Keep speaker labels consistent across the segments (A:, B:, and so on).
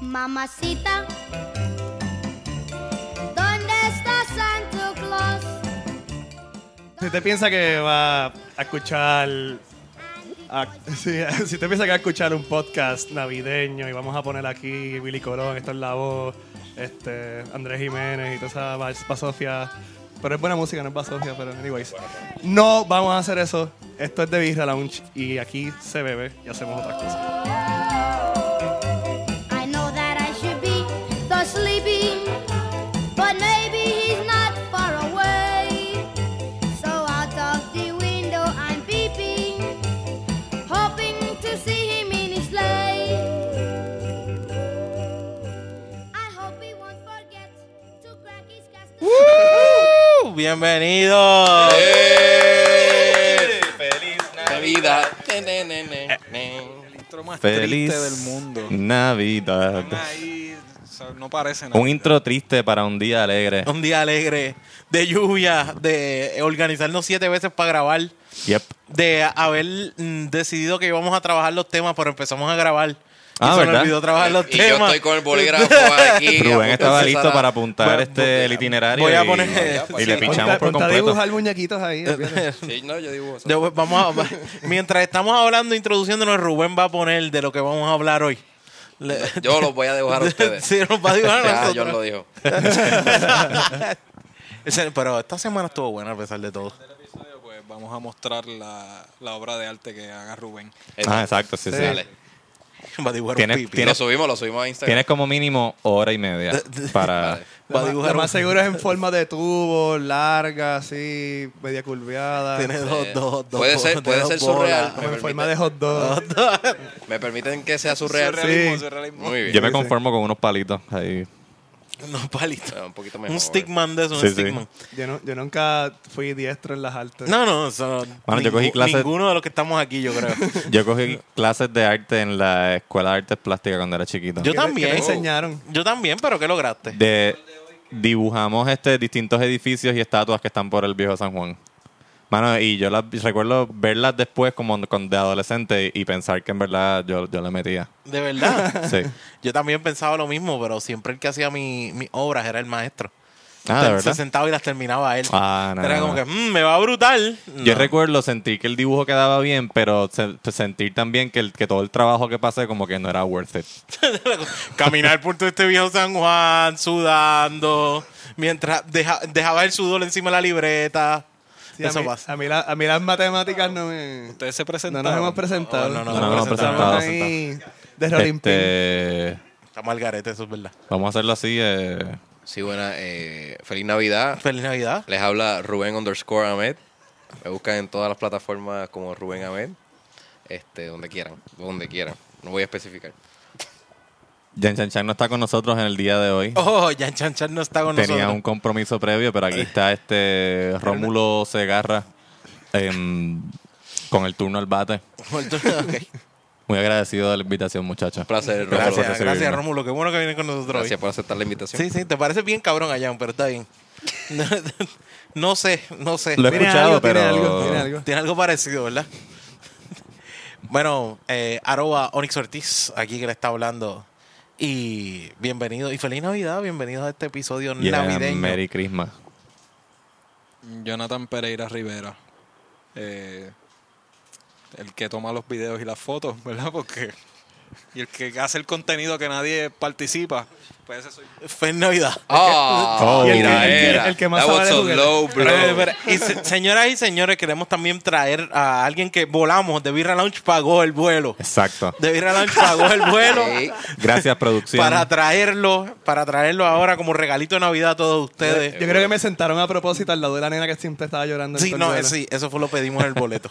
A: Mamacita, ¿dónde está Santa Claus?
B: Si usted piensa que va a escuchar. a- sí, si usted piensa que va a escuchar un podcast navideño y vamos a poner aquí Willy Colón, esto es la voz, este, Andrés Jiménez y toda esa va- basofia. Pero es buena música, no es basofia, pero anyways. No vamos a hacer eso. Esto es de Birra Lounge y aquí se bebe y hacemos otras cosas.
A: I know that I should be the sleepy, but maybe he's not far away. So out of the window I'm peeping, hoping to see him in his sleigh. I hope he won't forget to crack his castor.
C: ¡Uh! Bienvenido.
D: ¡Eh! ¡Feliz Navidad!
E: intro más
D: Feliz
E: triste del mundo.
D: Navidad.
E: Están ahí, o sea, no parece nada.
D: Un intro triste para un día alegre.
C: Un día alegre, de lluvia, de organizarnos siete veces para grabar,
D: Yep.
C: de haber mm, decidido que íbamos a trabajar los temas, pero empezamos a grabar. Y
D: Ah,
C: se me
D: ¿verdad?
C: olvidó trabajar los
F: Y
C: temas.
F: yo estoy con el bolígrafo aquí.
D: Rubén estaba
F: apuntándose
D: listo
F: la-
D: para apuntar
C: Voy a-
D: este el itinerario
C: voy a
D: y-
C: poner-
D: y, le
C: sí.
D: pinchamos por
B: a
D: completo.
B: dibujar muñequitos
C: Eh,
B: ahí.
F: Sí, no, yo dibujo. eso.
C: De- pues, vamos a- mientras estamos hablando, introduciéndonos, Rubén va a poner de lo que vamos a hablar hoy. Le-
F: Yo los voy a dibujar a ustedes.
C: Sí, nos va a dibujar a
F: Ah,
C: nosotros.
F: John lo dijo.
C: Ese- Pero esta semana estuvo buena a pesar de todo.
E: En este episodio, pues, vamos a mostrar la, la obra de arte que haga Rubén.
D: Ah, exacto, sí, sí.
F: Este, Dale.
C: Va a dibujar
D: Tienes-
C: un pipi.
D: tienes-
F: Lo subimos, lo subimos a Instagram.
D: Tienes como mínimo hora y media para...
F: Vale.
C: Va a dibujar
B: Lo
C: un
B: más seguro es en forma de tubo, larga, así, media curveada.
C: Tiene dos, dos, dos.
F: Eh, Puede ser- puede
C: dos
F: ser
C: bolas.
F: surreal.
B: Como en
F: Me
B: forma de
F: permite.
B: hot dog.
F: ¿Me permiten que sea surreal?
E: Surrealismo,
B: Sí.
E: surrealismo.
F: Muy bien.
D: Yo me conformo con unos palitos ahí.
C: Unos palitos.
F: Ah, Un poquito mejor.
C: Un stickman de eso, un
D: Sí, sí.
C: stickman.
B: Yo, no- yo nunca fui diestro en las artes.
C: No, no, eso no-
D: Mano, yo cogí
C: ningú-
D: clases-
C: Ninguno de los que estamos aquí, yo creo.
D: Yo cogí clases de arte en la Escuela de Artes Plásticas cuando era chiquito.
C: Yo
B: ¿Qué te-
C: también.
B: qué te enseñaron?
C: Yo también, pero ¿qué lograste?
D: de dibujamos este distintos edificios y estatuas que están por el viejo San Juan. Mano, y yo las recuerdo verlas después como con- de adolescente y pensar que en verdad yo, yo le metía.
C: De verdad.
D: Sí.
C: Yo también pensaba lo mismo, pero siempre el que hacía mi- mis obras era el maestro.
D: Ah, de
C: Se
D: verdad.
C: sentaba y las terminaba él.
D: Ah, no,
C: era
D: no,
C: como
D: no.
C: que, "Mm, me va brutal.
D: Yo
C: No.
D: recuerdo sentir que el dibujo quedaba bien, pero se- sentir también que, el- que todo el trabajo que pasé como que no era worth it.
C: Caminar por todo este viejo San Juan, sudando, mientras deja- dejaba el sudor encima de la libreta.
B: Sí,
C: Eso
B: a mí,
C: pasa.
B: A mí, la- a mí las matemáticas no me...
E: Ustedes se
B: No
E: presentaron.
B: nos hemos presentado.
C: No, no, no,
D: No nos hemos
B: Estamos
D: presentado,
B: ahí de Rolling Pin.
D: Este,
C: Está mal garete, eso es verdad.
D: vamos a hacerlo así. eh.
F: Sí, buena. eh, feliz Navidad.
C: Feliz Navidad.
F: Les habla Rubén underscore Ahmed. Me buscan en todas las plataformas como Rubén Ahmed. Este, donde quieran. Donde quieran. No voy a especificar.
D: Jan Chan Chan no está con nosotros en el día de hoy.
C: Oh, Jan Chan Chan no está con
D: Tenía
C: nosotros.
D: un compromiso previo, pero aquí está este Rómulo Segarra em, con el turno al bate.
C: Ok.
D: Muy agradecido de la invitación, muchachos.
F: Un placer, Rómulo.
D: Gracias por
C: Gracias,
D: recibirme.
C: gracias, Rómulo. Qué bueno que vienes con nosotros
F: Gracias
C: hoy.
F: por aceptar la invitación.
C: Sí, sí, te parece bien cabrón a Jan, pero está bien. No, no sé, no sé.
D: Lo he
B: Tiene
D: escuchado,
B: algo, tiene
D: pero...
B: algo, tiene algo.
C: Tiene algo parecido, ¿verdad? Bueno, eh, arroba Onyx Ortiz, aquí que le está hablando. Y bienvenido, y feliz Navidad, bienvenidos a este episodio
D: Yeah,
C: navideño.
D: Merry Christmas.
E: Jonathan Pereira Rivera. Eh, el que toma los videos y las fotos, ¿verdad? Porque. Y el que hace el contenido que nadie participa. Pues ese soy yo.
C: Feliz Navidad.
F: Ah,
D: Oh,
F: mira,
D: el que-
B: el que-
F: era.
B: el que más
F: That
B: sabe
F: was
B: de
F: so
B: juguetes.
F: low, bro.
C: Espera, espera. Y se- señoras y señores, queremos también traer a alguien que volamos de Birra Lounge pagó el vuelo.
D: Exacto.
C: De Birra Lounge pagó el vuelo.
F: Sí.
D: Gracias, producción.
C: para traerlo, para traerlo ahora como regalito de Navidad a todos
B: Yo
C: ustedes.
B: creo que me sentaron a propósito al lado de la nena que siempre estaba llorando. en
C: Sí,
B: todo el
C: no, eh,
B: vuelo.
C: sí, eso fue lo pedimos en el boleto.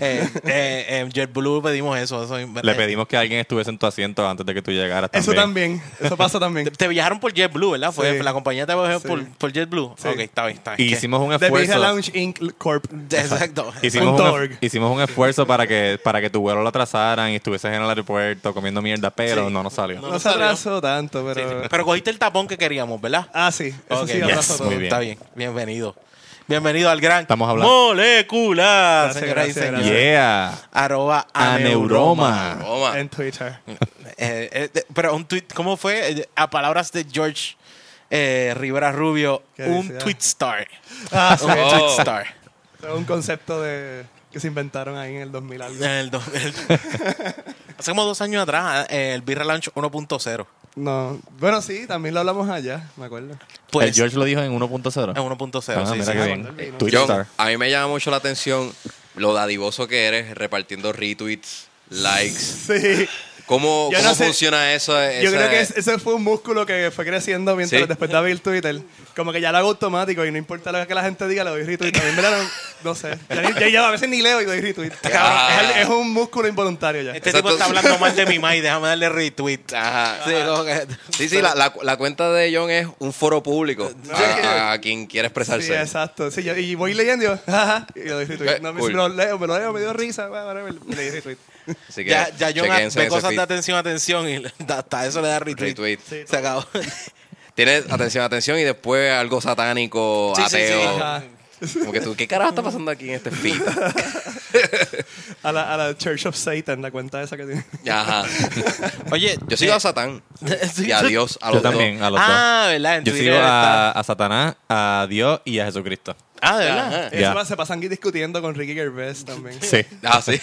C: eh, eh, eh, JetBlue pedimos eso. eso
D: Le
C: eh,
D: pedimos que alguien estuviese en tu asiento antes de que tú llegaras.
B: Eso también. Eso pasa también.
C: Te, te viajaron por JetBlue, ¿verdad? Fue,
B: Sí.
C: La compañía te viajó
B: Sí.
C: por, por JetBlue.
B: Sí.
C: Ok, está bien, está
D: Y
C: bien. ¿Qué?
D: E hicimos un
B: The Visa
D: esfuerzo.
B: Lounge Inc. Corp.
C: Exacto.
D: Hicimos
B: Punto
D: un,
B: org.
D: hicimos un esfuerzo para que, para que tu vuelo lo atrasaran y estuvieses en el aeropuerto comiendo mierda, pero no nos salió.
B: No,
C: No, no
B: se
C: salió.
B: atrasó tanto,
C: Sí,
B: pero...
C: sí. Pero cogiste el tapón que queríamos, ¿verdad?
B: Ah, sí. Eso
C: Ok,
B: sí
C: yes,
B: atrasó todo.
D: muy bien.
C: Está bien, bienvenido. Bienvenido al gran
D: Estamos hablando.
C: Molécula,
B: Gracias,
C: señoras y
B: gracias,
C: señores.
B: gracias.
D: Yeah.
C: Arroba aneuroma.
D: Aneuroma.
F: Toma.
B: En Twitter.
C: Eh, eh, de- pero un tweet, ¿cómo fue? Eh, A palabras de George eh, Rivera Rubio,
B: ¿Qué
C: un
B: dice?
C: tweet star.
B: Ah, sí.
C: Un
F: Oh.
C: tweet star.
B: Es un concepto de que se inventaron ahí en el 2000 algo.
C: En el do- el- hace como dos años atrás, eh, el Birra Launch 1.0.
B: No. Bueno, sí, también lo hablamos allá, me acuerdo.
C: Pues,
D: el George lo dijo en 1.0.
C: en 1.0.
D: Ah,
C: sí,
D: mira
C: sí,
D: qué
C: sí.
D: bien.
B: Eh,
D: Twitter.
F: John, a mí me llama mucho la atención lo dadivoso que eres repartiendo retweets, likes.
B: Sí.
F: ¿Cómo,
B: Yo
F: cómo
B: no sé.
F: funciona eso?
B: Yo
F: esa-
B: creo que es- ese fue un músculo que fue creciendo mientras
F: Sí.
B: después de abrir Twitter. Como que ya lo hago automático y no importa lo que la gente diga, le doy retweet. También me no sé. Ya, ni- ya- ya a veces ni leo y doy retweet.
F: Ah.
B: Es, el- es un músculo involuntario ya.
C: Este
F: Exacto.
C: tipo está hablando mal de mi y déjame darle retweet.
F: Ajá.
C: Sí, como que-
F: Sí, sí, la, la- la cuenta de John es un foro público a, a quien quiera expresarse.
B: Sí, exacto. Sí, yo- y voy leyendo y yo, "Ajá", y le doy retweet.
F: Eh,
B: No, me-
F: cool.
B: si me lo leo, me lo leo, me dio risa, whatever, le doy retweet.
F: Así que
C: Ya, ya John ha-
F: chequéense
C: ve
F: ese
C: cosas
F: feed.
C: de atención, atención y le- hasta eso le da retweet.
F: Retweet.
C: Se acabó.
F: Tienes atención, atención y después algo satánico,
C: Sí, sí, sí.
F: ateo.
B: Ajá.
F: Como que tú, ¿qué carajo está pasando aquí en este feed?
B: A la, a la Church of Satan, la cuenta esa que tiene.
F: Ajá.
C: Oye,
F: Yo sigo
C: eh,
F: a Satán.
C: Sí,
F: Y a
C: tú-
F: Dios, a
D: Yo
F: los dos.
D: también, a los dos.
C: Ah, ¿verdad? En
D: Yo
C: Twitter
D: sigo
C: está-
D: a, a Satanás, a Dios y a Jesucristo.
C: Ah, ¿de verdad?
F: Ajá.
D: Ya.
B: Eso va- se pasan aquí discutiendo con Ricky Gervais también.
D: Sí.
F: Ah, sí.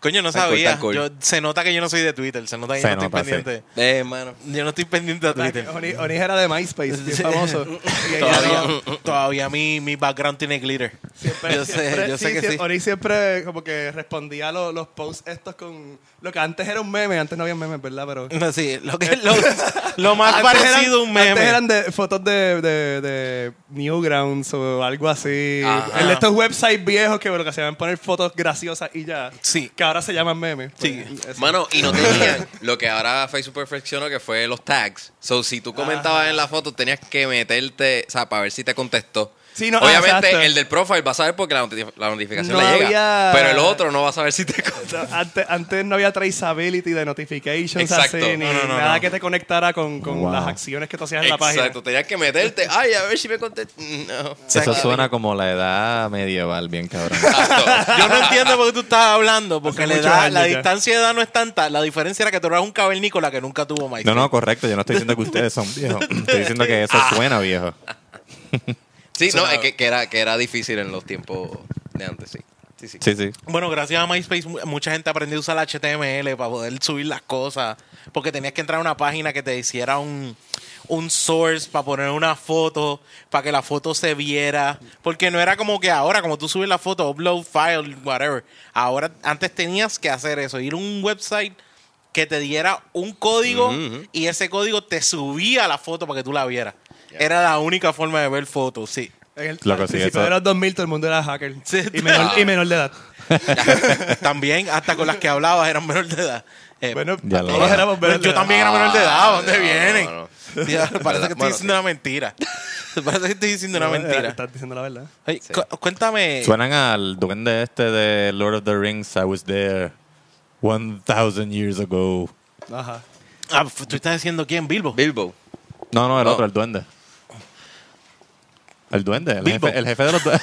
C: Coño, no
F: Tan cool,
C: sabía.
F: tan cool.
C: Yo- se nota que yo no soy de Twitter. Se nota que
D: Se
C: yo no
D: nota,
C: estoy pendiente.
F: Eh, hermano.
C: Yo no estoy pendiente a Twitter.
B: Oni- Onis era de MySpace, bien famoso. Y ella no-
C: Todavía, todavía mi, mi background tiene glitter.
B: siempre-
C: yo sé,
B: siempre-
C: yo sé que sí.
B: Onis siempre como que respondía a lo- los posts estos con... Lo que antes era un meme, antes no había memes, ¿verdad? Pero...
C: No, sí, lo, que, lo, lo más
B: Antes
C: parecido a un
B: eran-
C: meme.
B: Antes eran de, fotos de, de, de Newgrounds o algo así.
F: Ajá.
B: El de estos websites viejos que lo que hacían poner fotos graciosas y ya.
C: Sí.
B: Que ahora se llaman memes.
C: Sí.
B: Pues, eso.
F: Mano, y no tenían lo que ahora Facebook perfeccionó, que fue los tags. So, si tú comentabas en la foto, tenías que meterte, o sea, para ver si te contestó.
B: Sí, no,
F: Obviamente,
B: exacto.
F: el del profile va a saber porque la, noti- la notificación
B: No
F: le llega.
B: había-
F: Pero el otro no va a saber si te contestó.
B: Pues, Antes, antes no había traceability de notifications
F: Exacto.
B: así, ni
F: No, no, no,
B: nada
F: no.
B: que te conectara con, con
D: Wow.
B: las acciones que tú hacías en la página.
F: Exacto, tenías que meterte. Ay, a ver si me contestó. No.
D: Eso suena como la edad medieval, bien cabrón.
F: Exacto.
C: Yo no entiendo por qué tú estás hablando, porque
B: Hace
C: la,
B: muchos
C: edad-
B: años
C: la
B: ya.
C: distancia de edad no es tanta. La diferencia era que tú eras un cavernícola que nunca tuvo MySpace.
D: No, no, correcto. Yo no estoy diciendo que ustedes son viejos. Estoy diciendo que eso suena viejo.
F: Sí, no, es que, que era, que era difícil en los tiempos de antes, sí. Sí, sí.
D: Sí, sí.
C: Bueno, gracias a MySpace mu- mucha gente aprendió a usar el HTML para poder subir las cosas, porque tenías que entrar a una página que te hiciera un, un source para poner una foto, para que la foto se viera, porque no era como que ahora, como tú subes la foto, upload file, whatever. Ahora, antes tenías que hacer eso, ir a un website que te diera un código y ese código te subía la foto para que tú la vieras. Era la única forma de ver fotos, sí.
B: En el,
D: Loco,
B: al
D: sí,
B: principio
D: eso-
B: de los 2000 todo el mundo era hacker.
C: Sí.
B: y, menor, y menor de edad.
C: También, hasta con las que hablabas eran menor de edad. Eh,
B: Bueno,
D: Ya lo-
B: todos éramos
C: Pero
B: menor de
C: yo
B: edad.
C: también era menor de edad, ¿dónde
F: Ah, no,
C: vienen?
F: no,
C: Ya, parece que estoy
F: Bueno,
C: diciendo una mentira. Parece que estoy diciendo una
B: No, era-
C: mentira.
B: Estás diciendo la verdad.
C: Oye, cu- cuéntame.
D: Suenan al duende este de Lord of the Rings. I was there 1000 years ago.
B: Ajá.
C: Ah, f- ¿Tú estás diciendo quién? Bilbo.
F: Bilbo.
D: No, no, el
F: No.
D: otro, el duende. El duende, el,
C: Bilbo.
D: jefe, el jefe de los duendes.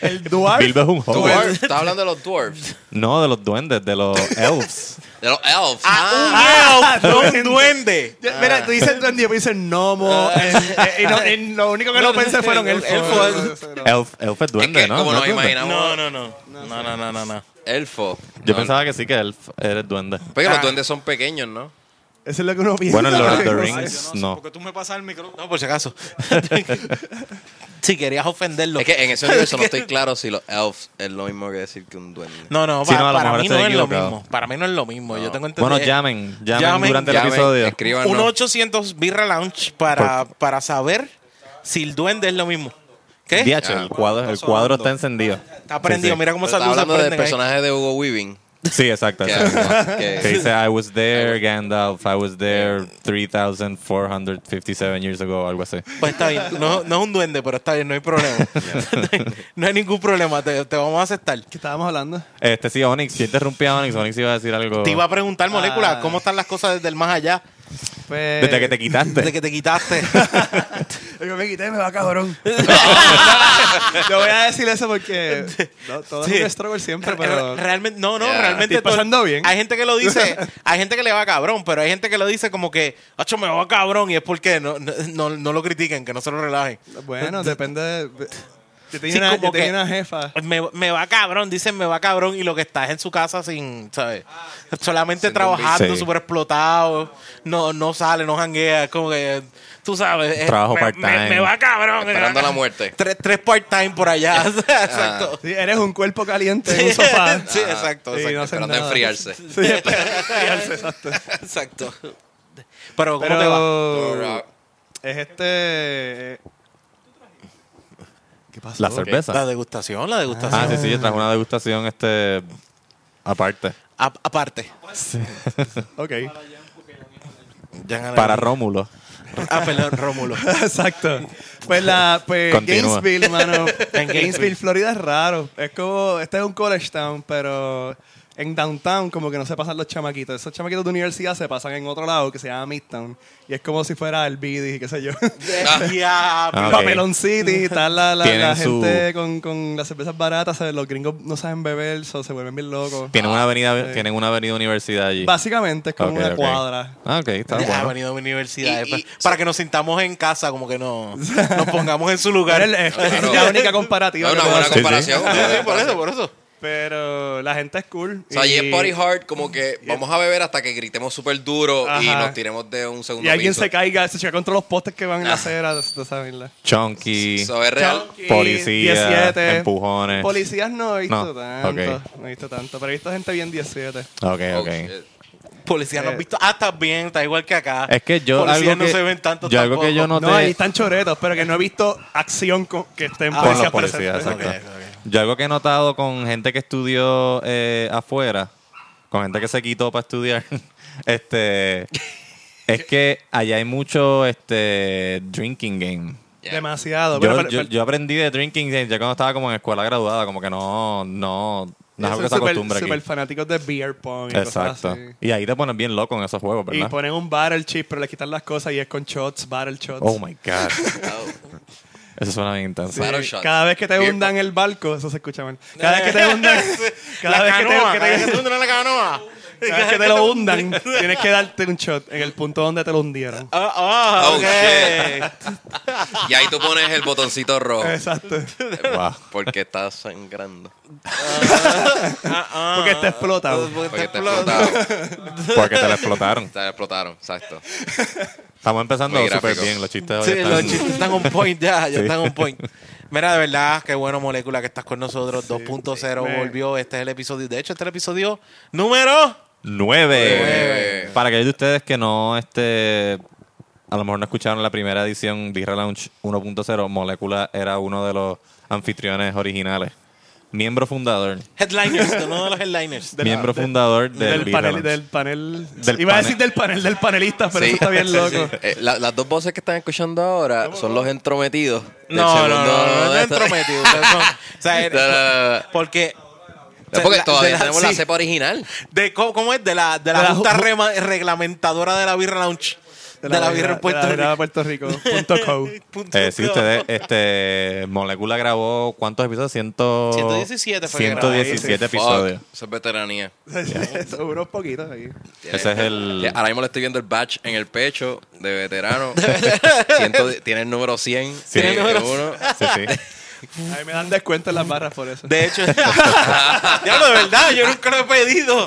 B: El Duarte.
D: Bilbo es un joven.
F: Dwarf. Estaba hablando de los dwarves.
D: No, de los duendes, de los elves.
F: De los elves.
B: uh.
C: ¡Ah, un elf! ¡No un duende!
B: Yo- Mira, tú dices duende, yo pienso en gnomo. en- en- y no- en- lo único que no pensé fueron
C: el-
B: elfos.
C: elfos.
D: elf, elf es duende,
F: que
D: ¿no?
F: como
D: ¿No
F: nos
D: es duende?
C: No,
F: imaginamos-
C: no, no. No, no, no, no. no.
F: Elfo.
D: Yo
F: No,
D: pensaba que sí, que elf eres duende.
F: Porque
C: Ah.
F: los duendes son pequeños, ¿no?
B: Eso es lo que uno piensa.
D: Bueno, en Lord of the
B: No sé.
D: Rings, no.
E: Porque tú me pasas el micrófono.
C: No, por si acaso. si querías ofenderlo.
F: Es que en ese universo no estoy claro si los elves es lo mismo que decir que un duende.
C: No, no,
D: Sí,
C: pa-
D: no, a lo
C: para
D: mejor
C: mí
D: estoy
C: no es lo
D: equivocado.
C: mismo. Para mí no es lo mismo. Yo tengo entendido.
D: Bueno, llamen, llamen,
C: eh, Llamen,
D: durante el
F: Llamen,
D: episodio.
F: escríbanos.
C: 1-800 Birra Lounge para, para saber si el duende es lo mismo. ¿Qué?
D: Diacho,
F: Ah.
D: el cuadro, el cuadro está encendido.
C: Está prendido,
D: Sí, sí.
C: mira cómo esa
F: Pero
C: luz
F: estaba
C: se
F: hablando del
C: prende. ahí.
F: personaje de Hugo Weaving.
D: Sí, exacto.
F: Que,
D: exacto.
F: que-
D: Que dice, I was there, Gandalf, I was there 3,457 years ago, algo así.
C: Pues está bien, no, no es un duende, pero está bien, no hay problema. no hay ningún problema, te, te vamos a aceptar.
B: ¿Qué estábamos hablando?
D: Este sí, Onyx, yo interrumpí a Onyx, Onyx iba a decir algo.
C: Te iba a preguntar, molécula,
B: Ah.
C: ¿cómo están las cosas desde el más allá?
B: Después.
D: Desde que
C: Desde
D: te quitaste.
C: que te quitaste.
B: Pues, Yo me quité, me va cabrón. Yo voy a decir eso porque. no, todo
C: Sí.
B: es un struggle siempre, pero.
C: Re- Realmente, no, no,
F: Ya.
C: realmente.
B: Estoy pasando
C: todo-
B: bien.
C: Hay gente que lo dice, hay gente que le va cabrón, pero hay gente que lo dice como que, hacho, me va cabrón, y es porque no, no, no, no lo critiquen, que no se lo relajen.
B: Bueno, depende. de- Yo tenía,
C: Sí,
B: una,
C: como
B: yo tenía
C: que-
B: una jefa.
C: Me, me va cabrón, dicen me va cabrón, y lo que estás en su casa sin, ¿sabes? Solamente
F: Sin
C: trabajando,
D: Sí.
C: súper explotado, no, no sale, no janguea, es como que, tú sabes. eh,
D: Trabajo
C: me-
D: part-time.
C: Me, me va cabrón.
F: Esperando la muerte. Ah.
C: Tres, tres part-time por allá, o sea, exacto.
B: Sí, eres un cuerpo caliente en un sofá.
C: Sí, exacto,
B: Sí, no
C: exacto.
B: hacen
F: Esperando
B: nada.
F: enfriarse.
B: Sí, enfriarse, exacto.
C: exacto. Pero, ¿cómo te va?
B: Pero.
F: Rock.
B: Es este. ¿Qué pasa?
D: La cerveza.
C: La degustación, la degustación.
D: Ah, sí, sí, yo traje una degustación este aparte.
C: A- aparte.
B: Ok.
D: Para Rómulo.
C: Ah, perdón, Rómulo.
B: Exacto. Pues la pues
D: Continúa.
B: Gainesville, mano.
C: En
B: en
C: Gainesville.
B: Gainesville, Florida es raro. Es como este es un college town, pero en downtown como que no se pasan los chamaquitos. Esos chamaquitos de universidad se pasan en otro lado que se llama Midtown y es como si fuera el BD, qué sé yo.
C: Diablo.
D: Ah, ok.
B: Papelón City, está la, la, la
D: Tienen su-
B: gente con, con las cervezas baratas, ¿sabes? los gringos no saben beber, so se vuelven bien locos.
D: Tienen una avenida, tienen una avenida universidad allí.
B: Básicamente es como
D: Ok,
B: una
D: ok.
B: cuadra.
D: Ah, ok, está
C: Ya,
D: bueno.
C: venido a universidad. eh,
F: Y-
C: pa-
F: y-
C: para que nos sintamos en casa, como que no, nos pongamos en su lugar.
B: Pero el-
D: eh,
B: es, es
F: Claro.
B: la única comparativa.
F: No,
B: que
F: una
B: puedo
F: buena
B: hacer.
D: sí.
F: comparación.
C: Sí, sí, por eso, por eso.
B: Pero la gente es cool.
F: O sea, allí
B: y-
F: es party hard, como que vamos a beber hasta que gritemos súper duro y
B: Ajá.
F: nos tiremos de un segundo
B: Y alguien
F: piso.
B: se caiga, se choca contra los postes que van en la acera de esa isla.
D: Chunky.
F: So, es Ah. real.
B: Chunky,
D: Policía, empujones.
B: Policías no he visto
D: No,
B: tanto.
D: ok.
B: No he visto tanto. Pero he visto gente bien 17.
D: Ok,
F: Oh,
D: ok.
F: shit.
C: Policía,
B: Eh.
C: no has visto. Ah, está bien, está igual que acá.
D: Es que yo
C: Policías
D: algo
C: no
D: que-
C: se ven tanto.
D: yo algo que yo
B: No,
D: No te-
B: ahí están choretos, pero que no he visto acción con, que estén
C: Ah,
D: Con
B: policías
D: los policías,
B: presentes.
D: exacto.
C: Ok, ok.
D: Yo algo que he notado con gente que estudió eh, afuera, con gente que se quitó para estudiar, este, es que allá hay mucho este drinking game.
F: Yeah.
B: Demasiado.
D: Yo,
B: Bueno, pero-
D: yo-
B: pero-
D: yo aprendí de drinking game ya cuando estaba como en escuela graduada, como que no, no, no es
B: son
D: algo que se
B: súper-
D: acostumbra
B: súper
D: aquí.
B: fanáticos de beer pong y
D: Exacto. Pues
B: cosas así.
D: Y ahí te pones bien loco en esos juegos,
B: Y
D: ¿verdad?
B: ponen un barrel chip, pero le quitan las cosas y es con shots, barrel shots.
D: Oh my god.
F: Oh.
D: Eso suena bien intenso.
F: Battle shots.
B: Cada vez que te
F: Beer
B: hundan el barco, eso se escucha mal. Cada vez que te hundan, cada
C: La
B: vez que te-
C: canoa,
B: que
C: cada vez
B: te,
C: que tú andas en la canoa.
B: Cada vez que te lo hundan, tienes que darte un shot en el punto donde te lo hundieron.
C: Ah, ah,
F: Oh,
C: ok.
F: Y ahí tú pones el botoncito rojo
B: Exacto.
D: Wow.
F: porque está sangrando.
C: Ah, ah.
B: Porque está explotado.
C: Porque está
F: Porque te
C: explotado.
F: explotaron.
D: Porque te la explotaron.
F: Te explotaron, exacto.
D: Estamos empezando
F: Muy
D: súper
F: gráfico.
D: bien. Los chistes hoy
C: Sí,
D: están-
C: los chistes están on point ya, ya están on point. Mira, de verdad, qué bueno, Molécula, que estás con nosotros. 2.0
B: Me-
C: volvió. Este es el episodio. De hecho, este es el episodio número.
D: 9.
F: Nueve.
D: Para aquellos de ustedes que no, este, a lo mejor no escucharon la primera edición de Relaunch 1.0, Molecula era uno de los anfitriones originales. Miembro fundador.
C: Headliners, de uno de los headliners.
B: Del-
D: miembro
B: del-
D: fundador del,
B: Del panel,
D: Relaunch.
B: del panel.
D: Del
B: Iba a
D: panel.
B: decir del panel del panelista, pero
F: Sí,
B: eso está bien
F: sí,
B: loco.
F: sí. Eh, la- las dos voces que están escuchando ahora son los entrometidos. del
C: No, no,
F: segundo-
C: no, no, no,
F: de-
C: entrometido. ustedes son- o sea,
F: No, no, no.
C: porque.
F: No, porque
C: de la-
F: todavía
C: de la-
F: tenemos la
C: sí.
F: cepa original.
C: De, ¿cómo, cómo es? De la, de la,
B: De la
C: junta
B: ju-
C: rema- reglamentadora de la Beer Lounge. De la, Beer en Puerto
B: de la
C: Rico.
B: Puerto Rico. Punto co.
C: Punto
D: Eh, sí,
C: com.
D: ustedes, este, Molecula grabó cuántos episodios? Ciento...
C: 117 fue que grabó.
D: 117 episodios.
F: Fuck, eso es veteranía.
B: Eso, Unos poquitos ahí.
D: Ese es el.
F: Ahora mismo le estoy viendo el batch en el pecho de veterano. Ciento- tiene el número 100.
D: Tiene el
C: número-
F: uno.
D: Sí, sí.
B: Ahí me dan descuento en las barras por eso.
C: De hecho, ya lo de verdad, yo nunca lo he pedido.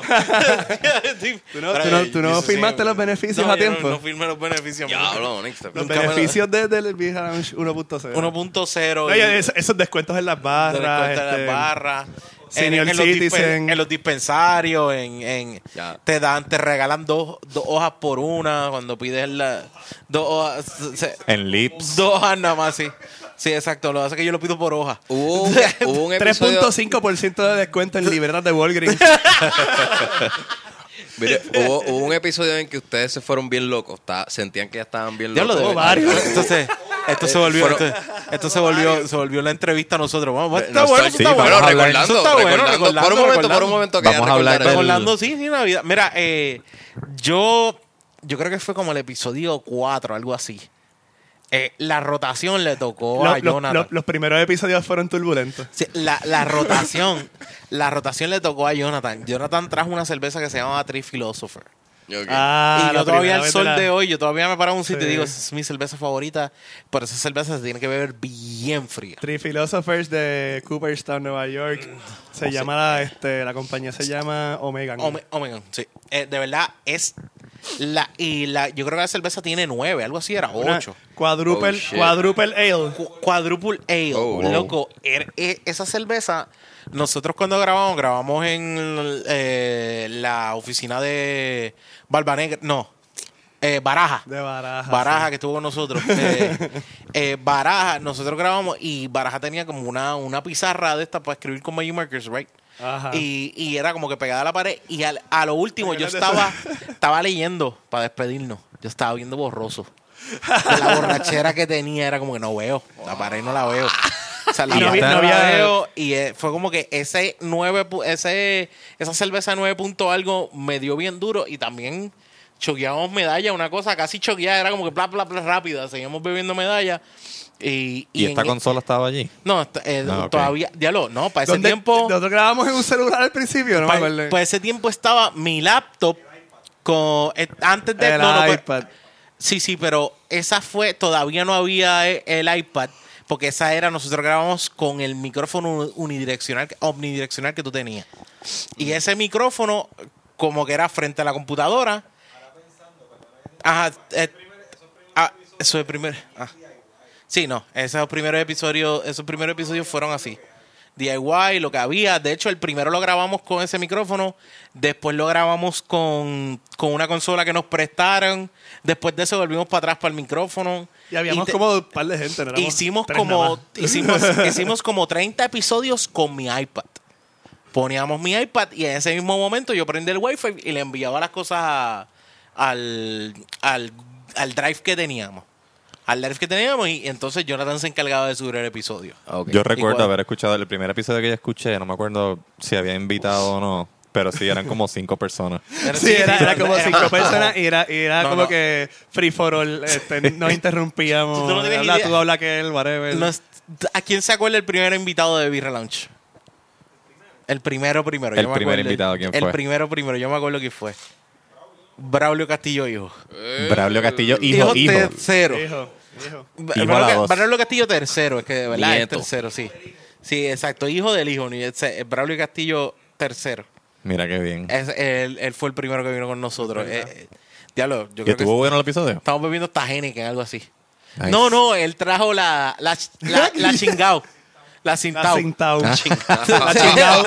B: ¿Tú no, tú no- tú no firmaste los beneficios a
C: yo no-
B: tiempo?
C: No, firmé los beneficios.
F: Diablo, Onyx, te-
B: Los
C: nunca me lo-
B: beneficios de- del Beer Lounge 1.0.
C: 1.0.
B: No,
C: y-
B: ya, eso- esos descuentos en las
C: de
B: barras.
C: descuento de
B: este,
C: las barras. En,
B: Senior
C: en los dispen-
B: Citizen.
C: en los dispensarios, en, en-
F: Ya.
C: te dan, te regalan dos, dos hojas por una cuando pides la, dos hojas, se-
D: En Lips.
C: dos hojas nada más, sí. Sí, exacto, lo hace que yo lo pido por hoja.
F: Hubo un, hubo un episodio.
B: 3.5% de descuento en libretas de Walgreens.
F: Mire, hubo, hubo un episodio en que ustedes se fueron bien locos. ta- sentían que ya estaban bien
C: Ya lo
F: locos.
C: de
B: varios.
C: Entonces, esto se volvió,
F: Fueron-
C: esto, esto se volvió, se volvió la entrevista a nosotros. Vamos, está
F: No,
C: bueno,
F: estoy-
C: eso está
D: sí,
C: bueno.
F: Bueno,
D: vamos a hablar.
F: recordando,
C: Eso está bueno,
F: recordando, Por un
C: recordando,
F: momento, por
C: recordando.
F: un momento que ya
D: Vamos a hablar
F: recordaré.
D: del-
C: Recordando, sí, sí, Navidad. Mira, eh, yo yo creo que fue como el episodio 4, algo así. Eh, la rotación le tocó
B: Lo-
C: a
B: lo- lo-
C: Oh, Jonathan.
B: los primeros episodios fueron turbulentos.
C: Sí, la, la rotación, la rotación le tocó a Jonathan. Jonathan trajo una cerveza que se llamaba Tree Philosopher.
F: Yo, ok.
B: Ah,
C: y yo
B: la
C: todavía
B: primera
C: al
B: vez
C: sol
B: la-
C: de hoy, yo todavía me paro en un sitio
B: Sí.
C: y digo, esa es mi cerveza favorita, pero esa cerveza se tiene que beber bien fría.
B: Three Philosophers de Cooperstown, Nueva York. Se llama la, este, la compañía se llama Omega.
C: Ome- Omegan, sí. Eh, de verdad, es la, y la, yo creo que la cerveza tiene nueve, algo así, era
B: Una
C: ocho.
B: Quadruple,
F: Oh, shit.
B: quadruple Ale.
C: Cu- Quadruple Ale,
F: Oh, wow.
C: loco. er- e- esa cerveza, nosotros cuando grabamos, grabamos en eh, la oficina de Barbanegra, no, eh, Baraja.
B: De baraja.
C: Baraja que estuvo con nosotros. Eh, eh, Baraja, nosotros grabamos y Baraja tenía como una, una pizarra de esta para escribir con Magic Markers, right?
B: Ajá.
C: Y, y era como que pegada a la pared. Y al- a lo último yo
B: Imagínate
C: estaba, estaba leyendo para despedirnos. Yo estaba viendo borroso. De La borrachera que tenía era como que no veo. La pared no la veo. O sea, la
B: Y no
C: pared
B: había-
C: no,
B: no
C: la
B: había-
C: veo. Y eh, fue como que ese 9, pu- ese, esa cerveza 9 punto algo me dio bien duro. Y también choqueábamos medalla, una cosa casi choqueada. Era como que bla, bla, bla, rápida. Seguíamos bebiendo medalla. Y,
D: ¿Y, esta
C: en- e
D: consola estaba allí?
C: No, esta- eh,
D: Ah, ok.
C: todavía. Diablo, no, para ese
B: ¿Dónde-
C: tiempo.
B: Nosotros grabamos en un celular al principio, no me
C: Pa-
B: acuerdo.
C: Pues ese tiempo estaba mi laptop con eh, antes de
B: el
C: no, no, pues-
B: iPad.
C: sí, sí, pero esa fue todavía no había eh, el iPad porque esa era nosotros grabamos con el micrófono unidireccional omnidireccional que tú tenías. Y ese micrófono como que era frente a la computadora. Ajá, eh, ah, eso es primero. ah. Sí, no, esos primeros episodios, esos primeros episodios fueron así. DIY, lo que había. De hecho, el primero lo grabamos con ese micrófono. Después lo grabamos con, con una consola que nos prestaron. Después de eso volvimos para atrás para el micrófono.
B: Y habíamos
C: Y te-
B: como un par de gente, ¿no? Éramos
C: Hicimos
B: tres nada
C: como,
B: más.
C: hicimos, hicimos como 30 episodios con mi iPad. Poníamos mi iPad y en ese mismo momento yo prendí el Wi-Fi y le enviaba las cosas a- al, al, al drive que teníamos. Al drive que teníamos y entonces Jonathan se encargaba de subir el episodio.
F: Ah, ok.
D: Yo recuerdo
C: Igual.
D: haber escuchado el primer episodio que yo escuché, no me acuerdo si había invitado o no, pero sí eran como cinco personas.
B: Sí, era, era como
C: era-
B: cinco personas y era, y era
C: No,
B: como
C: no.
B: que free for all. Este, no interrumpíamos.
C: Tú no tienes
B: habla
C: idea.
B: tú, habla que él, whatever.
C: No es- ¿A quién se acuerda el primer invitado de Birra Lounge? El primero, primero.
D: El
C: yo me
D: primer
C: acuerdo.
D: invitado, ¿quién
C: El
D: fue?
C: primero, primero. Yo me acuerdo quién fue. Braulio Castillo, hijo.
D: Braulio Castillo, hijo, hijo.
C: tercero.
B: Hijo, hijo.
D: a la
C: Braulio,
D: voz.
C: Braulio Castillo tercero, es que de verdad
F: Nieto.
C: es tercero, sí. Sí, exacto. Hijo del hijo. ni- ese- eh, Braulio Castillo tercero.
D: Mira qué bien.
C: Es- él, él fue el primero que vino con nosotros. Eh, eh, diablo, yo creo
D: ¿Y
C: que
D: estuvo bueno el episodio?
C: estamos bebiendo hasta Heineken, algo así.
D: Nice.
C: No, no, él trajo la, la, la, la chingao. La
B: La
C: cintao.
B: Sintau.
D: Ah.
C: La chingao.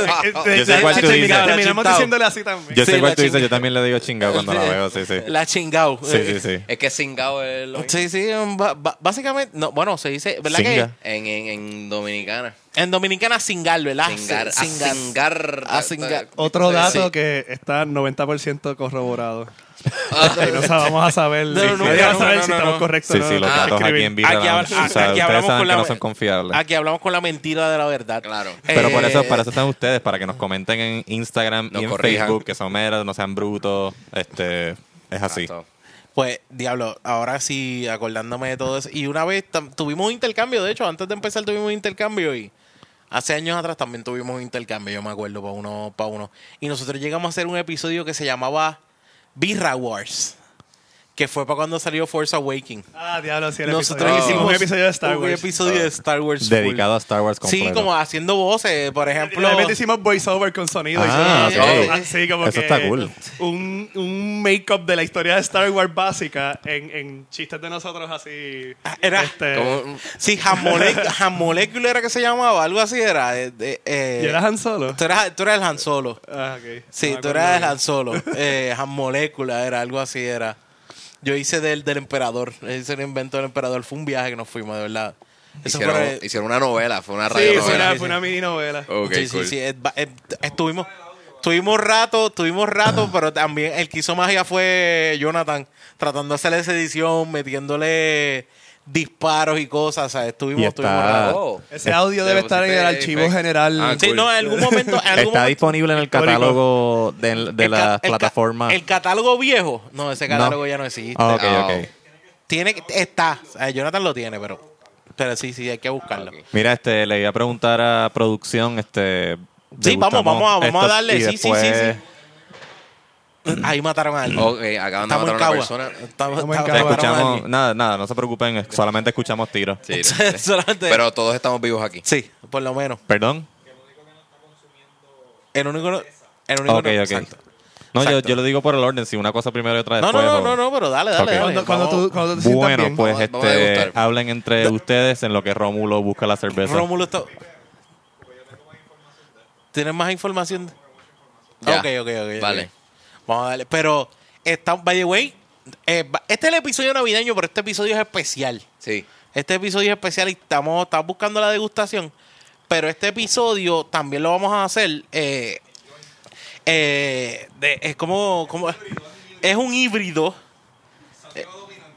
D: Yo sé cuál tú dices.
B: Eh, Terminamos
C: Chintao.
B: diciéndole así también.
D: Yo
C: Sí,
D: sé cuál
C: la
D: tú dices,
C: chinga.
D: yo también le digo chingado cuando la veo, sí, sí.
C: La Eh, chingao.
D: Sí, sí, sí.
F: Es que Singao es lo mismo.
C: Sí, sí, ba- ba- básicamente, no, bueno, se dice, ¿verdad
D: Singa.
F: En, en, en Dominicana.
C: que en dominicana singal, ¿verdad?
F: Singar. A
C: Ah, Singar.
F: Singar.
C: A Singar.
B: Otro
F: Sí.
B: dato
C: Sí.
B: que está 90% corroborado. Y no vamos a saber.
C: Ah, No, no,
B: nadie
C: nunca,
B: va a
C: no,
B: saber
C: no,
B: si
C: no,
B: estamos
C: no.
B: correctos
D: Sí,
B: o no. Ah,
D: sí, los
B: Hay que
D: datos aquí
B: escribir.
D: en Birra
C: Ah, Aquí
D: Lounge,
C: habla-
D: o sea,
C: aquí
D: ustedes
C: hablamos
D: saben
C: con
D: que
C: la-
D: no son confiables.
C: Aquí hablamos con la mentira de la verdad.
F: Claro.
D: Pero por eso,
C: Eh,
D: para eso están ustedes, para que nos comenten en Instagram
F: Nos
D: y en
F: corrijan.
D: Facebook, que son meros, no sean brutos, este, es
C: Ah,
D: así.
F: Exacto.
C: Pues, diablo, ahora sí, acordándome de todo eso. Y una vez tam- tuvimos un intercambio, de hecho, antes de empezar tuvimos un intercambio y hace años atrás también tuvimos un intercambio, yo me acuerdo, para uno, para uno. Y nosotros llegamos a hacer un episodio que se llamaba Birra Wars, que fue para cuando salió Force Awakening.
B: Ah, diablo, sí, el
C: Nosotros
B: episodio.
C: hicimos
B: un episodio de Star
C: Un
B: Wars.
C: episodio de Star Wars. full.
D: Dedicado a Star Wars completo.
C: Sí, como haciendo voces, por ejemplo.
B: Realmente hicimos voiceover con sonido. y
D: Ah,
B: todo.
C: ok.
B: Así como
D: Eso
B: que
D: está cool.
B: Un, un make-up de la historia de Star Wars básica en, en chistes de nosotros así.
C: Ah, era-
B: Este,
F: Como-
C: Sí, Han Mole- Han Molecule era que se llamaba, algo así era. eh, de- eh,
B: ¿Y eras Han Solo?
C: tú, eras, tú eras el Han Solo.
B: Ah, ok.
C: Sí,
B: No me
C: tú
B: acuerdo
C: eras el
B: bien.
C: Han Solo. Eh, Han Molecula era, algo así era. Yo hice del, del emperador. Hice el invento del emperador. Fue un viaje que nos fuimos, de verdad. Eso
F: Hicieron,
C: fue-
F: hicieron una novela. Fue una radio
B: Sí, fue
F: novela.
B: una, fue una mini novela.
F: Ok,
C: sí,
F: cool.
C: sí, sí. eh, va- eh, Estuvimos, estuvimos rato, tuvimos rato, pero también el que hizo magia fue Jonathan, tratando de hacer esa edición, metiéndole disparos y cosas. O sea, estuvimos,
D: Y
C: estuvimos
D: está-
C: raros.
F: Oh.
B: Ese audio debe
F: Le
B: estar en el
F: pusiste
B: archivo
F: effect.
B: general.
F: Ah,
C: Sí,
F: cool.
C: no, en algún momento. En algún
D: Está
C: momento
D: disponible en el
B: Histórico.
D: catálogo de, de
C: el ca-
D: la
C: el ca-
D: plataforma.
C: El catálogo viejo. No, ese catálogo
D: No.
C: ya no existe.
D: Ah, ok,
F: No.
D: ok.
C: Tiene, que- está. O sea, Jonathan lo tiene, pero. Pero sí, sí, hay que buscarlo.
F: Ok.
D: Mira, este, le iba a preguntar a producción, este.
C: Sí, vamos,
D: degustamos
C: vamos a- vamos a
D: esto
C: darle,
D: y
C: sí, sí, sí,
D: después-
C: sí. Ahí mataron a alguien.
B: Oh,
F: Ok, acaban de
C: Estamos
F: matar
C: en
F: a una
C: Cagua.
F: persona.
C: Estamos-
B: Estamos en Cagua.
C: estamos-
D: Te
C: mataron a
D: escuchamos,
C: alguien.
D: nada, nada, no se preocupen, solamente escuchamos tiros.
F: Sí,
C: O
F: no
C: sea,
F: sé.
C: solamente-
F: Pero todos estamos vivos aquí.
C: sí, por lo menos.
D: ¿Perdón?
C: El único. no- El único
D: Ok,
C: no-
D: ok.
C: exacto.
D: No, yo,
C: Exacto.
D: yo lo digo por el orden, si una cosa primero y otra
C: No,
D: después.
C: no, no,
D: o-
C: no, no, pero dale, dale,
D: Ok.
C: dale.
B: Cuando, cuando
C: Vamos.
B: tú, cuando te sientas
D: Bueno,
B: bien.
D: pues
F: Vamos a- vamos a
D: este,
F: degustar.
D: hablen entre ustedes en lo que Rómulo busca la cerveza.
C: Rómulo está. ¿Tienes más información?
F: Ya.
C: Ok, ok, ok. ok.
F: Vale.
C: Vamos a darle. Pero, está, by the way, eh, va- este es el episodio navideño, pero este episodio es especial.
F: Sí.
C: Este episodio es especial y estamos, estamos buscando la degustación. Pero este episodio también lo vamos a hacer. eh, eh, de- es como, como- Es un híbrido. Eh,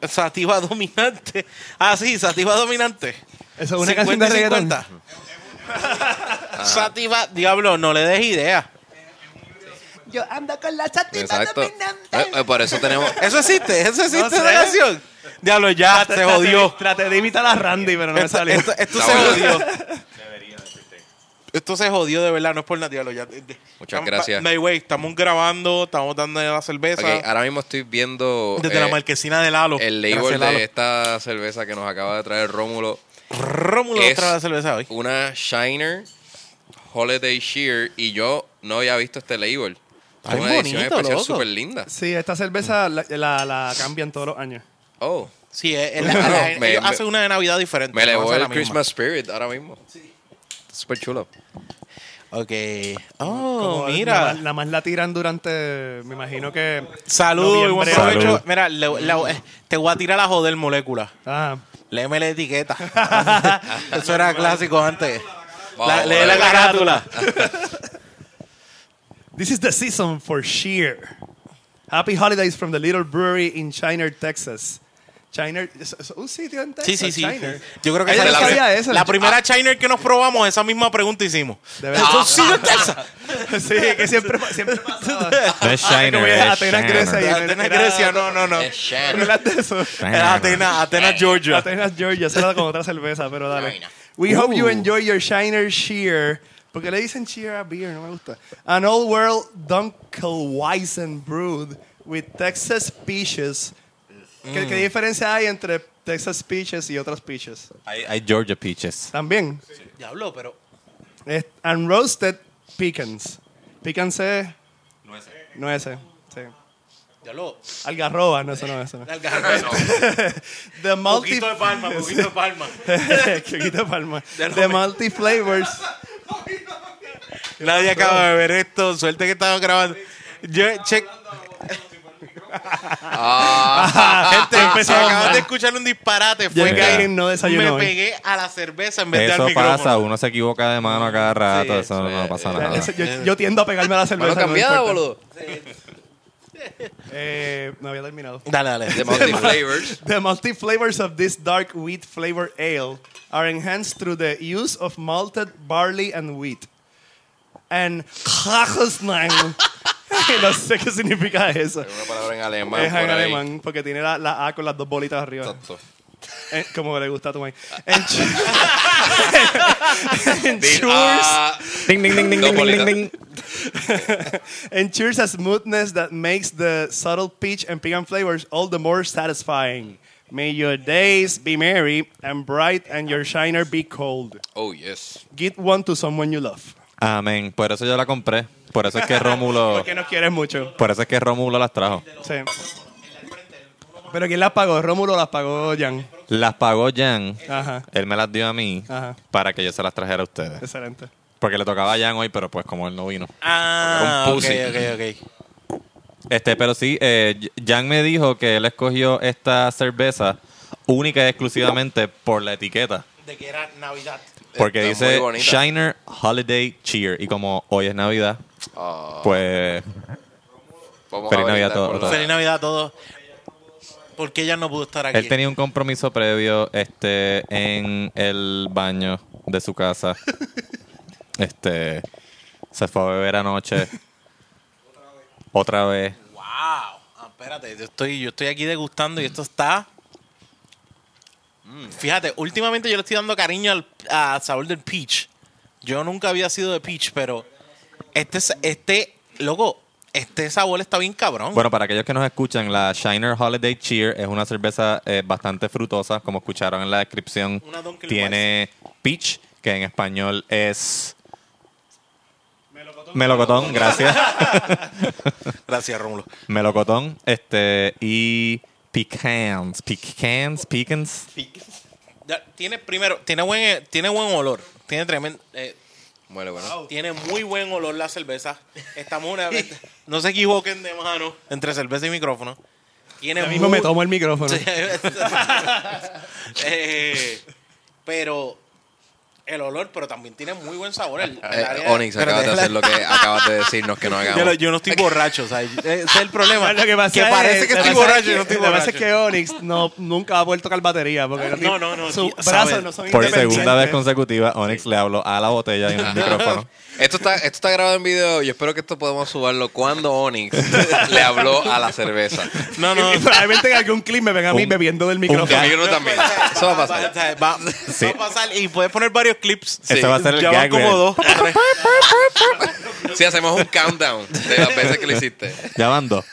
C: Sativa dominante. Ah, sí, sativa dominante.
B: Eso es una canción de
C: 50 y
B: reggaetón.
C: 50. Sativa, diablo, no le des idea.
G: Yo ando con la chatina
F: Exacto. Eh, eh,
G: dominante.
F: por eso tenemos.
C: Eso existe, eso existe
B: No sé.
C: esa canción. Diablo, ya se
B: Traté-
C: jodió.
B: Traté de imitar a Randy, pero no me
C: Esto,
B: salió.
C: esto- esto
F: No,
C: se
F: bueno.
C: jodió. Esto se jodió de verdad, no es por nada, diablo, ya- estamos-
F: gracias.
C: No, güey, estamos grabando, estamos dando la cerveza.
F: Ok, ahora mismo estoy viendo
C: desde la
F: eh,
C: marquesina de Lalo.
F: el
C: Oh, Gracias,
F: label
C: Lalo.
F: de esta cerveza que nos acaba de traer Rómulo.
C: Rómulo
F: es-
C: trae la cerveza hoy.
F: Una Shiner Holiday Shear. Y yo no había visto este label. Es
C: Ay,
F: una edición
C: bonito,
F: especial
C: loco.
F: súper linda.
B: Sí, esta cerveza la, la- la cambian todos los años.
F: Oh,
C: Sí, es, es
F: No,
C: la-
F: me-
C: ellos
F: me-
C: hacen una de Navidad diferente.
F: me
C: no
F: elevó
C: hacen la
F: el
C: misma.
F: Christmas Spirit ahora mismo. Sí. Súper chulo.
C: Ok. Oh,
B: Como La,
C: mira.
B: la más la tiran durante, me imagino que...
C: Saludos y buen
B: noviembre.
C: provecho.
D: Salud.
C: Mira, le- le- eh, te voy a tirar la joder molécula.
B: Ah,
C: Léeme la etiqueta. Eso era clásico antes.
F: Vamos,
C: La- lee la
F: vamos.
C: carátula.
B: This is the season for sheer. Happy holidays from the little brewery in Chiner, Texas. Chiner, es- es un sitio en Texas.
C: Sí, sí, sí.
B: Chiner.
C: Yo creo que
B: Ella
C: esa
B: no
C: es la,
B: sabía
C: pri-
B: eso.
C: la primera Chiner que nos probamos, esa misma pregunta hicimos.
B: De verdad.
C: Eso sí, de Texas.
B: sí, que siempre, pa- siempre pasaba.
C: Ah,
D: No es
B: Como
D: Shiner,
B: voy a
D: es
B: Atenas, Grecia y
D: Shiner.
C: Atenas, Grecia, Eh, no, no, no.
F: Es Shiner.
B: Era de eso.
C: Era Atenas, Atenas, Georgia.
B: Atenas, Georgia. Se la da con otra cerveza, pero dale.
F: Vaina.
B: We hope you enjoy your Shiner Sheer. Porque le dicen cheer a beer, no me gusta. An old world Dunkelweizen brewed with Texas peaches. ¿Qué, qué diferencia hay entre Texas peaches y otras peaches?
D: Hay, hay Georgia Peaches.
B: También.
C: Diablo, pero.
B: Es- and roasted pecans. Pecans es... Nueces. Sí.
C: Diablo.
B: Algarroba, no, eso no, eso no.
C: la algarra, no.
B: The multi...
C: Poquito de palma, poquito de palma.
B: Chiquito de palma.
C: Ya no
B: The
C: me-
B: multi flavors...
C: Nadie acaba de ver esto. Suerte que estaba grabando. Yo, check. Ah, Gente,
B: Ah,
C: empecé acaban de escuchar un disparate. Fue
D: Ya
C: que
D: Karen
B: no desayunó
C: Me
B: hoy.
C: pegué a la cerveza en vez de al
D: Eso
C: micrófono.
D: pasa, uno se equivoca de mano a cada rato,
F: Sí,
D: eso
F: eso
D: no
F: es-
D: pasa
F: eso
B: Ya,
D: nada.
B: eso- yo, yo tiendo a pegarme a la cerveza.
F: Mano
B: no
F: cambiada,
B: importa.
F: boludo.
B: Eh, no había terminado.
C: Dale, dale.
F: De Multi Flavors.
B: The multi flavors of this dark wheat flavored ale are enhanced through the use of malted barley and wheat. And Krachosnein. no sé qué significa eso.
F: Una palabra en alemán.
B: Es
F: por
B: en
F: ahí.
B: alemán, porque tiene la, la A con las dos bolitas arriba.
F: Exacto.
B: Eh, como le gusta a tu mãe. Ensures.
F: Di- ah,
D: Ding, ding, ding, ding, ding, ding,
F: Dopolita.
D: ding.
B: ensures a smoothness that makes the subtle peach and pecan flavors all the more satisfying. May your days be merry and bright and your shiner be cold.
F: Oh, yes.
B: Get one to someone you love.
D: Amén. Por eso yo la compré. Por eso es que Rómulo,
B: Porque nos quieres mucho.
D: por eso es que Rómulo las trajo.
B: Sí. Pero ¿quién las pagó? Rómulo las pagó Jan.
D: Las pagó Jan.
B: Ajá.
D: Él me las dio a mí
B: Ajá.
D: para que yo se las trajera a ustedes.
B: Excelente.
D: Porque le tocaba a Jan hoy, pero pues como él no vino.
C: Ah,
F: Un
C: ok,
F: pussy.
C: ok, ok.
D: Este, pero sí, eh, Jan me dijo que él escogió esta cerveza única y exclusivamente por la etiqueta.
C: De que era Navidad.
D: Porque
F: Está muy
D: dice
F: bonita.
D: Shiner Holiday Cheer. Y como hoy es Navidad,
F: Ah,
D: pues
F: vamos
D: Feliz
F: a brindar
D: Navidad a todos.
F: por la-
C: Feliz Navidad a todos. ¿Por qué ella no pudo estar aquí?
D: Él tenía un compromiso previo este, en el baño de su casa. Este se fue a beber anoche. Otra vez.
C: ¡Wow! Ah, espérate, yo estoy, yo estoy aquí degustando y esto está. Mm, Fíjate, últimamente yo le estoy dando cariño al a sabor del peach. Yo nunca había sido de peach, pero este, sa- este, loco, este sabor está bien cabrón.
D: Bueno, para aquellos que nos escuchan, la Shiner Holiday Cheer es una cerveza eh, bastante frutosa, como escucharon en la descripción.
C: Una Dunkel
D: Tiene peach, que en español es melocotón, gracias.
C: Gracias, Rómulo.
D: melocotón, este y pecans, pecans, pecans.
C: Ya, Tiene primero, tiene buen, eh, tiene buen olor. Tiene tremendo. eh,
F: Muele, bueno.
C: Tiene muy buen olor la cerveza. Estamos una vez. No se equivoquen de mano entre cerveza y micrófono. Tiene
B: Yo mismo
C: muy-
B: me tomo el micrófono.
C: Eh, pero el olor, pero también tiene muy buen sabor. El, el
F: Eh,
C: área-
F: Onyx, acabas de
C: Espérate,
F: hacer lo que acabas de decirnos que no
C: yo, lo-
F: hagamos.
C: yo no estoy borracho, o sea, ese es el problema.
B: Lo que pasa es-
C: parece que
B: lo
C: estoy
B: pasa es
C: borracho,
B: que-
C: yo no estoy
B: Lo que pasa
C: borracho.
B: es que Onyx no, nunca va a poder tocar batería. Porque
C: No,
B: tiene-
C: no, no,
B: Sus
C: tío,
B: brazos
C: sabe.
B: no son
D: Por
B: independientes.
D: segunda vez consecutiva, Onyx le habló a la botella y en el micrófono.
F: Esto está, esto está grabado en video. Yo espero que esto podamos subarlo cuando Onyx le habló a la cerveza.
C: No, no.
B: Y probablemente en algún clip me ven a mí
D: Un-
B: bebiendo del micrófono.
F: Conmigo no también. Eso va a pasar.
C: o sea, va- va a pasar y puedes poner varios clips.
D: Ese va a ser el
C: Ya van
D: gag,
C: como
D: güey.
C: dos. tres.
F: Si hacemos un countdown de las veces que lo hiciste.
D: Ya van dos.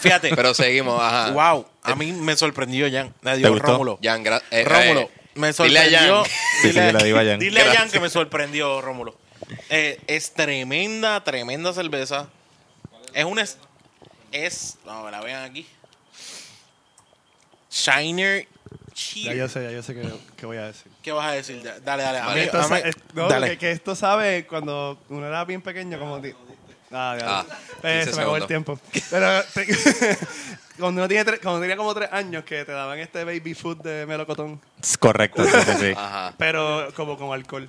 C: Fíjate.
F: Pero seguimos, ajá.
C: wow, a mí me sorprendió Jan.
D: ¿Te
C: Adiós,
D: gustó?
C: Rómulo.
F: Jan, gracias.
D: Eh,
C: Rómulo, me
F: Dile a
C: sorprendió.
F: Jan.
D: Sí, sí, yo le digo a Jan.
C: dile a
F: Gracias.
C: Jan que me sorprendió, Rómulo. Eh, es tremenda, tremenda cerveza. Es un es. es no, me la vean aquí. Shiner
B: Ya
C: Cheer.
B: yo sé, ya yo sé qué, qué voy a decir.
C: ¿Qué vas a decir? Da- Dale, dale. a
F: Vale,
C: mí-
B: Esto
C: a
B: sa-
C: mí-
B: eh, no,
C: dale.
B: Que, que esto sabe cuando uno era bien pequeño, como. ti- Ah, ya.
F: Ah,
B: Eh,
F: 15
B: se me acabó el
F: segundos.
B: tiempo. Pero te- cuando uno tiene tres- cuando tenía como tres años que te daban este baby food de melocotón,
D: Es Correcto, sí, sí, sí.
C: Ah,
F: Ajá.
B: pero como con alcohol.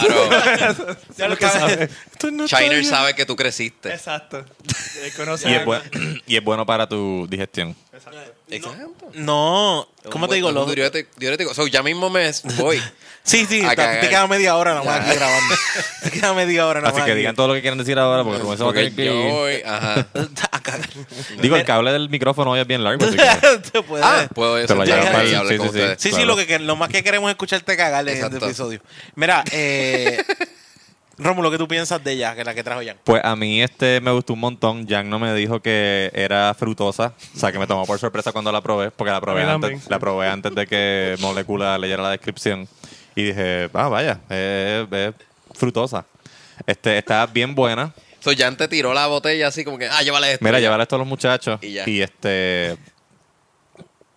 F: Claro.
B: Ya lo que sabe.
C: Esto no está
F: Shiner
C: bien.
F: sabe que tú creciste.
B: Exacto. Eh, conoce
D: Y es,
B: algo.
D: buen- y es bueno para tu digestión.
F: Exacto.
C: No, ¿cómo
F: Un
C: te digo?
F: buen- un
C: Los,
F: diurético, diurético. So, ya mismo me voy.
C: sí, sí,
F: a
C: ta-
F: cagar.
C: te queda media hora nomás aquí grabando. Te queda media hora nomás.
D: eh. Así que
C: aquí.
D: digan todo lo que quieran decir ahora porque Rubén se va a
F: Porque
D: tener que
F: yo
D: ir.
F: voy, ajá.
C: A cagar.
D: Digo, el cable del micrófono hoy es bien largo. así que-
C: Te puedes-
F: Ah, puedo yo
D: Te lo
F: sentarme
C: llevas
F: y
D: al-
F: hablar
D: sí,
F: con
D: sí, sí.
F: ustedes.
C: Sí, sí,
D: Claro.
C: lo que, que- lo más que queremos es escucharte cagar en este
F: Exacto.
C: episodio. Mira, eh, Rómulo, ¿qué tú piensas de ella, que es la que trajo Jan?
D: Pues a mí este me gustó un montón. Jan no me dijo que era frutosa. O sea, que me tomó por sorpresa cuando la probé. Porque la probé,
B: A mí también,
D: antes,
B: sí.
D: la probé antes de que Molecula leyera la descripción. Y dije, ah, vaya, es, es frutosa. Este, está bien buena.
F: So, Jan te tiró la botella así como que, ah, llévale esto.
D: Mira,
F: Ya.
D: llevar esto a los muchachos.
F: Y
D: Y,
F: ya.
D: este.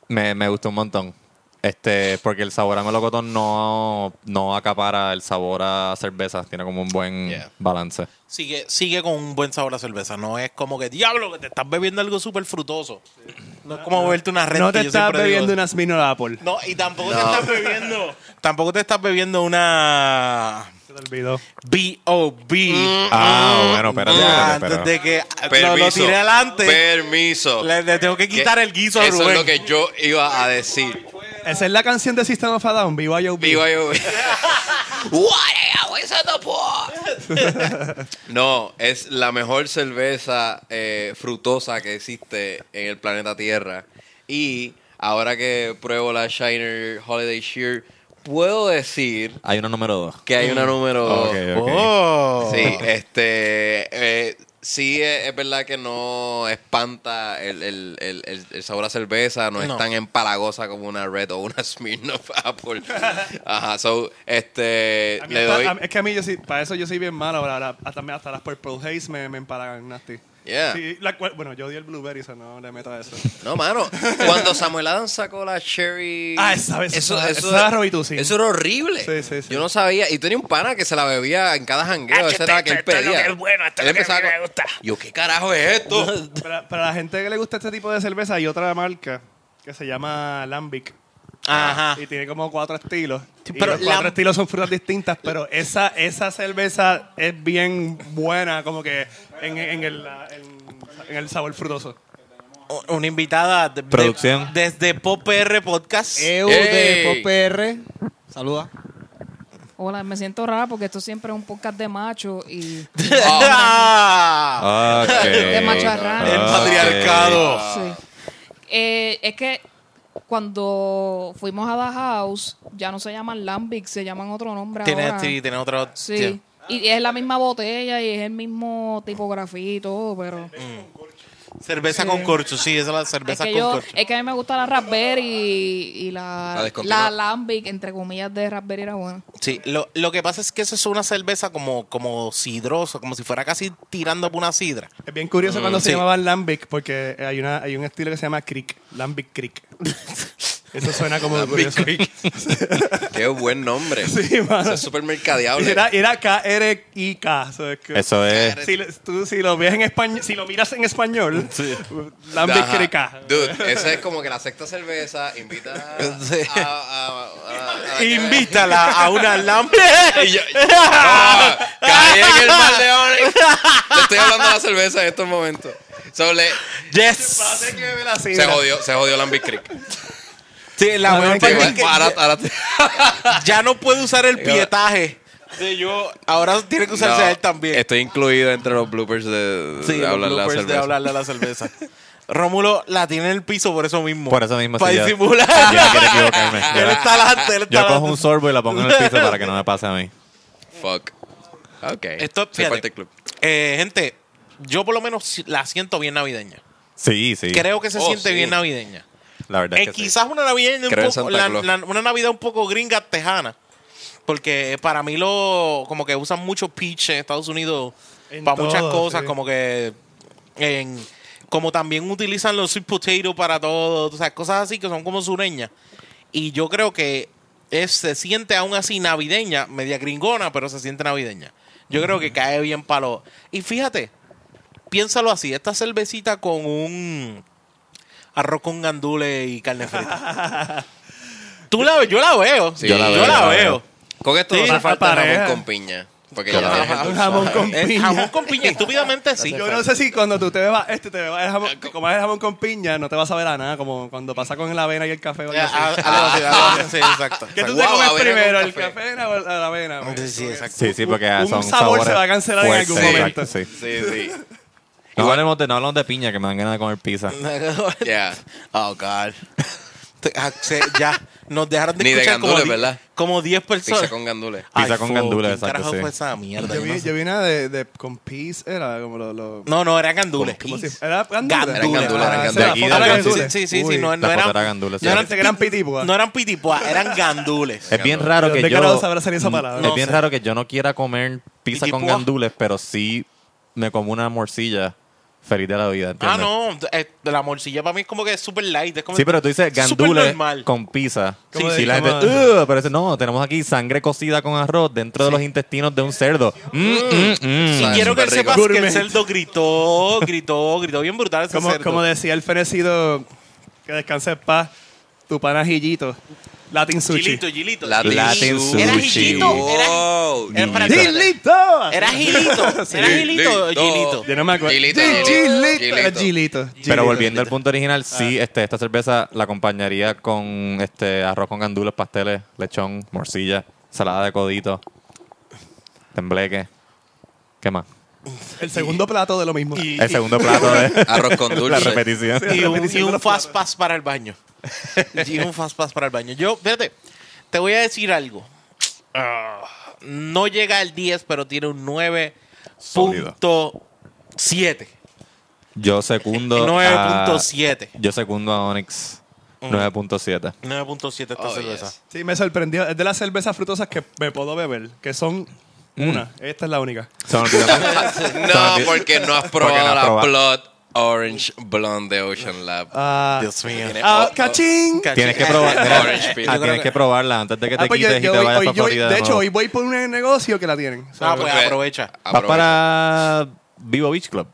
D: Me, me gustó un montón. Este, porque el sabor a melocotón no, no acapara el sabor a cerveza. Tiene como un buen
F: Yeah.
D: balance.
C: Sigue, sigue con un buen sabor a cerveza. No es como que, diablo, que te estás bebiendo algo súper frutoso. No es como beberte una red.
B: No te estás bebiendo una Smirnoff Apple.
C: No, y tampoco te estás bebiendo... Tampoco te estás bebiendo una...
B: Se te olvidó.
C: B.O.B.
D: Ah, bueno, espérate,
C: Ah,
D: espérate,
C: Antes de
D: espérate.
C: que lo, lo tiré adelante,
F: Permiso.
C: le, le tengo que quitar
F: Que-
C: el guiso a
F: Eso
C: Rubén.
F: es lo que yo iba a decir.
B: Esa es la canción de System of a Down, BYOB.
F: BYOB. What are we set up for? no, es la mejor cerveza eh, frutosa que existe en el planeta Tierra. Y ahora que pruebo la Shiner Holiday Shear, puedo decir
D: Hay una número dos.
F: que hay una número dos.
D: Ok, ok.
C: Oh.
F: Sí, este. eh, sí, es, es verdad que no espanta el, el- el- el- el sabor a cerveza, no,
C: No.
F: es tan empalagosa como una Red o una Smirnoff Apple. Ajá, so, este.
B: A mí
F: Le
B: hasta-
F: doy.
B: a- es que a mí, yo sí, para eso yo soy bien malo. la- la- hasta, me- hasta las Purple Haze me, me empalagan nasty.
F: Yeah.
B: Sí, la cual- bueno, yo odio el blueberry, so no le meto a eso.
F: No, mano. Cuando Samuel Adams sacó la Cherry.
B: Ah, esa vez, esa- esa era Robitussin.
F: Eso era horrible.
B: Sí, sí, sí.
F: Yo no sabía. Y tenía un pana que se la bebía en cada jangueo. Esa era la que él pedía. Él empezaba con- Yo, ¿qué carajo es esto?
B: Para, para la gente que le gusta este tipo de cerveza, hay otra marca que se llama Lambic.
C: Ajá.
F: Ah.
B: Y tiene como cuatro estilos.
C: Sí,
B: Y
C: pero
B: los cuatro
C: la-
B: estilos son frutas distintas, pero esa, esa cerveza es bien buena, como que en, en el, en- en el sabor frutoso.
C: o- una invitada de- de-
D: Producción.
C: desde Pop PR Podcast.
G: EU
F: Ey.
G: de Pop PR. Saluda.
H: Hola, me siento rara porque esto siempre es un podcast de macho y
C: Ah.
D: Ok.
H: oh. de macho arrano.
C: El
D: Ok.
C: patriarcado.
H: Sí. Eh, es que cuando fuimos a The House, ya no se llaman Lambic, se llaman otro nombre
C: Tiene,
H: ahora.
C: sí, tiene otro.
H: Sí. Y es la misma botella y es el mismo tipografía y todo, pero...
C: Cerveza con corcho, sí, esa es la
H: Es
C: cerveza
H: que,
C: con
H: yo,
C: corcho.
H: es que a mí me gusta la Raspberry y, y la, la,
E: descontinuada.
H: Lambic, entre comillas, de Raspberry era buena.
C: Sí, lo, lo que pasa es que eso es una cerveza como, como sidrosa, como si fuera casi tirando por una sidra.
B: Es bien curioso
F: Mm,
B: cuando se
C: sí.
B: llamaba Lambic, porque hay, una, hay un estilo que se llama Creek, Lambic Creek. Eso suena como curioso.
F: Qué buen nombre.
B: Sí, mano.
F: Eso es súper mercadeable.
B: Era, era K-R-I-K. so es que-
D: Eso es.
B: Si, lo- tú, si lo ves en español, si lo miras en español, Lambic
F: Ajá.
B: Creek.
F: Dude, esa es como que la sexta cerveza invita a...
C: Sí.
F: a- a- a- a-
C: Invítala a una lambe.
F: Y yo- Ah, caí en el mal león. Le estoy hablando a la cerveza en estos momentos. So, le-
C: yes.
F: se jodió, se jodió Lambic Creek.
C: Sí, la mejor parte es
F: Igual,
C: que
F: ahora- ahora-
C: Ah, pues, ya no puede usar el pietaje. Sí, yo. Ahora tiene que usarse
F: No,
C: a él también.
F: Estoy incluido entre los bloopers de,
C: Sí,
F: de
C: los
F: hablarle a la
C: bloopers de
F: cerveza.
C: hablarle a la cerveza. Rómulo la tiene en el piso por eso mismo.
D: Por eso mismo,
C: Para
D: sí, ya-
C: disimular.
D: yo no quiero equivocarme. Yo-
C: él está adelante, él está
D: Yo cojo
C: adelante.
D: un sorbo y la pongo en el piso para que no me pase a mí.
F: Fuck. Ok.
C: Esto-
F: Soy
C: fíjate.
F: parte del club.
C: Eh, gente, yo por lo menos si- la siento bien navideña.
D: Sí, sí.
C: Creo que se
F: Oh,
C: siente
F: sí.
C: bien navideña.
D: la verdad
C: Eh,
D: es que sí.
C: quizás una navideña un
F: Creo en
C: poco-
F: Santa
C: la-
F: Claus.
C: la- una Navidad un poco gringa tejana. Porque para mí lo como que usan mucho peach en Estados Unidos
B: En
C: para muchas
B: todo,
C: cosas,
B: sí.
C: como que en- como también utilizan los sweet potatoes para todo, o sea, cosas así que son como sureñas. Y yo creo que es- se siente aún así navideña, media gringona, pero se siente navideña. Yo creo que cae bien palo. Y fíjate, piénsalo así, esta cervecita con un arroz con gandules y carne frita. Tú la ves, yo la veo.
F: Sí,
C: yo la veo. Yo la veo.
F: Con esto
C: Sí,
F: no hace
B: la
F: falta
B: pareja.
F: jamón con piña. Porque
D: Claro.
F: ya tienes el
B: Un
F: dulce.
B: jamón con
C: Eh,
B: piña.
C: jamón con piña, estúpidamente sí.
B: Yo no sé si cuando tú te bebas este, te bebas el jamón, te comas el jamón con piña, no te vas a ver a nada, como cuando pasa con la avena y el café. o algo
C: Eh,
B: así.
C: a- algo así, algo así, sí, exacto.
B: ¿Qué tú
F: Wow,
B: te comes
F: ah, pues avena con
B: primero, el
F: café.
B: café o la la avena? güey?
C: Sí, sí, exacto.
D: Sí, sí, porque
B: Un sabor
D: son
B: se
D: sabores
B: va a cancelar en algún
D: fuertes,
B: momento.
D: exacto, sí.
F: Sí, sí.
D: No, hablemos de, no hablemos de piña, que me dan ganas de comer pizza.
F: Yeah.
C: Oh, God. Te- ah, se- Ya, nos dejaron de
F: Ni de
C: escuchar como
F: gandules,
C: die-
F: ¿verdad?
C: como 10
F: Pizza
C: personas.
F: con gandules.
C: Ay,
D: Pizza con
C: fuck,
D: gandules,
C: ¿quién
D: exacto,
C: carajo
D: sí.
C: fue esa mierda?
B: Yo
C: Yo no
B: vi,
C: sé.
B: yo vi una de, de con peas, era como lo... lo-
C: No, no, eran gandules.
F: Con
B: si- ¿Era gandules?
C: Gandules,
F: Eran gandules, eran
B: Ah,
F: gandules.
B: esa era
D: Aquí,
B: foto,
D: de
B: era
D: aquí,
B: gandules.
C: Sí, sí, sí,
B: Uy,
C: no, no
D: la
C: eran.
D: foto era gandules,
C: no
D: sí.
B: Pensé que eran pitipuas.
C: No eran pitipuas, eran gandules.
D: Es bien raro
B: ¿De
D: que
B: qué
D: yo... Mm,
B: carajo sabrá salir esa palabra?
D: es
C: No
D: bien
C: sé.
D: raro que yo no quiera comer pizza con
C: Piquipúa.
D: gandules, pero sí me como una morcilla feliz de la vida. ¿entiendes?
C: Ah, no, eh, la morcilla para mí es como que es super light. Es como
D: Sí, pero tú dices
C: súper
D: gandules
C: normal.
D: con pizza.
B: Sí,
D: Sí,
B: sí,
D: la
B: como-
D: gente, "Ugh", pero dice, no, tenemos aquí sangre cocida con arroz dentro de los intestinos de un cerdo. Mm, mm, mm.
C: Y
F: Ah,
C: quiero que
F: súper rico.
C: sepas que el
B: Gourmet.
C: cerdo gritó, gritó, gritó bien brutal ese
B: Como,
C: cerdo.
B: como decía el fenecido, que descanse en paz, tu pana Gillito, Latin Sushi.
C: Gilito, Gilito.
D: Latin
G: Era
D: sushi.
G: Gillito. Era-
F: Wow.
D: era para-
B: ¡Gilito!
C: Era Gilito, era Gilito, o Gilito.
B: Yo no me acuerdo.
F: Gilito.
B: Gi- Gilito.
F: Gilito.
B: Gilito.
D: Pero
B: Gilito.
D: volviendo al punto original,
C: Ah.
D: sí, este, esta cerveza la acompañaría con este arroz con gandules, pasteles, lechón, morcilla, salada de codito, tembleque. ¿Qué más?
B: El segundo plato de lo mismo.
D: El segundo plato de
F: Arroz con
D: la
F: dulce.
D: repetición.
C: Y
B: la
C: un,
B: petición de
C: y un
B: los
C: fast pass para el baño. Y un fast pass para el baño. Yo, fíjate, te voy a decir algo. Ah, no llega al 10, pero tiene un 9.7.
D: Yo secundo a-
C: 9.7.
D: Yo secundo a Onyx 9.7.
C: 9.7 esta
F: Oh,
C: cerveza.
F: yes.
B: Sí, me sorprendió. Es de las cervezas frutosas que me puedo beber, que son una. Esta es la única.
D: Se me olvidó men-
F: No, porque no has
D: Porque no
F: probado
D: has
F: la
D: probado.
F: Blood Orange Blonde de Ocean Lab.
B: Ah,
C: Dios mío.
D: Oh,
B: ah, ¡Cachín!
D: Tienes que
F: Orange
D: probar,
F: Peel. Yo
D: ah,
F: creo
D: tienes que probarla antes de que te
B: Ah, pues yo-
D: quites
B: yo
D: y te
B: hoy-
D: vayas
B: hoy-
D: para
B: yo-
D: Florida.
B: de hecho,
D: nuevo.
B: hoy voy por un negocio que la tienen.
C: Ah,
B: So,
C: pues
F: Porque-
C: aprovecha.
D: vas para Vivo Beach Club.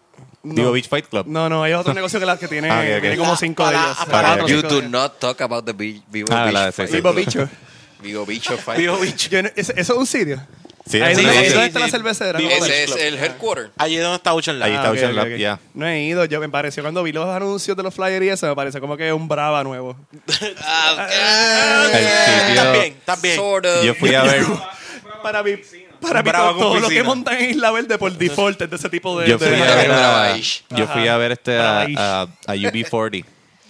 B: No.
D: Vivo Beach Fight Club.
B: No, no, hay otro negocio que, la, que tiene,
D: Ah, ok, ok.
B: tiene como cinco de ellos.
D: para-
B: Cuatro o
F: You
B: cinco
F: do
B: de ellos.
F: not talk about the Bi- Vivo
D: Ah, la de
F: Beach
D: seis,
F: Fight.
D: seis.
B: Vivo bicho.
F: Vivo Bicho Fight.
C: Digo, bicho.
B: Yo no- ¿Eso eso es un sitio?
D: Sí,
B: Ahí
D: ese
B: donde-
D: es
B: ahí
D: el-
B: donde está la
E: sí.
B: cervecera?
E: Vivo
B: Vamos a ver.
F: Ese es el
D: Ah.
F: headquarter.
C: Allí es donde está Ocean Lab.
D: Ahí está
B: Ah, ok,
D: Ocean Lab,
B: ok, ok.
D: ya.
B: No he ido, yo me pareció cuando vi los anuncios de los flyers y eso, me pareció como que un brava nuevo. Eh,
F: Ah,
D: El sitio-
C: Estás bien, estás bien.
F: Sort of.
D: Yo fui a ver,
B: Para mí, para mí
C: Brava
B: todo,
C: con
B: todo lo que
C: piscina.
B: montan en Isla Verde por default es de ese tipo de...
D: yo
B: de-
D: fui a ver a, yo fui
B: Ajá.
D: a ver este a,
B: Bravaish.
D: a, a UB40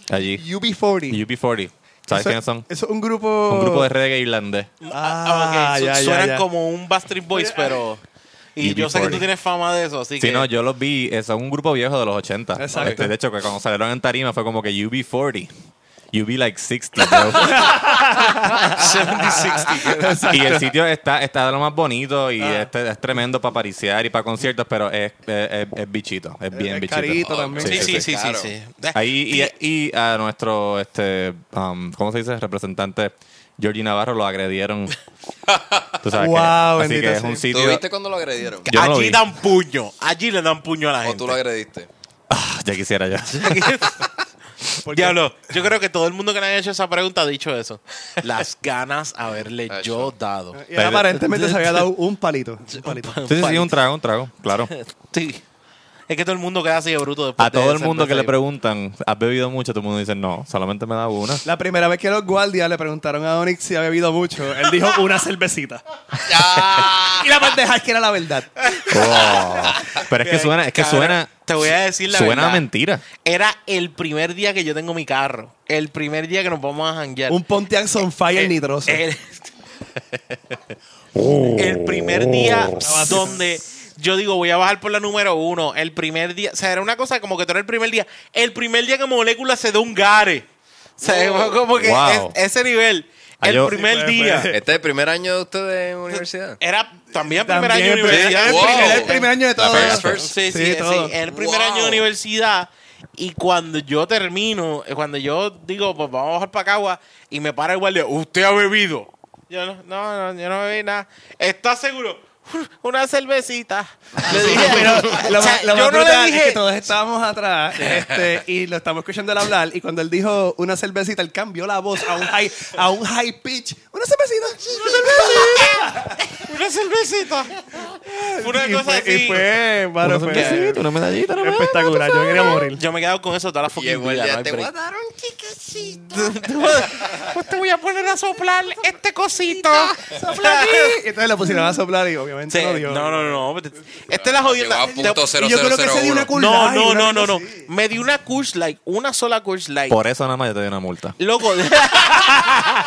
D: allí.
B: UB40.
D: UB40. ¿Sabes
B: Eso-
D: quiénes son?
B: Eso es un grupo...
D: Un grupo de reggae irlandés.
C: Ah,
B: Ah,
C: ok. Su-
B: ya, ya,
C: Suenan
B: ya.
C: como un Backstreet Boys, pero... Y yo sé que tú
D: UB40.
C: tienes fama de eso, así que...
D: Sí, no, yo los vi, eh, son un grupo viejo de los 80.
B: Exacto.
D: Este, de hecho, que cuando salieron en tarima fue como que UB40. UB like 60, bro.
C: 70-60.
D: y el sitio está, está de lo más bonito y
B: Ah.
D: este, es tremendo para pariciar y para conciertos, pero es, es, es- es bichito, es bien
B: es
D: bichito.
B: carito también.
C: Sí, sí, sí, sí,
F: claro.
C: sí.
D: Ahí y, y a nuestro, este, um, ¿cómo se dice? Representante Georgie Navarro lo agredieron. Tú sabes que-
B: Wow,
D: así
B: bendito
D: que es
B: sea.
D: un
F: ¿Tú
D: sitio.
F: viste cuando lo agredieron?
D: Yo no lo
C: allí
D: vi.
C: dan puño. Allí le dan puño a la
F: ¿O
C: gente.
F: tú lo agrediste?
D: Ah, ya quisiera ya.
B: porque-
C: Diablo, yo creo que todo el mundo que le haya hecho esa pregunta ha dicho eso. Las ganas haberle
F: Ah,
C: yo dado.
B: Y él aparentemente se había dado un palito. Un palito.
D: Sí, sí, sí, un trago, un trago, claro.
C: Sí. Es que todo el mundo queda así de bruto después
D: A todo el mundo que le
C: pregunta
D: preguntan, ¿has bebido mucho? Todo el mundo dice, no, solamente me da una.
B: La primera vez que los guardias le preguntaron a Onyx si había bebido mucho, él dijo una cervecita. y la pendeja es que era la verdad.
C: Eh,
D: Oh. Pero es que suena, es que suena,
C: Te voy a decir la
D: suena a
C: verdad.
D: mentira.
C: Era el primer día que yo tengo mi carro. El primer día que nos vamos a janguear.
B: Un Pontiac on fire nitroso.
C: eh, El, el primer día
D: Oh.
C: donde yo digo, voy a bajar por la número uno. El primer día, o sea, era una cosa como que todo era el primer día. El primer día que Molécula se da un gare. O sea, fue como que
D: Oh. Wow.
C: es- ese nivel.
D: Ah,
C: el
D: yo-
C: primer
B: Sí, fue-
C: día.
B: fue-
F: ¿Este es el primer año de ustedes en universidad?
C: Era
B: También
C: también, primer año
B: el
C: de
B: primer-
C: universidad.
F: el primer-
B: el primer año de
C: La
B: todo.
C: first,
F: First.
C: first. Sí,
B: Sí,
C: sí, sí,
B: todo.
C: el primer
F: Wow.
C: año de universidad. Y cuando yo termino, eh, cuando yo digo, pues vamos a bajar para Cagua, y me para el guardia, ¿usted ha bebido? Yo no, no, no, yo no bebí nada. ¿Estás seguro? Una cervecita. Le dije,
B: Pero lo
C: o sea,
B: más, lo
C: yo
B: más
C: no le
B: brutal es
C: dije.
B: que todos estábamos atrás este, y lo estamos escuchando él hablar y cuando él dijo una cervecita, él cambió la voz a un high, a un high pitch. Una cervecita. Una cervecita.
C: Una cervecita. Fue Una
B: y,
C: cosa
B: fue,
C: así.
B: y fue, mano, fue
C: pues,
D: una medallita,
B: espectacular. Yo quería morir.
C: Yo me he quedado con eso toda la fucking
F: Llegó el
C: vida,
F: día,
C: no hay
F: te voy a
C: break.
F: dar un chiquecito.
C: Pues te voy a poner a soplar este cosito.
B: Sopla aquí. Y entonces lo pusieron a soplar y obviamente
C: Sí,
B: no dio.
C: no, no, no. Esta es la
F: Llegó a
C: jodienda.
F: punto
B: Y yo creo que se dio una
F: 0001.
B: cool
C: No,
B: light,
C: no,
B: una
C: no, no,
B: cosa
C: no.
B: así.
C: Me di una Coors Light, una sola Coors Light.
D: Por eso nada más yo te doy una multa.
C: Loco.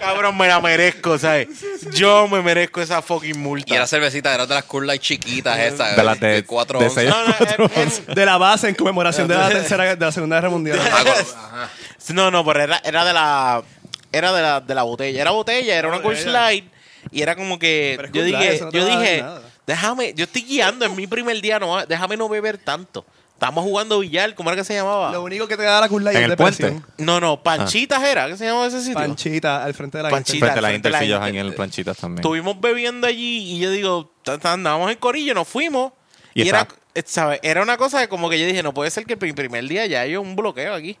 C: Cabrón, me la merezco, ¿sabes? Yo me merezco esa fucking multa.
F: Y era cervecita, era de las Cool Light chiquitas esas.
D: De las de, de,
F: cuatro onzas.
D: seis,
C: No, no,
D: cuatro
C: eh, eh,
D: onzas.
B: De la base en conmemoración de la tercera de la Segunda Guerra Mundial.
F: Ah, con- ajá.
C: No, no, pero era, era de la era de la, de la botella, era botella, era una Coors
B: Botella.
C: Light y era como que
B: Oh, Pero es
C: yo
B: Coors Light,
C: dije,
B: eso no te
C: yo
B: va a dar
C: dije,
B: nada.
C: déjame, yo estoy guiando en mi primer día, no, déjame no beber tanto. Estamos jugando billar, ¿cómo era que se llamaba?
B: Lo único que te da la cool light
D: ¿En
B: es
D: el
B: depresión.
D: puente?
C: No, Ah. no, Panchitas era, ¿qué se llamaba ese sitio?
B: Panchita al frente de la
C: Panchita.
D: Frente a la
C: frente a
D: Inter,
C: la eh,
D: sí, yo
C: Inter.
D: jangué en el planchitas también.
C: Estuvimos bebiendo allí y yo digo, tan, tan, andábamos en corillo, nos fuimos.
D: Y
C: Y, era,
D: está-
C: eh, ¿sabes? Era una cosa que como que yo dije, no puede ser que mi primer día ya haya un bloqueo aquí.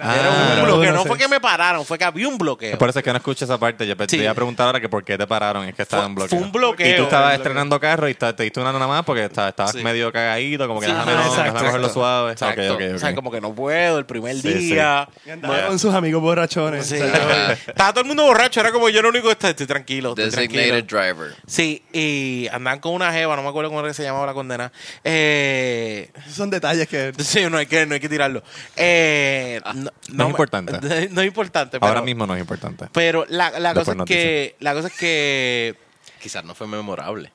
D: Ah,
C: Era un
B: pero
C: bloqueo,
B: no
C: no
B: sé.
C: fue que me pararon, fue que había un bloqueo.
D: Por eso es que no escucho esa parte. Yo pe- te
C: Sí.
D: iba a preguntar ahora que por qué te pararon. Es que estaban
C: Fue-
D: bloqueados.
C: fue un bloqueo.
D: Y tú
C: Fue un
D: estabas estrenando carro y ta- te diste una nada más porque esta- estabas
C: Sí.
D: medio cagadito, como que
C: Sí,
D: déjame,
B: ajá,
D: no,
B: exacto,
D: déjame cogerlo
B: exacto.
D: suave. Ah, ok,
C: Exacto.
D: ok, ok.
C: O sea, como que no puedo el primer
D: Sí,
C: día.
B: Y andaba con sus amigos borrachones.
C: Sí.
B: O sea,
C: Estaba todo el mundo borracho, era como yo lo único que estaba, estoy tranquilo. Estoy tranquilo.
F: Designated driver.
C: Sí, y andaban con una jeva, no me acuerdo cómo era que se llamaba la condena. Eh,
B: esos son detalles que.
C: sí, no hay que, no hay que tirarlo. Eh, no,
D: No es
C: me-
D: importante.
C: No es importante.
D: Ahora
C: pero-
D: mismo no es importante.
C: Pero la, la
D: Después
C: cosa es
D: nos
C: que. La cosa es que.
F: Quizás no fue memorable.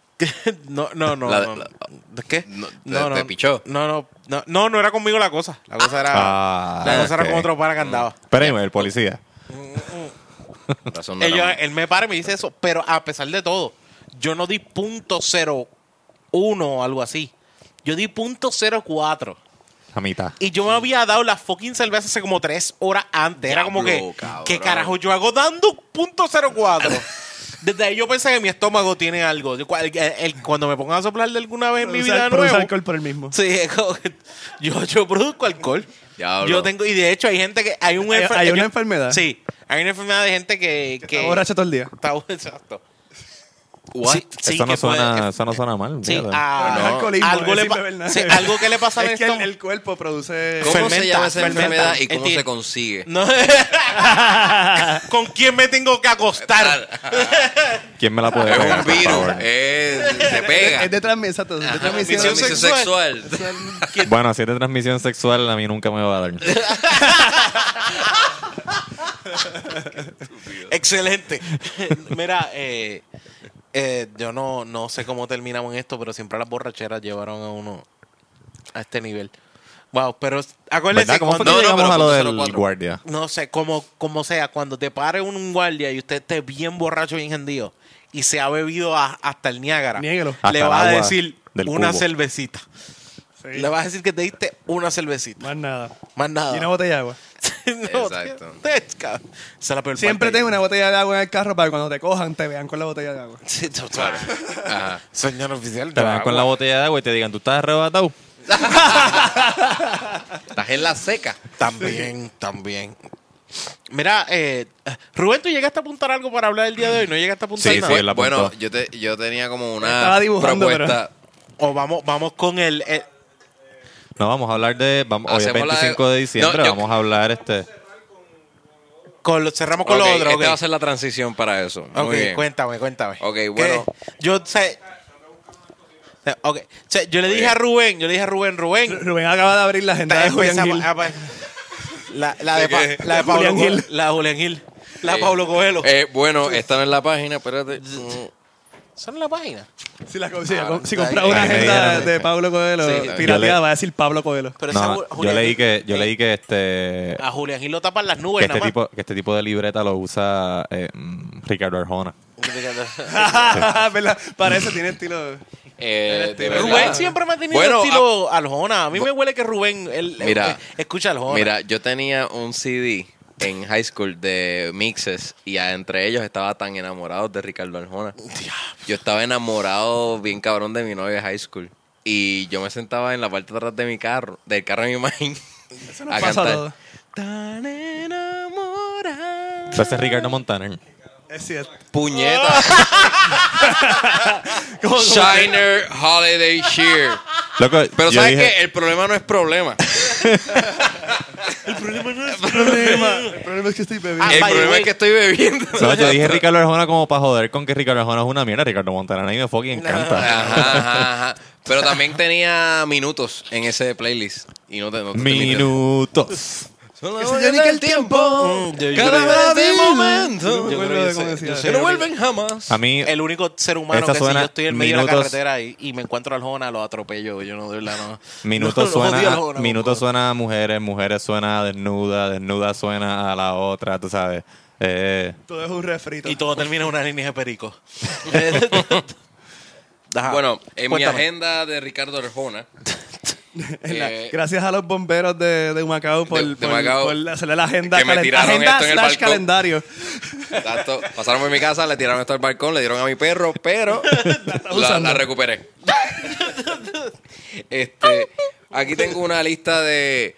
C: no, no, no.
F: La-
C: no.
F: la-
C: ¿De ¿Qué?
F: No, te-
C: no, no.
F: te pichó.
C: No, no, no. No, no era conmigo la cosa. La cosa era.
D: Ah,
C: la cosa
D: ok.
C: era con otro para que andaba.
D: Pero anyway, el policía.
F: Razón no
C: Ellos- eh,
F: era-
C: él me para y me dice eso. Pero a pesar de todo, yo no di punto cero uno o algo así. Yo di punto cero cuatro.
D: A mitad.
C: Y yo me había dado la fucking cerveza hace como tres horas antes. Era como
F: Diablo,
C: que,
F: cabrón.
C: ¿qué carajo yo hago dando punto cero cuatro? Desde ahí yo pensé que mi estómago tiene algo. Yo, cual- el- el- cuando me pongan a soplar de alguna vez en mi
B: produce-
C: vida de
B: produce
C: nuevo,
B: alcohol por el mismo.
C: sí, es como que yo, yo produzco alcohol.
F: Diablo.
C: Yo tengo, y de hecho hay gente que, hay un
B: Hay-
C: enfer-
B: hay una
C: yo-
B: enfermedad.
C: Sí, hay una enfermedad de gente que, que
B: Está borracho todo el día.
C: Está borracho, exacto. What?
D: Sí, eso, no
C: que puede-
D: suena,
C: que-
D: eso no suena mal.
C: Sí,
D: fíjate.
C: ah,
B: Pero no es alcoholismo,
C: algo,
B: es
C: le
B: sin
C: pa-
B: beber nada.
C: sí, algo que le pasa a
B: Es que
C: esto.
B: el, el cuerpo produce.
F: ¿Cómo se
C: Fermenta,
F: llama esa
C: fermenta.
F: enfermedad y cómo
C: Enti-
F: se consigue?
C: No. ¿Con quién me tengo que acostar?
D: ¿Quién me la puede
F: Es
D: pegar,
F: un
D: por
F: virus,
D: favor?
F: es, se pega.
B: Es de transmisión. exacto, es de transmisión.
F: transmisión sexual.
D: Bueno, si es de transmisión sexual, a mí nunca me va a dar.
C: Excelente. Mira, eh, eh, yo no, no sé cómo terminamos en esto, pero siempre las borracheras llevaron a uno a este nivel. Wow, pero acuérdense
D: ¿Verdad? ¿Cómo fue
C: cuando-
D: que
F: no, no,
D: llegamos
F: pero
D: a lo
F: punto
D: del
F: cero cuatro.
D: guardia?
C: no sé, como, como sea, cuando te pare un, guardia y usted esté bien borracho, bien hendido, y se ha bebido a- hasta el Niágara,
B: Niégalo.
D: Hasta
C: le
D: el
C: vas a
D: agua
C: decir
D: del
C: una
D: cubo.
C: cervecita.
B: Sí,
C: Le vas a decir que te diste una cervecita.
B: Más nada.
C: Más nada.
B: Y una botella de agua.
C: No, te-
F: Exacto.
C: te- cabrón. Esa es la peor
B: Siempre
C: parte.
B: tengo una botella de agua en el carro para que cuando te cojan te vean con la botella de agua.
C: Sí, total.
F: Ajá.
C: Señor oficial,
D: Te van con la botella de agua y te digan, ¿tú estás arrebatado?
F: Estás en la seca.
C: También, también. Mira, eh, Rubén, tú llegaste a apuntar algo para hablar el día de hoy. No llegaste a apuntar
D: Sí,
C: nada.
D: sí. él la apuntó.
F: bueno, yo, te, yo tenía como una
B: Estaba dibujando,
F: propuesta.
C: O vamos, vamos con el. eh, el-
D: No, vamos a hablar de... Vamos, hoy es
F: Hacemos la de-
D: 25 de diciembre,
F: No, yo-
D: vamos a hablar este...
C: con lo- cerramos con
F: Ok,
C: lo otro.
F: esta
C: ok.
F: va a ser la transición para eso. Muy
C: Ok,
F: bien.
C: cuéntame, cuéntame.
F: Ok,
C: ¿Qué?
F: bueno.
C: Yo sé. Ok, o sea, yo le dije a Rubén, yo le dije a Rubén, Rubén.
B: Rubén acaba de abrir la agenda de Julián
C: empezamos-
B: Gil.
C: ah, pa- la, la de,
F: ¿De
C: Pa-
F: qué?
C: la de Pablo
B: Julián
C: Co-
B: Gil.
C: La de Julián Gil. La de
F: Eh,
C: Pablo Coelho.
F: Eh, bueno, esta no es la página, espérate.
C: Son en la página.
B: Si, la, si, la-
F: Ah,
B: si compras una
D: ahí me
B: agenda
D: dieron.
B: de Pablo Coelho
F: Sí,
B: pirateada,
F: la-
D: yo le-
B: va a decir Pablo Coelho.
C: Pero esa
D: No,
C: Ju-
D: yo
C: Julián
D: leí
C: Gil-
D: que, yo
C: eh,
D: leí que este...
F: ah,
C: A Julián Gil lo tapan las
D: Que
C: nubes,
D: este,
C: nada más.
D: tipo, que este tipo de libreta lo usa eh, mm, Ricardo Arjona.
B: ¿Verdad? Para eso tiene estilo.
F: Eh, de verdad.
C: Rubén siempre me ha tenido
F: Bueno,
C: estilo
D: ah,
C: Aljona. A mí me huele que Rubén él,
F: Mira.
C: eh, escucha Aljona.
F: Mira, yo tenía un CD en high school de mixes y a- entre ellos estaba tan enamorado de Ricardo Arjona. Yo estaba enamorado bien cabrón de mi novia de high school y yo me sentaba en la parte de atrás de mi carro, del carro de mi mamá a
B: pasa
F: cantar.
B: todo.
F: Tan enamorado.
D: Entonces Ricardo Montaner.
B: Es cierto.
F: Puñeta.
B: Como- como-
F: Shiner Holiday Shear.
D: Loco,
F: Pero
D: yo
F: ¿sabes
D: dije-
F: qué? El problema no es problema.
B: El problema, el problema es que estoy bebiendo.
C: Ah,
F: el
C: by the
F: problema
C: way.
F: es que estoy bebiendo.
D: No, yo dije Ricardo Arjona como para joder con que Ricardo Arjona es una mierda. Ricardo Montaner a mí me fucking encanta.
F: Ajá, ajá, ajá. Pero también tenía minutos en ese playlist. Y no te, no te estoy mintiendo.
D: Minutos.
B: Que se llene el tiempo.
C: Mm, yo- yo creo que-
F: Cada vez de
B: Sí.
F: momento.
B: Yo
C: creo que
B: como
C: yo
B: decía.
C: sé-
F: Que no vuelven jamás.
D: A mí,
C: el único ser humano
D: Esa
C: que si
D: suena
C: yo estoy en medio de la
D: minutos-
C: carretera y, y me encuentro a Aljona, lo atropello. Yo no doy la no.
D: minutos
C: no, no
D: suena,
C: odio a
D: a-
C: Aljona,
D: minutos
C: por
D: suena a mujeres, mujeres suena a desnuda, desnuda suena a la otra, tú sabes. Eh,
B: Todo es un refrito.
C: favor. Y todo termina en una línea de perico. Ajá.
F: Bueno, en mi
C: Ah, Cuéntame.
F: agenda de Ricardo Arjona.
B: En la-
F: eh,
B: gracias a los bomberos de, de Humacao por,
F: de- de
B: por-
F: Humacao,
B: por hacerle la agenda,
F: que me
B: calen-
F: tiraron
B: agenda
F: esto en el
B: slash
F: balcón.
B: calendario.
F: tanto, pasaron por mi casa, le tiraron esto al balcón, le dieron a mi perro, pero la,
B: usando.
F: la recuperé. Este, aquí tengo una lista de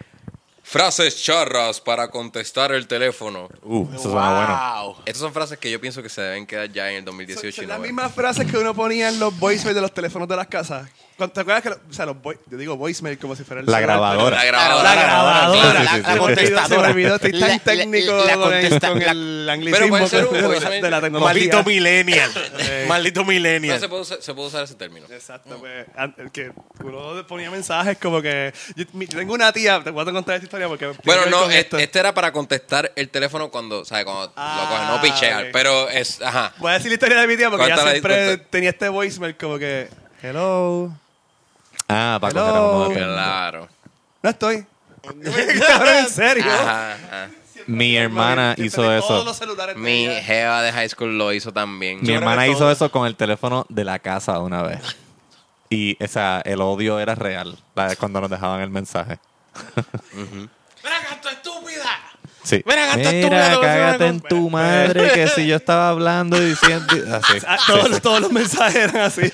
F: frases charras para contestar el teléfono.
D: uh, eso suena bueno.
C: Wow.
F: Estas son frases que yo pienso que se deben quedar ya en el 2018.
B: Son
F: y no
B: las
F: ver.
B: mismas frases que uno ponía en los voicemails de los teléfonos de las casas. Cuando- ¿Te acuerdas que lo- o sea, los voi- yo digo voicemail como si fuera el
D: La
B: celular,
D: grabadora.
F: La
B: pero-
F: grabadora.
B: La grabadora.
D: Sí, sí, sí.
B: Se me olvidó- Se me olvidó, estoy
C: La- la-
B: tan técnico
C: la
B: con el-
C: contesta-
B: con el
C: la-
F: Pero
B: anglicismo
F: puede ser
B: que-
F: un
B: de, la,
F: voicemail.
B: de la
C: Maldito
B: tecnología. Eh,
C: millennial.
D: Eh,
C: Maldito
F: No
C: millennial.
F: se puede usar, se puede usar ese término.
B: Exacto, pues, an- que uno ponía mensajes como que yo, mi- yo tengo una tía, te voy a contar esta historia porque tiene
F: Bueno,
B: que ver
F: no,
B: con
F: es-
B: esto.
F: este era para contestar el teléfono cuando, ¿sabes? Cuando
B: Ah,
F: lo coges, no pichear,
B: ok.
F: pero es, ajá.
B: Voy a decir la historia de mi tía porque ella
F: Cuéntala,
B: siempre
F: cuéntala.
B: tenía este voicemail como que hello,
D: Ah, para coger
B: Hello.
D: a uno de que-
F: Claro.
B: no estoy. Cabrón, en serio.
F: Ajá, ajá.
D: Mi hermana
B: Siempre
D: hizo
B: tenía Todos
D: eso.
B: los celulares de
F: Mi
B: ella.
F: jeva de high school lo hizo también.
D: Mi
F: Yo-
D: hermana
B: que
D: hizo
B: todo.
D: eso con el teléfono de la casa una vez. Y, o sea, el odio era real la de cuando nos dejaban el mensaje.
C: ¡Mira, canto estúpida!
D: Sí.
C: Mira, gato, tú,
D: Mira,
C: gato,
D: cágate
C: gato.
D: en tu madre, que si yo estaba hablando diciendo... Así.
B: Ah, todos, los- todos los mensajes eran así.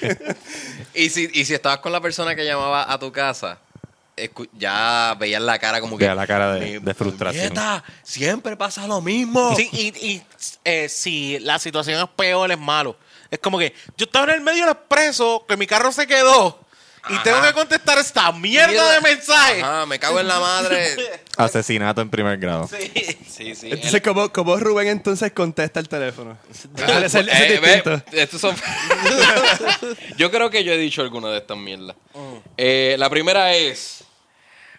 F: Y si, y si estabas con la persona que llamaba a tu casa, escu- ya veías la cara como que.
D: Veía la cara de-
F: "Mi
D: de frustración".
F: puñeta, siempre pasa lo mismo.
C: Sí, y, y, eh, si la situación es peor, es malo. Es como que yo estaba en el medio del expreso, que mi carro se quedó y
F: Ajá.
C: tengo que contestar esta mierda de mensaje.
F: Ah, me cago en la madre.
D: Asesinato en primer grado.
F: Sí, sí.
B: Entonces, ¿cómo, cómo Rubén entonces contesta el teléfono?
F: Ah,
B: Ese- ese
F: eh,
B: es distinto.
F: ve, estos son- yo creo que yo he dicho alguna de estas mierdas. Eh, la primera es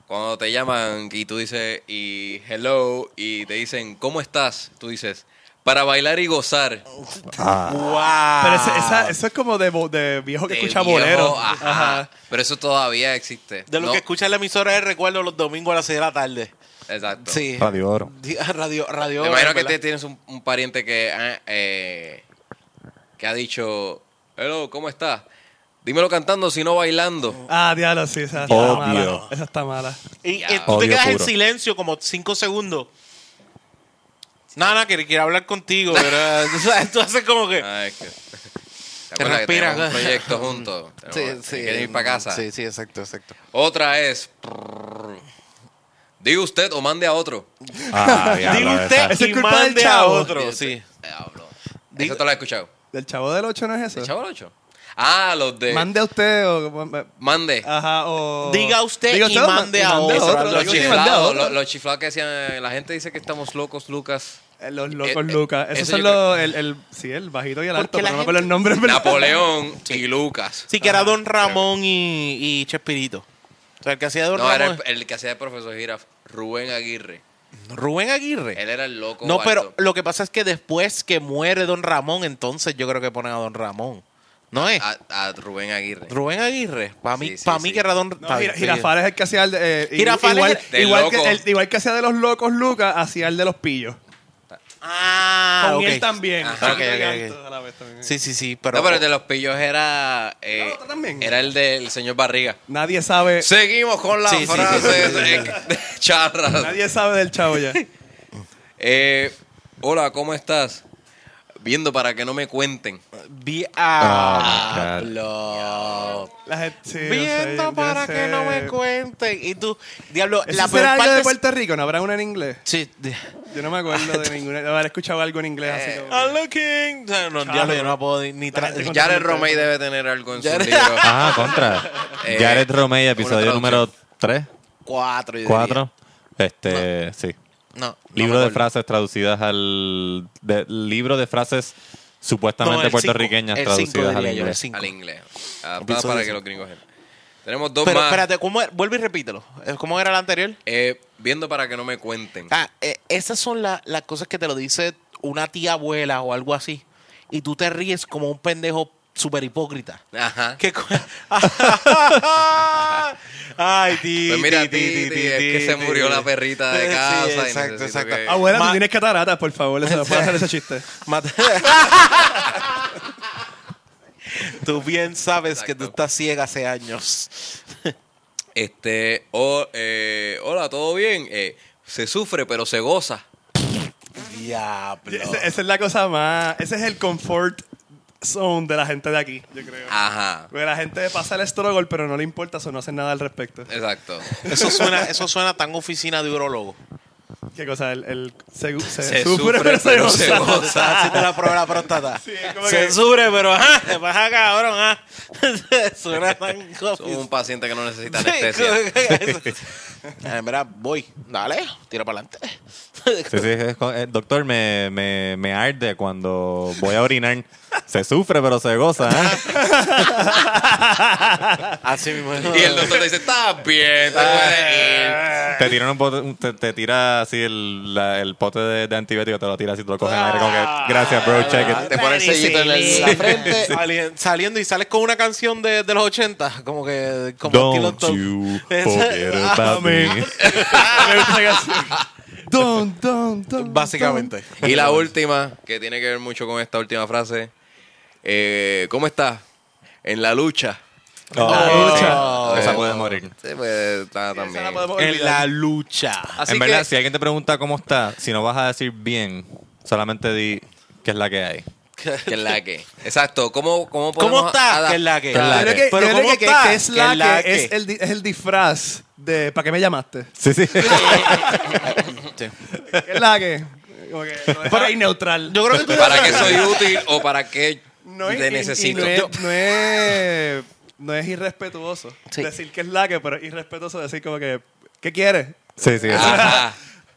F: cuando te llaman y tú dices y hello y te dicen ¿cómo estás? Tú dices para bailar y gozar.
B: Oh,
D: Ah,
C: Wow.
B: Pero ese- esa- eso es como de, bo- de viejo que
F: Ah. De
B: escucha
F: viejo,
B: bolero.
F: ajá.
B: Ajá.
F: Pero eso todavía existe.
C: De lo
F: No,
C: que escucha en la emisora es recuerdo los domingos a las 6 de la tarde.
F: Exacto.
C: Sí.
D: Radio Oro.
C: Di- Radio, radio.
F: Me imagino que
C: ¿verdad?
F: te tienes un, un pariente que, ah, eh, que ha dicho, hello, ¿cómo estás? Dímelo cantando, si no bailando.
B: Ah, diablo, sí, esa está
D: Obvio.
B: mala. Esa está mala.
C: Y, eh,
F: Ya.
C: tú te
D: Odio
C: quedas en
D: puro.
C: silencio como 5 segundos. Nada, que quiero hablar contigo, ¿verdad? tú, sabes, tú haces como que.
F: Ah, es que...
C: Te ¿eh?
F: ¿Te acuerdas que
C: respira.
F: tenemos un proyecto juntos. Tenemos- tenemos que ir para casa.
C: Sí, sí, exacto, exacto.
F: Otra es... Diga usted o mande a otro.
D: Ah, diablo,
C: Dile
D: esa-
C: usted
B: Eso es
C: y
B: culpa del
C: mande a
B: chavo.
C: otro. Sí.
F: Diablo.
C: Diga-
F: Eso te lo he escuchado.
B: ¿Del chavo del 8 no es
F: ¿El
B: eso?
F: chavo 8? Ah, los de...
B: Mande a usted o.
F: mande.
B: Ajá, o.
C: Diga usted y
B: o
C: mande a
B: mande
C: Ah, otro.
F: Los
B: digo, sí, mande a
F: chiflados,
B: otro.
F: los, los chiflados que decían, eh, la gente dice que estamos locos, Lucas.
B: Eh, Los
F: Eh,
B: locos
F: eh,
B: Lucas. Esos
F: eso
B: son
F: yo creo-
B: los. El, el, sí, el bajito y el
C: Porque
B: alto, pero
C: la
B: no me acuerdo el nombre. pero-
F: Napoleón y Lucas.
C: Sí, que era Don Ramón y, y Chespirito. O sea, el que hacía Don
F: No, era
C: Ramón.
F: el, el que hacía de profesor Giraf, Rubén Aguirre.
C: Rubén Aguirre.
F: Él era el loco.
C: No, pero
F: alto.
C: lo que pasa es que después que muere Don Ramón, entonces yo creo que ponen a Don Ramón. ¿No es?
F: A, a Rubén Aguirre.
C: Rubén Aguirre. Para mí,
F: Ah, Sí, sí,
C: pa' mí
F: sí.
C: que era Don
B: No,
C: Está bien,
B: Gir-
C: está bien.
B: Girafales es el que hacía el de, eh, i-
C: Girafales
B: igual,
C: era-
F: Del
B: igual que,
F: loco.
B: el- igual que hacía de los locos Lucas, hacía el de los pillos.
C: Ah,
B: Con
C: ok.
B: él también.
C: Ajá, ok,
B: chiquito y
C: ok,
B: alto
C: ok.
B: a la vez también.
C: Sí, sí, sí, pero...
F: no, pero el de los pillos era. eh,
B: Era otro también.
F: era el del señor Barriga.
B: Nadie sabe.
F: Seguimos con las
C: Sí, sí, sí,
F: frases
C: sí, sí, sí.
F: eh, charras.
B: Nadie sabe del chavo ya.
F: Eh, hola, ¿cómo estás? Viendo para que no me cuenten.
C: Vi-
D: Ah, my
C: Diablo.
B: La gente, sí, yo sé,
C: Viendo
B: yo
C: para
B: sé.
C: que no me cuenten. Y tú, diablo,
B: ¿Eso
C: la peor
B: será algo
C: parte
B: de
C: es-
B: Puerto Rico? ¿No habrá una en inglés?
C: Sí, di-
B: Yo no me acuerdo de ninguna. De haber escuchado algo en inglés así como-
C: I'm looking. No, no, diablo, yo no puedo ni... ni tra-
B: gente con-
F: Jared Romey debe tener algo en su
C: Jared-
F: libro.
D: Ah, contra.
F: Eh,
D: Jared Romey,
F: una
D: episodio
F: traducción.
D: número 3,
C: Cuatro, yo diría.
D: 4. Este, sí.
C: No, no
D: Libro
C: me
D: de
C: acuerdo.
D: frases traducidas al. de- libro de frases
C: No,
D: supuestamente
C: el cinco.
D: puertorriqueñas
C: El cinco,
D: traducidas al
C: diría yo, el
D: inglés.
C: cinco.
F: Al inglés. Adaptada
C: Episodio
F: para que
C: cinco.
F: los gringos. Tenemos dos
C: Pero
F: más.
C: espérate, ¿cómo era? vuelve y repítelo. Eh, ¿Cómo era la anterior?
F: Eh, viendo para que no me cuenten.
C: Ah, eh, esas son la- las cosas que te lo dice una tía abuela o algo así. Y tú te ríes como un pendejo súper hipócrita.
F: Ajá.
C: ¿Qué co- Ay, ti,
F: Pues mira,
C: ti, ti,
F: ti,
C: ti,
F: es que
C: ti,
F: se
C: ti,
F: murió
C: ti.
F: la perrita de
C: Sí,
F: casa y
C: exacto,
F: necesito
C: exacto. Ah,
F: que-
B: Abuela,
C: eh, Ma-
B: tú tienes cataratas, por favor. Eso, no puedes hacer ese chiste.
C: Mate- tú bien sabes que tú
F: Exacto.
C: estás ciega hace años.
F: Este, o- eh, hola, ¿todo bien? Eh, se sufre, pero se goza.
C: Diablo.
B: Ese- esa es la cosa más. Ese es el comfort zone de la gente de aquí, yo creo.
F: Ajá.
B: Porque la gente pasa el struggle, pero no le importa eso, no hacen nada al respecto.
F: Exacto.
C: Eso suena, eso suena tan oficina de urologo.
B: ¿Qué cosa? El, el- se, se
F: Se
B: sufre, pero se goza.
C: Ah, si te la prueba la próstata.
B: Sí, es como que-
C: Censure, pero ajá, te vas a cabrón, ah. Suena tan
F: Somos un paciente que no necesita
C: Sí,
F: anestesia.
C: como que- Ah, Mira, voy. Dale, tira para adelante.
D: Sí, sí, es con- eh, doctor, me, me, me arde cuando voy a orinar. Se sufre, pero se goza. ¿eh?
C: Así mismo.
F: Y el doctor te dice, está bien, te puedes ir".
D: Te, tiran un bote- un- te, te tira así el, la- el pote de, de antibiótico, te lo tira así, tú lo coges en el aire. Como que, gracias, bro, check it.
F: Te pone el sellito en el- la frente.
C: Salien- saliendo y sales con una canción de, de los 80, como que como estilo
D: Don't
C: top.
D: you
C: Esa-
D: forget
C: Ah,
D: about me.
B: Don, don, don,
C: Básicamente.
F: Y la última, que tiene que ver mucho con esta última frase. eh, ¿Cómo estás? En la lucha.
D: Oh, Esa puede morir.
F: Sí, pues, está
B: don. Esa
F: también.
B: la podemos
C: En
B: olvidar.
C: la lucha.
F: Así
D: en verdad,
F: que-
D: si alguien te pregunta cómo está, si no vas a decir bien, solamente di que es la que hay.
F: Que es la que. Exacto. ¿Cómo, cómo podemos
C: ¿Cómo está?
F: adaptar?
C: Que es la que.
D: Pero
B: Yo creo que,
C: Pero
B: yo creo
C: ¿cómo
B: que- que
C: está?
B: es la que,
C: que-
B: es, el, di- es el disfraz de ¿Para qué me llamaste?
D: Sí, sí.
C: Sí.
B: Que es la que? Como que lo deja ahí neutral.
F: Pues
C: Yo creo que tú
F: ¿Para qué soy útil o para qué
B: no es,
F: Te
B: in- y
F: necesito.
B: no, es,
F: Yo-
B: no es- no es irrespetuoso
C: Sí.
B: decir que es la que, pero es irrespetuoso decir como que, ¿qué quieres?
D: Sí, sí.
F: Ah,
D: exacto.
F: Ajá.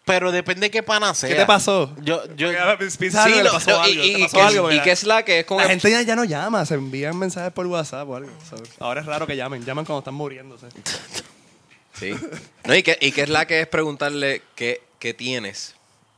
C: Pero depende de qué pana sea.
B: ¿Qué te pasó?
C: Yo, yo,
B: Porque a Pizarro
F: Sí,
B: le
F: no,
B: pasó
F: no, y-
B: algo,
F: y-
B: te
F: y
B: pasó
F: que-
B: algo,
F: Y
B: ¿verdad?
F: que es la que es con
B: La
F: el-
B: gente ya, ya no llama, se envían mensajes por WhatsApp o algo. ¿sabes? Ahora es raro que llamen, llaman cuando están muriéndose.
F: Sí. No, y, que, y que es la que es preguntarle qué, qué tienes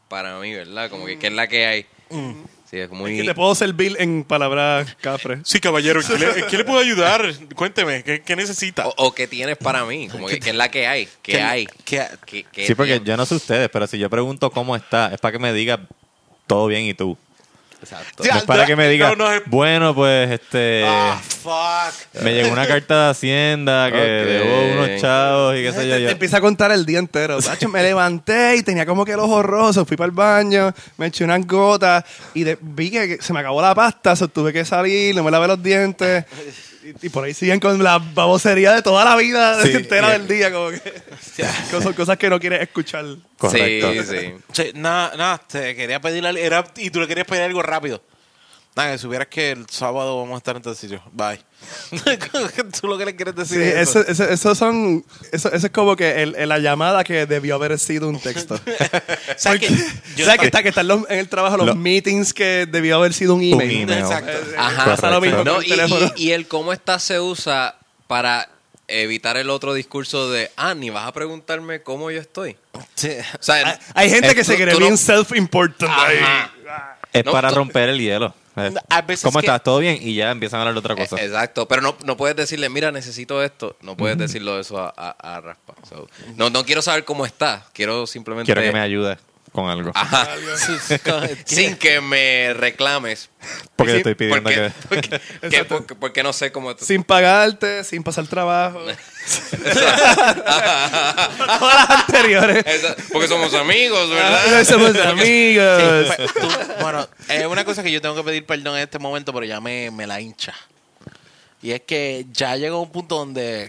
F: para mí, ¿verdad? Como que qué es la que hay. Sí, Mm. es muy...
B: Que te puedo servir en palabras cafres.
C: Sí, caballero, ¿qué le, qué le puedo ayudar? Cuénteme, ¿qué, qué necesita?
F: o, o qué tienes para mí. Como que qué es la que hay. ¿Qué,
C: ¿Qué-
F: hay?
C: qué-
F: ¿Qué- qué
D: Sí, porque
F: tienes?
D: yo no sé ustedes, pero si yo pregunto cómo está, es para que me diga todo bien y tú.
F: Exacto.
D: No es para que me diga,
C: no, no, es-
D: bueno, pues este.
C: Ah, fuck.
D: Me llegó una carta de Hacienda que
F: Ok.
D: debo unos chavos y qué sé yo.
B: Te, te
D: yo.
B: empieza a contar el día entero. Tacho, me levanté y tenía como que el ojo roso. Fui para el baño, me eché unas gotas y de- vi que se me acabó la pasta. so tuve que salir, no me lavé los dientes. Y, y por ahí siguen con la babosería de toda la vida
D: Sí,
B: entera
D: y-
B: del día. Como que cosas, cosas que no quieres escuchar.
D: Correcto.
F: Sí, sí.
C: Sí, nada, nada, te quería pedir algo. Era, y tú le querías pedir algo rápido. Nada, que supieras que el sábado vamos a estar en tal sitio. Bye. tú lo que le quieres
B: Sí,
C: decir. es
B: eso, eso, eso son, eso, eso es como que el- el- la llamada que debió haber sido un texto.
C: ¿Sabes qué?
B: O
C: Yo
B: sea,
C: estaba-
B: que está, que están los- en el trabajo los
D: Lo-
B: meetings que debió haber sido un
D: Un
B: email.
D: email.
C: Exacto.
F: Ajá.
B: Pasa lo mismo
F: No,
B: con el
F: y,
B: teléfono.
F: y- y el cómo está se usa para evitar el otro discurso de, ah, ni vas a preguntarme cómo yo estoy.
C: Sí.
F: O sea,
B: Hay- Hay gente
F: eh,
B: que se
F: tú-
B: cree
F: tú no-
B: bien self-important. ahí.
F: Ajá. Eh,
D: Es
F: No,
D: para
F: tú-
D: romper el hielo. Es,
C: A veces
D: ¿Cómo
C: que-
D: estás? ¿Todo bien? Y ya empiezan a hablar de otra
F: Eh,
D: cosa.
F: Exacto, pero no, no puedes decirle, mira, necesito esto. No puedes decirlo eso a, a- a Raspa. So, no, no quiero saber cómo está. Quiero simplemente.
D: Quiero que me ayudes con algo.
F: Ajá. Sin que me reclames.
D: porque
B: sí,
D: te estoy pidiendo
F: porque,
D: que.
F: porque, que- porque- porque no sé cómo.
B: Sin pagarte, sin pasar trabajo. Todas las anteriores.
F: Esa- porque somos amigos, ¿verdad?
B: Ah, Somos amigos.
C: Pues, tú- bueno, es una cosa que yo tengo que pedir perdón en este momento, pero ya me, me la hincha. Y es que ya llegó un punto donde.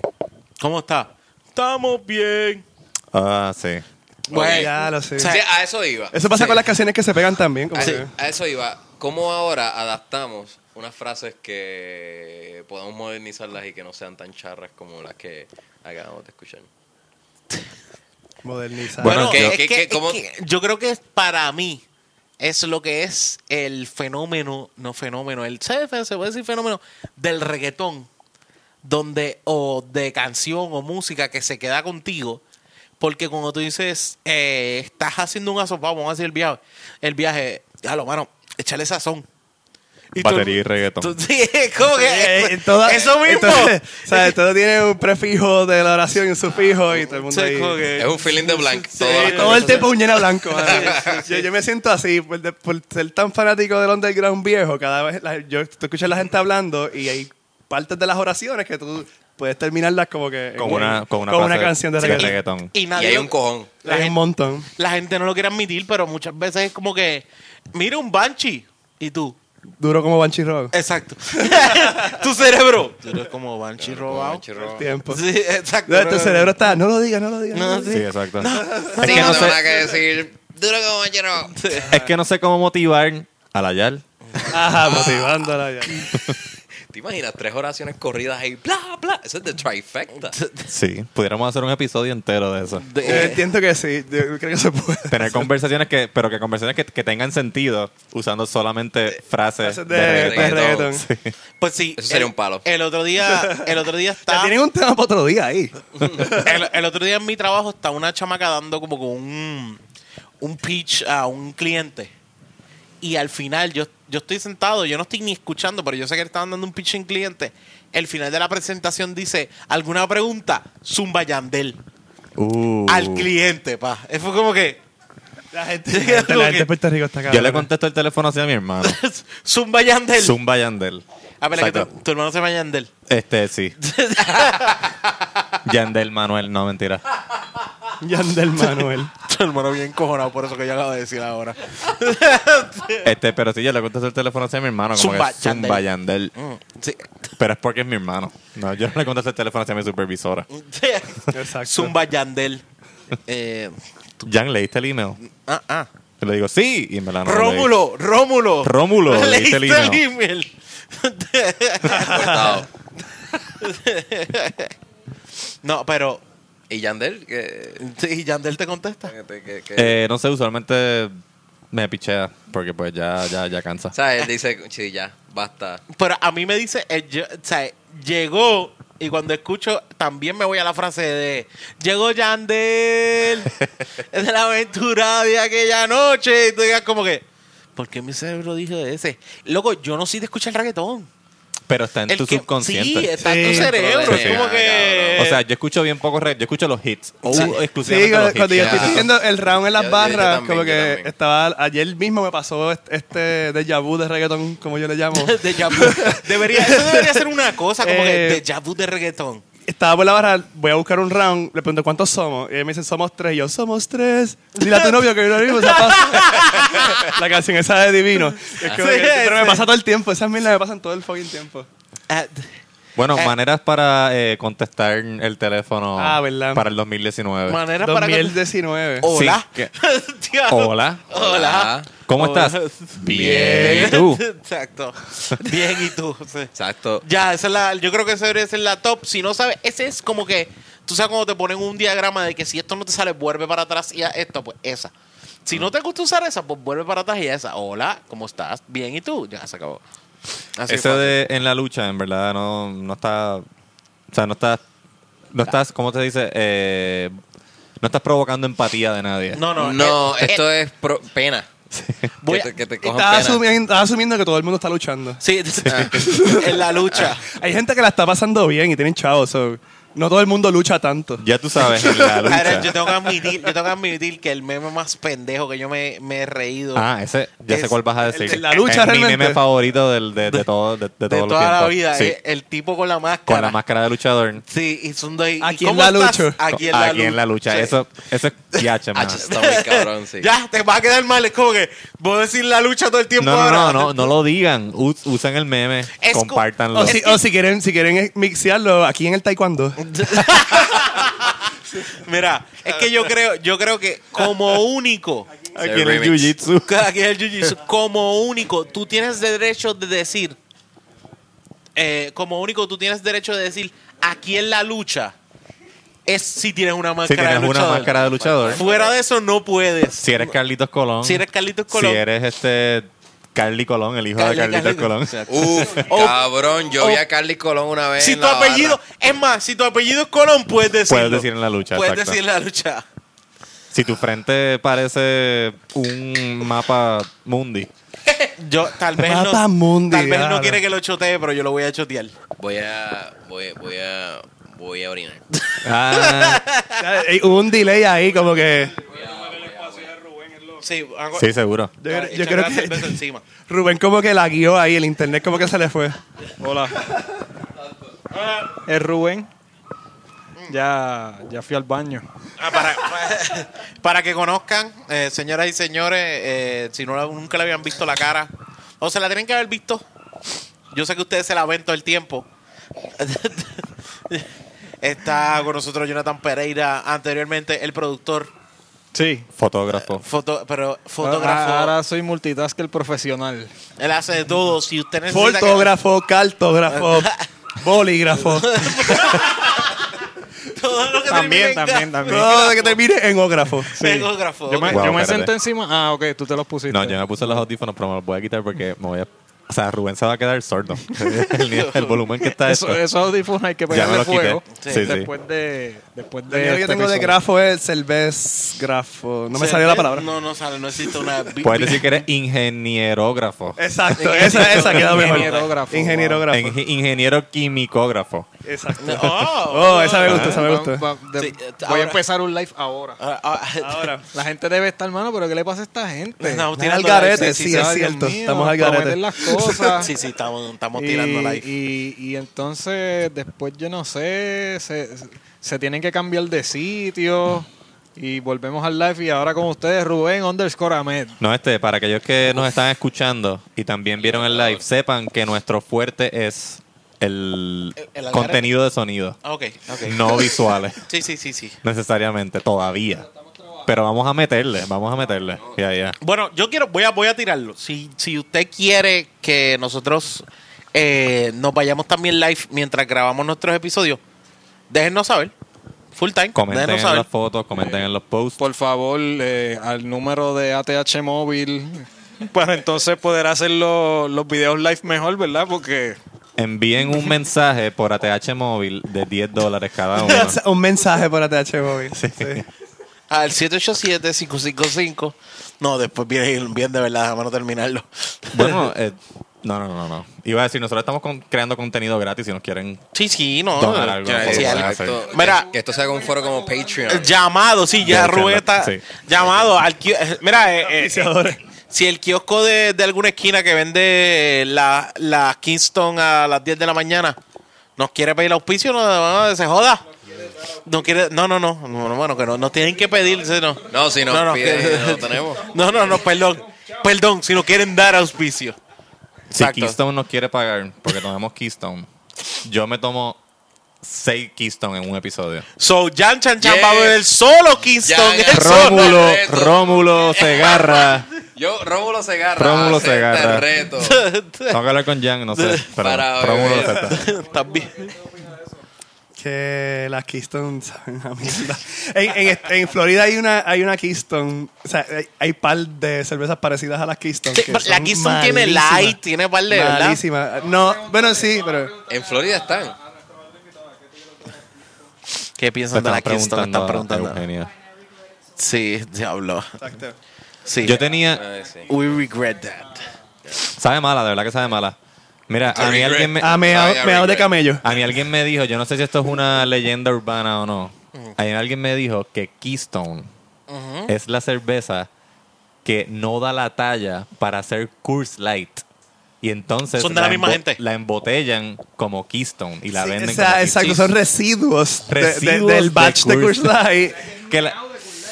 C: ¿Cómo está? Estamos bien.
D: Ah, sí.
C: Güey,
B: Pues ya lo sé.
C: o
F: Sí,
C: sea,
F: a eso iba.
B: Eso pasa
C: Sí.
B: con las canciones que se pegan también. como
F: A,
B: que-
F: a eso iba. ¿Cómo ahora adaptamos unas frases que podamos modernizarlas y que no sean tan charras como las que acabamos de escuchar?
B: modernizar.
C: Bueno,
F: Bueno, ¿qué-
C: es
F: qué-
C: que-
F: qué-
C: es
F: cómo-
C: que yo creo que es para mí es lo que es el fenómeno, no fenómeno, el se se puede decir fenómeno del reggaetón, donde o de canción o música que se queda contigo, porque cuando tú dices eh, estás haciendo un asopado, vamos a decir el viaje, el viaje, déjalo, mano, échale sazón. tú-
D: Batería y reggaetón.
C: tú- sí, es como que pues,
B: Eh, eh, toda-
C: eso mismo.
B: Entonces, ¿sabes? Todo tiene un prefijo de la oración y un sufijo y todo el mundo
C: Sí,
B: ahí.
C: como que-
F: Es un feeling de blank.
B: Sí,
F: todo-
B: todo el tiempo un llena blanco. mano. yo, yo me siento así, por, de- por ser tan fanático del underground viejo, cada vez la- yo tú escuchas a la gente hablando y hay partes de las oraciones que tú puedes terminarlas como que
D: Con
B: en-
D: una, con una, frase
B: canción de reggaetón.
D: reggaetón.
C: y
F: Y
C: nadie
F: hay
C: lo-
F: un cojón.
C: la
B: Hay
C: gente-
B: un montón.
C: la gente no lo quiere admitir, pero muchas veces es como que, mira un banshee. Y tú,
B: Duro como Banshee Rock.
C: exacto. tu cerebro. Tú eres como banshee robado. Pues,
F: Chirro.
B: Tiempo.
C: Sí, exacto.
B: No, tu cerebro está, no lo digas, no lo digas. no lo
C: No,
B: digas.
C: sí.
D: Sí, exacto.
F: Sí,
D: Es, que no
F: no tengo
D: sé,
F: nada que decir. Duro como chirro.
D: es que no sé cómo motivar a la Yal.
B: Ajá, motivándola ya.
F: ¿Te imaginas tres oraciones corridas ahí? Bla, bla. Eso es de trifecta.
D: Sí, pudiéramos hacer un episodio entero de eso.
B: Yo entiendo que sí, yo creo que se puede.
D: Tener conversaciones que, pero que conversaciones que, que tengan sentido usando solamente frases
B: Frases
D: de,
B: de- de
D: reggaetón.
B: reggaetón.
D: Sí.
C: Pues sí.
F: Eso sería
C: el-
F: un palo.
C: El otro día, el otro día
B: Ya
C: está.
B: tienen un tema para otro día ahí.
C: el, el otro día en mi trabajo está una chamaca dando como que un, un pitch a un cliente. Y al final, yo, yo estoy sentado, yo no estoy ni escuchando, pero yo sé que le estaban dando un pitch a un cliente. El final de la presentación dice, ¿alguna pregunta? Zumba Yandel.
D: Uh.
C: Al cliente, pa. Eso fue como que,
B: La gente, la gente, la gente de Puerto Rico está acá.
D: Yo le contesto el teléfono así a mi hermano.
C: Zumba Yandel.
D: Zumba Yandel.
C: a ver, Ah, que tu,
D: Exacto.
C: tu hermano se llama Yandel.
D: Este sí. Yandel Manuel, no mentira.
B: Yandel Manuel.
C: Tu hermano bien cojonado por eso que yo acabo de decir ahora.
D: Este, pero sí, yo le contesto el teléfono así a mi hermano, como
C: Zumba
D: que Zumba Yandel.
C: Mm, sí.
D: Pero es porque es mi hermano. No, yo no le contesto el teléfono así a mi supervisora.
B: Exacto.
C: Zumba Yandel. Eh,
D: Jan, ¿leíste el email?
C: ah, ah.
D: Y le digo, sí. Y me la no lo leí.
C: Rómulo, Rómulo.
D: Rómulo,
C: Leíste el email.
F: Cortado.
C: No, pero. eh,
F: Y Yandel, que,
C: Sí, Yandel te contesta.
F: que- que- que-
D: Eh, no sé, usualmente me pichea porque pues ya, ya, ya cansa.
F: o sea, él dice, sí, ya, basta.
C: Pero a mí me dice, eh, yo- o sea, llegó. Y cuando escucho, también me voy a la frase de Llegó Yandel Es la aventura de aquella noche. Y tú digas como que, ¿por qué mi cerebro dijo ese? Loco, yo no soy de escuchar reggaetón.
D: Pero está en
C: El
D: tu
C: que-
D: subconsciente.
C: Sí, está en
B: Sí,
C: tu cerebro.
F: pero
C: Es como
F: de-
C: que.
D: o sea, yo escucho bien poco reggaetón. Yo escucho los hits. O
B: Sí,
D: exclusivamente
B: cuando,
D: los hits. Ah.
B: cuando yo
F: ya.
B: estoy viendo el round en las
F: Yo- yo
B: barras,
F: también,
B: como
F: yo
B: que
F: también.
B: estaba. Ayer mismo me pasó este, este déjà vu de reggaetón, como yo le llamo.
C: de déjà vu. Debería, eso debería ser una cosa como
B: Eh,
C: que déjà vu de reggaetón.
B: estaba por la barra, voy a buscar un round, le pregunto cuántos somos. Y él me dice, somos tres. Y yo, somos tres. Dile a tu novio que vino mismo, se La canción esa de Divino. Es como
C: Sí,
B: que- pero me
C: sí.
B: pasa todo el tiempo, esas mierdas me pasan todo el fucking tiempo.
C: Ah,
D: Bueno,
C: Eh.
D: maneras para eh, contestar el teléfono
B: Ah, ¿verdad?
D: para el 2019.
C: manera para.
B: 2019.
C: Hola.
D: Sí,
C: Diablo.
D: Hola.
C: Hola.
D: ¿Cómo
C: Hola.
D: estás? Bien. ¿Y tú?
C: Exacto. Bien, ¿y tú? Sí.
F: Exacto.
C: Ya, esa es la, yo creo que esa debería ser la top. Si no sabes, ese es como que, tú sabes cuando te ponen un diagrama de que si esto no te sale, vuelve para atrás y a esto, pues esa. Si no te gusta usar esa, pues vuelve para atrás y a esa. Hola, ¿cómo estás? Bien, ¿y tú? Ya, se acabó. Así
D: Eso
C: fácil.
D: de en la lucha, en verdad, no, no está. O sea, no estás. No estás, ¿cómo te dice? Eh, no estás provocando empatía de nadie.
C: No, no,
F: No,
C: eh, eh,
F: esto es pro- pena.
C: Voy
F: que, te,
C: a-
F: que te cojan
B: Estás
F: pena.
B: asumiendo, estás asumiendo que todo el mundo está luchando.
C: Sí, en la lucha.
B: Hay gente que la está pasando bien y tienen chavos. so, no todo el mundo lucha tanto.
D: Ya tú sabes, en la
C: Ahora, yo
D: lucha.
C: tengo que admitir, yo tengo que admitir que el meme más pendejo que yo me, me he reído
D: Ah, ese, ya sé
C: Es-
D: cuál vas a decir.
B: en la lucha
D: es mi
B: realmente.
D: meme favorito del, de, de todo, de, de
C: de
D: todos los
C: toda la
D: tiempos.
C: vida eh,
D: Sí,
C: es el tipo con la máscara.
D: con la máscara de luchador.
C: Sí, y son de
B: Aquí
C: ¿y
B: en
C: cómo
B: la
C: estás?
B: lucha.
C: Aquí en la lucha. Sí.
D: Eso, eso es yache,
F: Ah,
D: mano.
F: está muy cabrón, sí.
C: Ya, te vas a quedar mal. Es como que vos decir la lucha todo el tiempo
D: No, no,
C: ahora.
D: no, no, no lo digan. Us- usen el meme,
C: Es co- Oh,
D: compártanlo.
B: O si, o si quieren, si quieren mixearlo aquí en el taekwondo.
C: Mira, es que yo creo, yo creo que como único,
D: Aquí en el
F: remix.
D: jiu-jitsu.
C: aquí en el jiu-jitsu, como único, tú tienes derecho de decir, eh, como único, tú tienes derecho de decir, aquí en la lucha, es si tienes una
D: Si
C: máscara
D: tienes
C: de
D: una
C: luchador.
D: máscara de luchador.
C: Fuera de eso no puedes.
D: Si eres Carlitos Colón.
C: Si eres Carlitos Colón.
D: Si eres este Carly Colón, el hijo
C: Carly-
D: de Carlitos
C: Carlitos.
D: Colón.
C: Exacto.
F: Uf,
C: Oh,
F: cabrón, yo vi
C: oh.
F: a Carly Colón una vez.
C: Si
F: en
C: tu
F: la barra.
C: apellido, es más, si tu apellido es Colón, puedes decirlo.
D: Puedes decir en la lucha,
C: Puedes
D: exacto.
C: decir en la lucha.
D: Si tu frente parece un mapa mundi.
C: Yo tal vez
B: Mapa
C: no,
B: mundi,
C: tal vez no
B: claro.
C: quiere que lo chotee, pero yo lo voy a chotear.
F: Voy a. Voy, voy a. Voy a orinar.
D: Ah,
B: Ya, eh, Hubo un delay ahí, como que.
C: Sí, hago-
D: sí, seguro.
B: Yo,
C: Ah,
B: yo
C: échale
B: creo
C: la cerveza
B: que
C: encima.
B: Rubén como que la guió ahí, el internet como que se le fue.
E: Hola. Es Rubén. Ya, ya fui al baño.
C: Ah, para, para- para que conozcan, eh, señoras y señores, eh, si no la- nunca le habían visto la cara, o se la tienen que haber visto. Yo sé que ustedes se la ven todo el tiempo. Está con nosotros Jonathan Pereira, anteriormente el productor,
E: Sí.
D: Fotógrafo.
C: foto, pero fotógrafo.
E: Ah, Ahora, ahora soy multitasker profesional.
C: Él hace de todo. Si usted necesita. que-
B: Fotógrafo, cartógrafo, bolígrafo.
C: todo lo que
E: También,
C: termine en
E: también,
C: gra-
E: también.
B: Todo que termine en ógrafo.
C: Fotógrafo.
E: Yo me,
D: Wow,
E: yo me
D: espérate.
E: senté encima. Ah, ok, tú te los pusiste.
D: No, yo me puse los audífonos, pero me los voy a quitar porque me voy a. O sea, Rubén se va a quedar sordo. el, nivel- el volumen que está
E: Eso-
D: eso.
E: esos audífonos hay que pegarle
D: los quité.
E: fuego.
D: Sí, sí.
E: Después de. Después
B: Lo
E: de
B: único que
E: este
B: yo tengo de
E: episodio.
B: grafo es cervez grafo. No me salió la palabra.
C: No, no sale, no existe una. bi-
D: Puedes
C: bi-
D: decir que eres ingenierógrafo.
B: Exacto, esa, esa queda mejor.
E: Ingenierógrafo.
B: Ingenierógrafo.
D: Eng- ingeniero quimicógrafo.
B: Exacto.
C: No.
B: Oh, esa me gustó, esa me
E: Va-
B: gustó.
E: va- de-
C: Sí, eh,
E: voy
C: ahora-
E: a empezar un live ahora.
C: Ah, ah,
B: Ahora.
E: La gente debe estar, mano, pero ¿qué le pasa a esta gente?
C: No,
B: Están al
C: tirando
B: garete,
C: live,
B: sí, es
E: Ay, Dios
B: cierto.
E: mío,
B: Estamos al
E: prometen
B: garete.
E: las cosas.
C: Sí, sí, estamos, estamos
E: y,
C: tirando live.
E: y- y entonces, después yo no sé, se, se tienen que cambiar de sitio. Y volvemos al live. Y ahora con ustedes, Rubén underscore Ahmed.
D: No, este, para aquellos que nos están escuchando y también vieron el live, sepan que nuestro fuerte es el,
C: El- el algarete.
D: contenido de sonido,
C: Ah, ok, ok.
D: no visuales,
C: Sí, sí, sí, sí.
D: necesariamente, todavía. Pero vamos a meterle, vamos a meterle. Ya, ya.
C: Bueno, yo quiero, voy a, voy a tirarlo. Si, si usted quiere que nosotros eh, nos vayamos también live mientras grabamos nuestros episodios, déjennos saber. Full time.
D: Comenten
C: déjennos
D: en
C: saber.
D: las fotos, comenten en los posts.
E: Por favor, eh, al número de ATH móvil. Para entonces poder hacer lo- los videos live mejor, ¿verdad? Porque
D: Envíen un mensaje por ATH móvil de 10 dólares cada uno.
B: Un mensaje para TH Móvil. Sí.
C: Al 787-555. No, después viene bien de verdad, vamos a terminarlo.
D: bueno, eh, no, no, no, no. Iba a decir, nosotros estamos con- creando contenido gratis si nos quieren.
C: Sí, sí, no.
D: Donar algo,
C: ya,
D: por
C: sí,
D: favor.
C: algo.
F: Exacto.
C: Mira.
F: Que- que esto sea un foro como Patreon.
C: Eh, Llamado, sí, ya
D: Gracias,
C: Rubeta.
D: sí.
C: Llamado al qui- eh, Mira, eh, eh, si el kiosco de, de alguna esquina que vende la, la Kingston a las 10 de la mañana nos quiere pedir auspicio, no, no, se joda. No quiere, no, no, no, no, no, bueno, que no, nos tienen que pedir, sí, no.
F: No, si nos piden, no lo tenemos.
C: No, no, no, perdón. Perdón, si no quieren dar auspicio.
D: Si
C: Exacto.
D: Keystone nos quiere pagar, porque tomamos Keystone, yo me tomo 6 Keystone en un episodio.
C: So, Jan Chan Chan
F: Yes.
C: va a beber solo Kingston.
F: Ya, ya.
C: él solo.
D: Rómulo,
F: reto.
D: Rómulo Segarra.
F: Yo, Rómulo Segarra.
D: Rómulo
F: acepta
D: Segarra.
F: el reto.
D: Tengo que hablar con Jan, no sé. Pero
F: Para
D: Rómulo
F: beber.
D: acepta.
C: También.
B: Que las Keystone saben a mierda. En, en- en Florida hay una, hay una Keystone. O sea, hay, hay par de cervezas parecidas a las Keystone.
C: Sí,
B: que
C: pero la
B: son
C: Keystone tiene
B: malísimas.
C: light, tiene par de, ¿verdad?
B: Malísima. No, bueno, sí, pero.
F: En Florida están.
C: ¿Qué
D: Se
C: piensan de
D: están
C: la Kingston? Están
D: preguntando.
C: preguntando.
D: a Eugenia.
C: Sí, diablo.
B: Exacto.
C: Sí.
D: Yo tenía.
F: Ah, sí.
C: We regret that.
D: Sabe mala, de verdad que sabe mala. Mira, a mí
F: regret.
D: alguien me.
B: Ah, meao,
F: Ay,
B: meao de
F: regret.
B: camello.
D: A mí alguien me dijo, yo no sé si esto es una leyenda urbana o no.
C: Mm.
D: A mí alguien me dijo que Keystone es la cerveza que no da la talla para hacer Curse Light. Y entonces
C: Son de la misma
D: embo-
C: gente.
D: la embotellan como Keystone y la
B: Sí,
D: venden
B: o sea,
D: como
B: exacto,
D: Keystone.
B: son residuos, de- de-
D: Residuos de
B: del batch de
D: Coors
B: Coors Light.
D: que, la-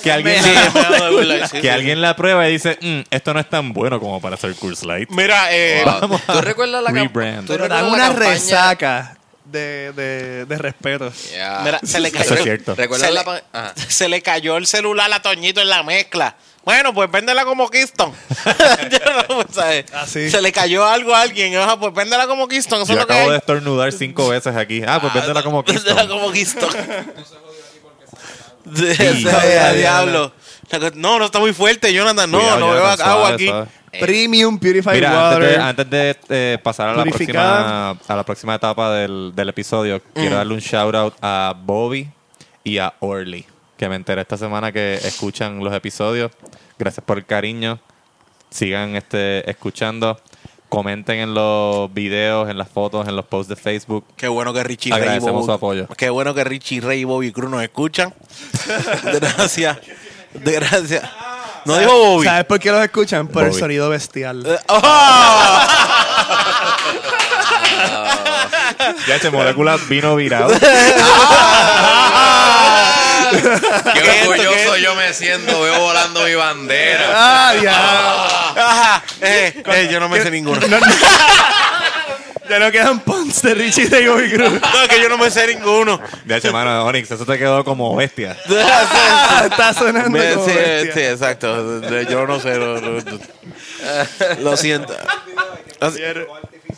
D: que alguien,
C: Sí,
D: la,
C: me ha dado el like, sí, sí.
D: que alguien la prueba y dice, "Mm, esto no es tan bueno como para hacer Curse Light.
C: Mira, eh,
F: Wow. ¿Tú recuerdas la camp-
D: Rebrand.
F: ¿Tú
B: Pero
F: recuerdas
B: dan
F: la
B: una
F: campaña?
B: resaca de, de, de respeto.
F: Ya.
C: mira, se le
D: Eso
C: cayó.
D: es cierto.
F: ¿Recuerdas
C: Se
F: la
C: le,
F: pa- Ajá.
C: se le cayó el celular a Toñito en la mezcla. Bueno, pues véndela como Kingston. Yo no, pues, ¿sabes?
B: Ah, sí.
C: Se le cayó algo a alguien. Ajá, pues véndela como Kingston. Eso
D: Yo
C: es lo que
D: acabo de
C: hay.
D: estornudar cinco veces aquí. Ah, pues véndela como
C: Véndela
D: Keystone.
C: como Kingston.
D: Sí.
C: Sí, a diablo. La co- No, no está muy fuerte, Jonathan. No,
D: Cuidado,
C: no veo
D: Jonathan,
C: agua
D: suave,
C: aquí.
D: suave.
B: Premium Purified
D: Mira, antes de,
B: Water.
D: antes de, eh, pasar a la, próxima,
B: Purificada.
D: a la próxima etapa del, del episodio,
C: Mm.
D: quiero darle un shout out a Bobby y a Orly, que me enteré esta semana que escuchan los episodios. Gracias por el cariño. Sigan este, escuchando. Comenten en los videos, en las fotos, en los posts de Facebook.
C: Qué bueno que Richie Ray y
D: Agradecemos
C: Bobby.
D: su apoyo.
C: Qué bueno que Richie Ray y Bobby Cruz nos escuchan. Gracias. Gracias. No digo Bobby.
B: ¿Sabes por qué los escuchan? Por
D: Bobby.
B: el sonido bestial.
C: Eh, ¡oh!
D: Ya este molécula vino virado.
F: Qué
C: esto,
F: orgulloso
C: qué-
F: yo me siento, veo volando mi bandera.
B: ¡Ah, ya!
C: Ajá. Eh, eh, yo no me sé ninguno.
B: No, no. ya no quedan punts de Richie de Bobby Cruz.
C: No, es que yo no me sé ninguno.
D: ya este mano, Onyx, eso te quedó como bestia.
B: Ah, está sonando
C: Me-
B: como
C: sí,
B: bestia.
C: sí, exacto. Yo no sé. no, no, no. Lo siento.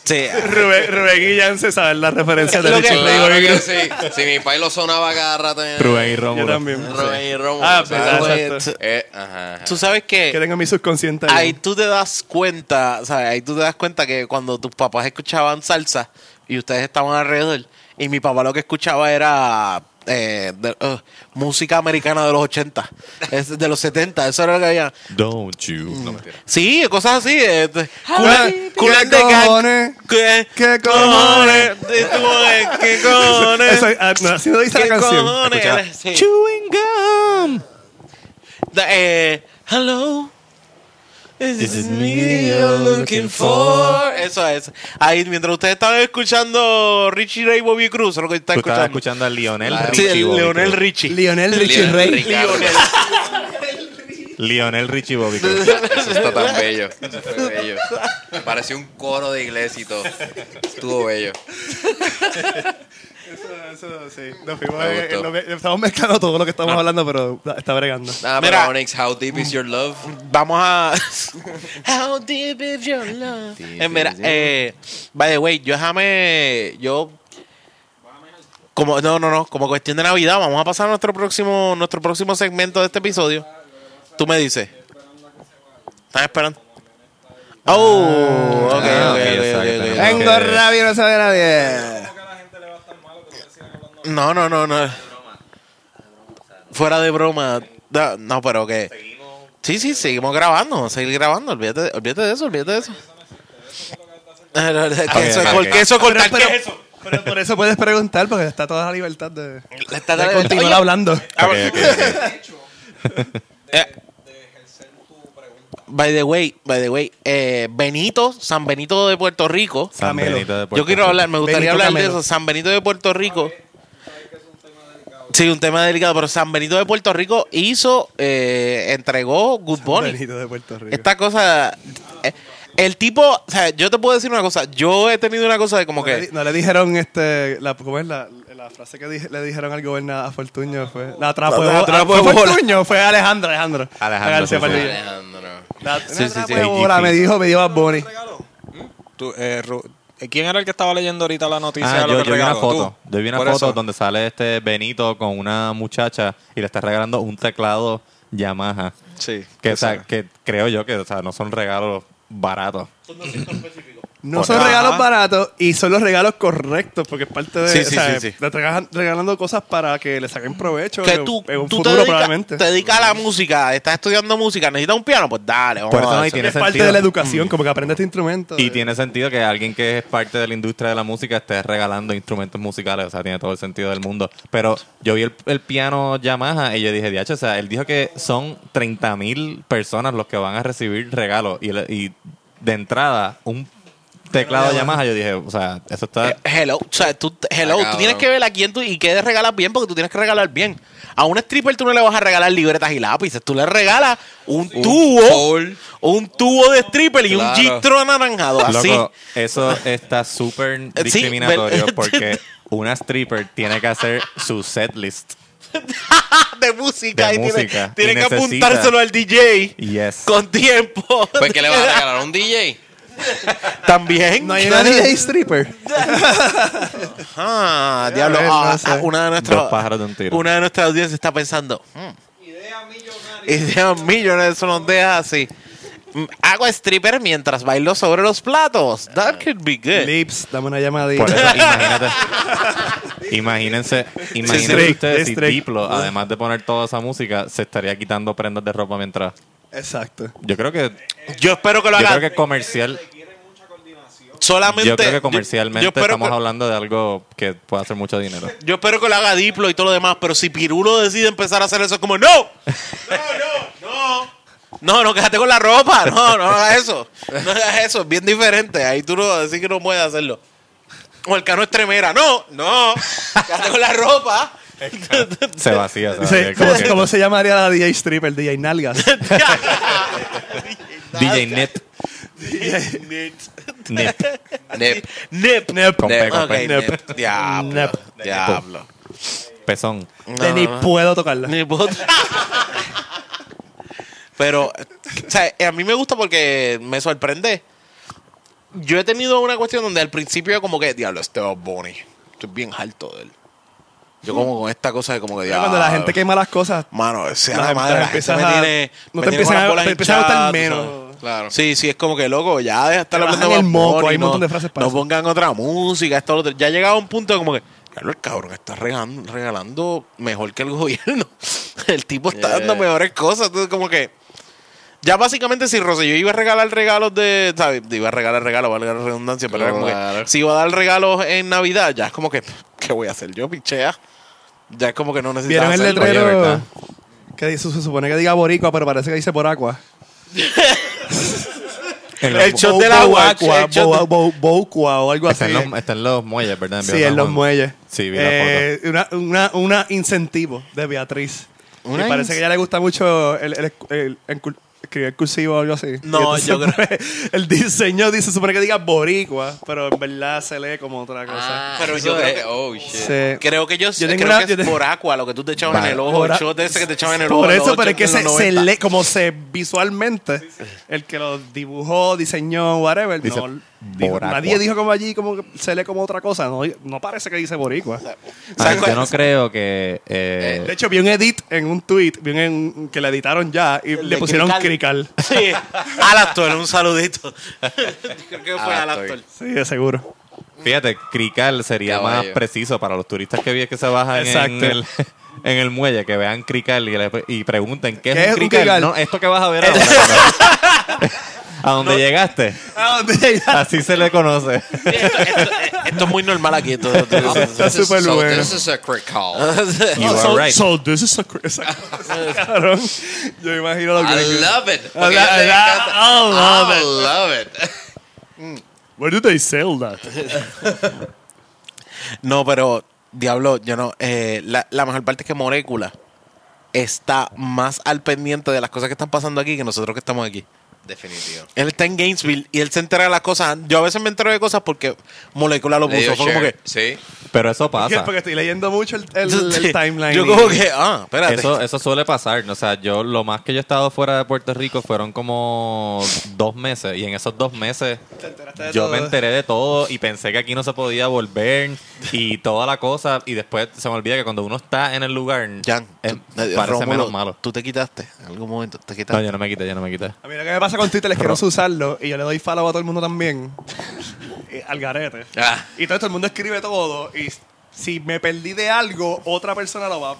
C: Sí.
B: Rubén, Rubén y Jan se saben las referencias de
C: Lo
B: Richie
C: que-
B: Ray y
F: Claro
B: Bobby
F: que
B: Cruz.
F: sí. Si mi país lo sonaba cada rato en
D: Rubén y
B: Yo
D: Rómulo.
B: también.
F: Rubén y Romo.
B: Ah,
F: ¿sabes?
B: pues,
C: Oye,
B: exacto.
C: t-
F: Eh, ajá, ajá.
C: Tú sabes que.
B: Que tengo mi subconsciente ahí.
C: ahí tú te das cuenta, ¿sabes? Ahí tú te das cuenta que cuando tus papás escuchaban salsa y ustedes estaban alrededor, y mi papá lo que escuchaba era eh, de- uh, música americana de los 80, es de los 70, eso era lo que había.
D: Don't you. No, mentira.
C: Sí, cosas así. eh, de-
B: ¿Qué
C: Culan culan de gang.
B: cojones?
C: ¿Qué
B: ¿Qué
C: cojones?
B: cojones?
C: ¿Qué cojones? ¿Qué cojones?
B: Eso, ah, no, así no dice
C: ¿Qué
B: la canción.
C: cojones?
D: Escucha.
C: Sí.
D: Chewing gum.
C: Da- eh, hello. This,
D: This
C: is
D: is
C: me
D: me
C: you're
D: you're
C: looking
D: looking
C: for. Eso es. Ahí, mientras ustedes estaban escuchando Richie Ray Bobby Cruz, es lo que
D: Tú
C: están
D: estabas
C: escuchando.
D: escuchando a Lionel
F: Claro.
D: Richie.
C: sí,
D: Bobby
C: Leonel
D: Cruz.
C: Richie.
B: Lionel Richie
F: Lionel
B: Ray.
F: Ricardo.
D: Lionel Richie Bobby Cruz.
F: Eso está tan bello. Eso fue bello. Pareció un coro de iglesia y todo. Estuvo bello.
B: Eso sí. Nos fuimos,
F: Me
B: eh,
F: gustó.
B: lo que- estamos mezclando todo lo que
D: Ah.
B: estamos hablando, pero está bregando.
F: Nada,
C: Mira.
F: pero Onyx, how deep is your love?
C: Vamos a. How deep is your love? Eh, mira, eh, by the way, yo déjame. Yo. Como, no, no, no. Como cuestión de Navidad, vamos a pasar a nuestro próximo, nuestro próximo segmento de este episodio. Tú me dices. ¿Estás esperando? Oh, ok, ok,
D: Ah, ok,
C: ok,
D: exacto.
C: ok, ok.
D: Ah, Vengo ok.
B: rabia, no sabe nadie.
C: No, no, no, no. Fuera de broma. Da- No, pero que. Sí, sí, seguimos grabando, seguir grabando. Olvídate, de- olvídate de eso, olvídate de eso. No, no, es que eso-
D: ok.
C: ¿Por qué eso cortar? ¿Qué es eso?
B: Pero por eso puedes preguntar, porque está toda la libertad de,
C: Está-
B: de
C: está-
B: continuar
C: Eh, oye,
B: hablando.
C: ah,
D: Ok, ok,
C: eh, By the way, by the way, eh, Benito, San Benito de Puerto Rico.
D: San
B: Camelo.
D: Benito de Puerto
C: Yo quiero
D: Rico.
C: hablar, me gustaría
B: Benito
C: hablar de
B: Camelo.
C: eso. San Benito de Puerto Rico. Sí, un tema delicado, pero San Benito de Puerto Rico hizo, eh, entregó Good Bunny.
B: Benito de Puerto Rico.
C: Esta cosa. eh, El tipo. O sea, yo te puedo decir una cosa. Yo he tenido una cosa de como
B: no, le,
C: que.
B: di- no le dijeron este, la, ¿cómo es la, la frase que dije- le dijeron al gobernador a Fortuño? Fue, la atrapó
C: La
B: de bola.
C: atrapó de
B: Fue
C: bola.
B: Fortuño, fue Alejandro, Alejandro.
D: Alejandro,
B: García
D: sí, sí.
B: Padilla.
F: Alejandro.
B: La,
D: Sí, sí, sí.
B: atrapó de bola, me dijo, me dio Bad Bunny.
E: Tú, eh, Ru- eh, ¿Quién era el que estaba leyendo ahorita la noticia
D: Ah,
E: de lo
D: yo,
E: del
D: yo vi una
E: regalo?
D: foto.
E: ¿Tú?
D: Yo vi una
E: Por
D: foto
E: eso.
D: donde sale este Benito con una muchacha y le está regalando un teclado Yamaha.
E: Sí.
D: Que, o
E: esa.
D: sea, que creo yo que o sea, no son regalos baratos.
B: No son
D: Ajá.
B: regalos baratos y son los regalos correctos porque es parte de.
C: Sí,
B: o
C: sí,
B: sea,
C: sí, sí.
B: Le estás regalando cosas para que le saquen provecho
C: Que
B: en-
C: tú,
B: en un
C: tú te,
B: futuro,
C: dedicas,
B: probablemente.
C: te dedicas a la música, estás estudiando música, necesitas un piano, pues dale, vamos
D: Por eso
C: a
D: no hay
C: eso.
D: tiene
B: es parte
D: sentido.
B: de la educación, como que aprende este instrumento.
D: Y
B: Eh,
D: tiene sentido que alguien que es parte de la industria de la música esté regalando instrumentos musicales, o sea, tiene todo el sentido del mundo. Pero yo vi el, el piano Yamaha y yo dije, diacho, o sea, él dijo que son 30 mil personas los que van a recibir regalos y, le- y de entrada un teclado Yamaha, yo dije, o sea, eso está...
C: Eh, Hello, o sea, tú, hello,
F: Ah,
C: tú
F: cabrón.
C: tienes que ver a quién tú y qué le regalas bien, porque tú tienes que regalar bien. A un stripper tú no le vas a regalar libretas y lápices, tú le regalas un, tubo,
F: Paul.
C: un tubo de stripper y un
F: Claro.
C: G-Tron anaranjado, así.
D: Loco, eso está súper
C: eh, Sí,
D: discriminatorio
C: vel-
D: porque una stripper tiene que hacer su setlist.
C: de música
D: De
C: y tiene,
D: música,
C: tiene
D: y
C: que
D: necesita-
C: apuntárselo al DJ
D: Yes.
C: con tiempo.
F: Pues que le vas a regalar a un DJ.
C: También.
B: No hay una DJ stripper.
C: Ajá, diablo.
B: ves,
C: Ah,
B: no sé.
C: ah, una de
D: Dos
C: nuestras
D: pájaros de un tiro.
C: una de nuestras audiencias está pensando. "Hmm, Ideas millonarias. Ideas millonarias, eso nos deja así. Mm, Hago stripper mientras bailo sobre los platos. That could be good.
B: Lips, dame una llamadita.
D: Por eso, imagínate. imagínense, imagínense
B: Strict,
D: ustedes si
B: strict.
D: Diplo, además de poner toda esa música, se estaría quitando prendas de ropa mientras.
B: Exacto.
D: Yo creo que,
C: Yo espero que lo
D: yo
C: haga
D: creo que comercial,
C: solamente.
D: yo creo que comercialmente
C: yo espero
D: estamos
C: que-
D: hablando de algo que puede hacer mucho dinero.
C: Yo espero que lo haga Diplo y todo lo demás, pero si Pirulo decide empezar a hacer eso, es como, no, no, no, no. No, no, quédate con la ropa. No, no hagas eso. No hagas eso. Es bien diferente. Ahí tú no decís que no puedes hacerlo. O el cano estremera. No, no. Quédate con la ropa.
D: Se vacía, se vacía.
B: Dice, ¿cómo, se- cómo se llamaría la DJ stripper? DJ Nalgas.
D: DJ Net,
C: Nip.
D: Net,
F: Nep.
C: Nip.
B: Nep.
D: Con P, con
C: Ok,
D: P.
C: nip. Diablo.
B: Nep.
C: Diablo.
D: pezón.
B: De ni puedo tocarla.
C: Ni puedo- Pero, o sea, a mí me gusta porque me sorprende. Yo he tenido una cuestión donde al principio como que, diablo, este Bad Bunny. Estoy bien alto de él. Yo como con esta cosa de como que,
B: Pero
C: diablo.
B: Cuando la gente quema las cosas,
C: Mano, sea
B: la-
C: la madre,
B: la
C: la gente
B: empiezas
C: me
B: a-
C: tiene...
B: no
C: me
B: te
C: tiene con
B: empiezan
C: las
B: a-
C: bolas
B: te empiezan a gustar
C: hinchadas, tú
B: menos.
C: sabes.
F: Claro.
C: Sí, sí, es como que loco, ya deja de estar
B: Te
C: hablando
B: bajan el
C: Bad
B: moco,
C: Bunny,
B: hay un
C: no-
B: montón de frases para
C: No
B: eso.
C: pongan otra música, esto lo otro. Ya llegaba un punto de como que, claro, el cabrón está regalando, regalando mejor que el gobierno. el tipo está dando mejores cosas. Entonces, como que. Ya básicamente, si Rosselló iba a regalar regalos de. ¿Sabes? Iba a regalar regalos, valga la redundancia, pero era como
F: Claro.
C: que. Si iba a dar regalos en Navidad, ya es como que. ¿Qué voy a hacer yo, pichea? Ya es como que no necesitaba
B: ¿vieron el
C: hacerlo.
D: Oye,
B: letrero?
D: ¿verdad?
B: Que dice- se supone que diga boricua, pero parece que dice por agua.
D: En los-
C: El shot del agua.
B: Bouacua,
C: el shot de-
B: Bou- Bou- Boucua o algo
D: está,
B: así.
D: en los, está en los muelles, ¿verdad?
B: Sí, en los
D: San Juan.
B: muelles.
D: Sí, vi la
B: Eh, una, una, una incentivo de Beatriz.
C: Una
B: Me parece
C: inc-
B: que a ella le gusta mucho el, el, el, encul- escribir cursivo o algo así.
C: No,
B: Y entonces,
C: yo creo-
B: pues, El diseño dice, supone que diga boricua, pero en verdad se lee como otra cosa.
F: Ah,
C: Pero
F: eso
C: yo creo
F: es-
C: que-
F: Oh, shit.
B: Se-
C: Creo que yo,
B: Eh, Yo tengo
C: creo
B: una-
C: que
B: yo
C: es
B: te-
C: por agua lo que tú te echabas en el ojo,
B: Por
C: el
B: a-
C: shot ese que te echaban en el ojo.
B: Por
C: los
B: eso, pero es
C: shots
B: que
C: de
B: se,
C: los
B: se
C: 90.
B: lee, como se visualmente, el que lo dibujó, diseñó, whatever,
D: Dice,
B: no, dijo-
D: boracua.
B: nadie dijo como allí, como que se lee como otra cosa, no, no parece que dice boricua.
D: Ay, Ah, yo no creo que. eh,
B: De hecho, vi un edit en un tweet, vi un- en- que le editaron ya y
C: El
B: le
C: de
B: pusieron
C: Crical.
B: crical.
C: Sí, al Ah, actor, un saludito. Creo que
B: Ah,
C: fue al
F: Al actor.
C: actor.
B: Sí, de seguro.
D: Fíjate, crical sería
F: Caballo.
D: más preciso para los turistas que vi que se bajan en
B: Exacto.
D: el, en el muelle, que vean crical y, le- y pregunten qué,
B: ¿Qué
D: es un crical. No, esto que vas a ver ahora. a dónde llegaste.
F: Ah,
D: Así se le conoce.
C: Sí, Esto, esto- esto es muy normal aquí. Esto, esto- esto-
B: Está súper
F: so
B: bueno.
F: this is a quick call.
D: You
B: Oh,
D: are
B: so,
D: right.
B: so this is a cr- esa cosa, cabrón. Yo imagino lo que.
F: I love it.
B: I
F: Porque
B: lo-
F: a ellos
B: I
F: les encanta. Ah.
B: lo- I love
F: I
B: it.
F: love it.
B: Where do they sell that?
C: No, pero, diablo, yo no. eh, la, la mejor parte es que Molécula está más al pendiente de las cosas que están pasando aquí que nosotros que estamos aquí.
F: Definitivo.
C: Él está en Gainesville y él se entera de las cosas. Yo a veces me entero de cosas porque Molécula lo
F: Le
C: puso.
F: digo,
C: Fue como
F: share.
C: que.
F: Sí.
D: Pero eso pasa.
B: Porque estoy leyendo mucho el, el- el timeline.
C: Yo como que, ah, espérate.
D: Eso, eso suele pasar. ¿no? O sea, yo lo más que yo he estado fuera de Puerto Rico fueron como dos meses. Y en esos dos meses
B: de
D: yo
B: todo.
D: me enteré de todo y pensé que aquí no se podía volver y toda la cosa. Y después se me olvida que cuando uno está en el lugar,
C: Jan,
D: eh,
C: tú- eh,
D: parece
C: Rómulo,
D: menos malo.
C: Tú te quitaste. En algún momento te
D: No,
C: quitaste.
D: yo no me quité, yo no me quité.
B: A mí lo que me pasa con Twitter es que no sé usarlo y yo le doy follow a todo el mundo también. Eh, Al garete.
F: Ah.
B: Y todo, todo el mundo escribe todo y si me perdí de algo, otra persona lo va
D: Ok,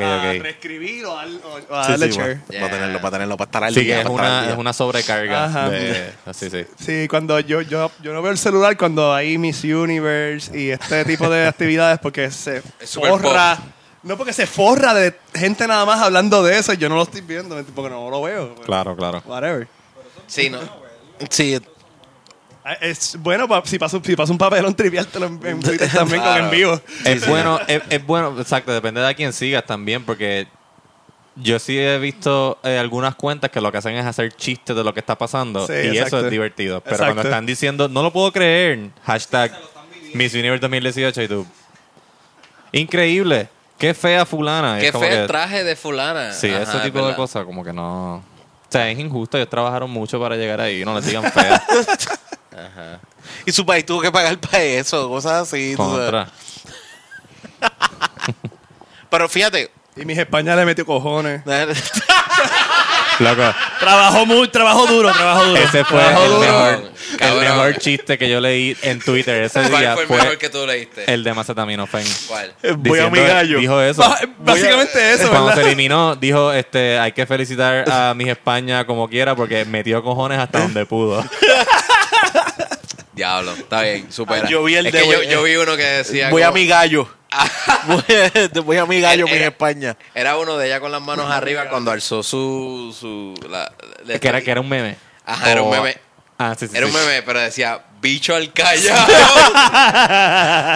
B: a
D: ok.
B: reescribir o, al- o- o a
F: Ah,
D: Sí,
B: darle
D: sí,
B: share.
D: bueno.
F: Yeah.
C: Para tenerlo, para tenerlo, para estar al
D: Sí,
C: día.
D: que es
C: para estar al
D: una,
C: día.
D: es una sobrecarga.
B: Ajá.
D: De, así, sí.
B: Sí, cuando yo, yo, yo no veo el celular cuando hay Miss Universe y este tipo de actividades porque se
F: Es super
B: forra. No porque se forra de gente nada más hablando de eso y yo no lo estoy viendo porque no lo veo. pero
D: Claro, claro.
B: Whatever.
F: Sí, no.
C: Sí,
B: Ah, Es bueno pa- si pasa si pasa un papelón trivial te lo en, en Twitter también con en vivo.
D: es bueno, es, es bueno, exacto, depende de a quién sigas también, porque yo sí he visto eh, algunas cuentas que lo que hacen es hacer chistes de lo que está pasando
B: Sí,
D: y
B: exacto.
D: eso es divertido. Pero
B: Exacto.
D: cuando están diciendo, no lo puedo creer, hashtag Miss Universe 2018 y tú, increíble, qué fea fulana. Y
F: Qué
D: es como
F: feo
D: que-
F: el traje de fulana.
D: Sí,
F: Ajá,
D: ese
F: es
D: tipo de
F: verdad.
D: cosas como que no... O sea, es injusto, ellos trabajaron mucho para llegar ahí, no les digan fea.
C: y su país tuvo que pagar para eso, cosas así. tú sabes.
D: Contra.
C: Pero fíjate.
B: Y mis España le metió cojones.
D: Loco,
B: Trabajó muy, trabajó duro, trabajó duro.
D: Ese fue
B: Trabajó
D: el
B: duro.
D: mejor, el
F: Cabrón.
D: mejor chiste que yo leí en Twitter ese
F: ¿Cuál
D: día.
F: fue el
D: Fue
F: mejor que tú leíste?
D: el de Macetaminofen.
F: ¿Cuál?
D: Eh, Voy a mi gallo. Dijo eso.
B: Ba- Ah, Básicamente eso,
D: Cuando se
B: ¿verdad?
D: eliminó, dijo, este, hay que felicitar a mis España como quiera porque metió cojones hasta donde pudo.
F: Diablo, está bien, supera.
C: Yo vi el
F: Es
C: de-
F: que yo, yo vi uno que decía.
C: voy a
F: como-
C: mi gallo. voy, voy a mi gallo, mi
F: Era-
C: España.
F: Era uno de ella con las manos arriba cuando alzó su. su la, la-
D: que, era, que era un meme.
F: Ajá, era un meme.
D: Ah, sí, sí.
F: Era
D: sí.
F: un meme, pero decía bicho al callao.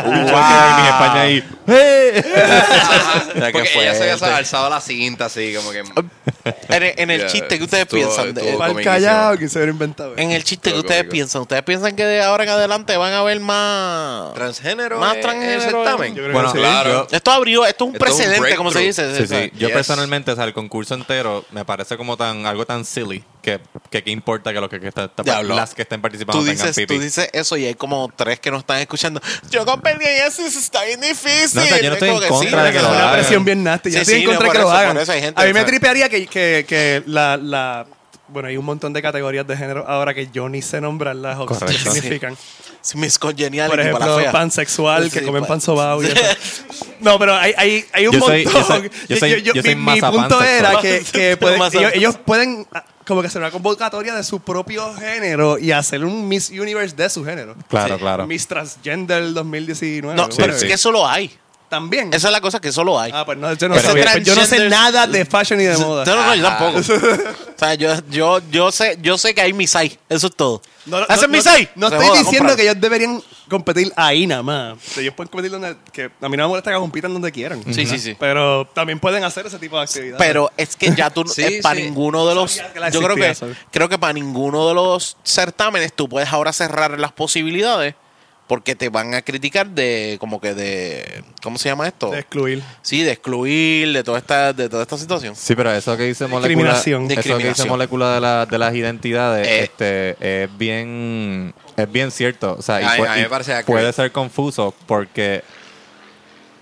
D: Un choque de mis España ahí.
F: Ajá,
D: Ya que este. Oh.
F: Porque ella se
D: fuerte.
F: había alzado la cinta así, como que.
C: En el, en el
F: eh, Ya,
C: chiste que ustedes
F: estuvo-
C: piensan. de-
F: estuvo-
B: Pa'l callao, que se hubiera inventado.
C: en el chiste que
F: estuvo
C: ustedes
F: cómico.
C: piensan. Ustedes piensan que de ahora en adelante van a ver más.
F: Transgénero.
C: Más
F: eh,
C: transgénero,
F: El certamen.
B: Yo creo
D: Bueno,
B: que sí.
F: claro.
C: Esto abrió, esto es un
F: Esto es un
C: precedente, como se dice.
F: breakthrough.
D: Sí, sí. Yo
F: Yes.
D: personalmente, o sea, el concurso entero me parece como tan algo tan silly que que, qué importa que, los que, que está- está-
C: Diablo.
D: las que estén participando
C: Tú
D: tengan
C: dices,
D: pipí.
C: tú dices eso y hay como tres que no están escuchando. Yo comprendí eso y eso está bien difícil.
D: No, o sea, yo no
C: Es
D: estoy
C: como
D: en
C: que
D: contra de que
B: Es
D: lo
B: una
D: hagan.
B: presión bien nasty. Yo
C: Sí,
B: estoy
C: sí,
B: en contra
C: no,
B: que
C: por
B: lo
C: eso-
B: hagan.
C: por eso hay gente,
B: a mí
C: o
B: me
C: sea.
B: tripearía que, que, que la, la... Bueno, hay un montón de categorías de género ahora que yo ni sé nombrarlas o qué
D: Correcto.
B: significan.
C: Sí, Mis congeniales
B: Por
C: y para la
B: ejemplo,
C: fea.
B: pansexual, que
C: Sí, pues.
B: comen
C: pa-
B: pan sobao y
C: Sí.
B: eso. No, pero hay, hay, hay un
D: Yo soy-
B: montón.
D: yo soy- yo soy- yo soy
B: mi, mi
D: masa
B: punto
D: pansexual.
B: era que, que pueden-
C: Masa-
B: ellos, ellos pueden ah, como que hacer una convocatoria de su propio género y hacer un Miss Universe de su género.
D: Claro, claro.
B: Miss Transgender 2019.
C: No,
B: whatever.
C: pero es que eso lo hay.
B: También.
C: Esa es la cosa que solo hay.
B: Ah, pues no, yo no, sé,
C: Eso
B: pues yo no sé
C: transgenders-
B: nada de fashion y de moda.
C: No, no, no, yo tampoco. o sea, yo, yo, yo, sé, yo sé que hay misai. Eso es todo.
B: No, no,
C: ¿Hacen
B: no,
C: misai?
B: No
C: Se
B: estoy
C: joda,
B: diciendo
C: cómpralo.
B: que ellos deberían competir ahí nada más. O sea, ellos pueden competir donde... Que a mí no me molesta que compitan donde quieran.
C: Sí,
B: ¿verdad?
C: sí, sí.
B: Pero también pueden hacer ese tipo de actividades.
C: Pero es que ya tú,
E: Sí,
C: eh, para
E: sí.
C: ninguno de los,
B: Sabía que la
C: yo creo que,
B: existía, sabía.
C: creo que para ninguno de los certámenes tú puedes ahora cerrar las posibilidades porque te van a criticar de, como que de, ¿cómo se llama esto?
B: De excluir.
C: sí, de excluir, de toda esta, de toda esta situación.
D: Sí, pero eso que dice molécula,
B: Discriminación.
D: eso que dice
C: Discriminación.
D: molécula de, la- de las identidades,
C: Eh.
D: este, es bien, es bien cierto. O sea, y
F: A mí-
D: pu-
F: a mí me
D: y
F: parece que-
D: puede ser confuso porque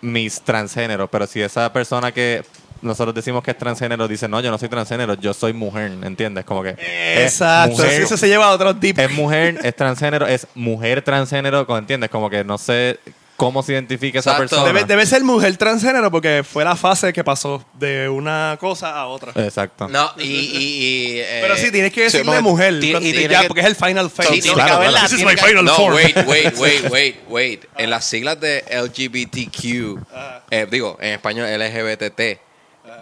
D: mis transgéneros, pero si esa persona que nosotros decimos que es transgénero dice no, yo no soy transgénero, yo soy mujer, ¿entiendes? Como que es
B: Exacto.
D: mujer,
B: Sí, Eso se lleva a otros tipos.
D: es mujer, es transgénero, es mujer transgénero, como ¿entiendes? Como que no sé cómo se identifica esa
F: Exacto.
D: persona.
B: Debe, debe ser mujer transgénero porque fue la fase que pasó de una cosa a otra.
D: Exacto.
F: No, y. y, y, eh,
B: Pero sí, tienes que
C: Eh, sí,
B: decirle
C: porque
B: mujer.
C: ti- y
B: cuando-
C: tiene
B: ya,
C: que-
B: porque es el final phase.
C: Sí,
B: ¿no?
C: tiene que haberla,
B: This is
C: tiene
B: my
C: que-
B: final
F: No,
B: form.
F: wait, wait, wait, wait, wait. En las siglas de LGBTQ, eh, digo, en español LGBTT,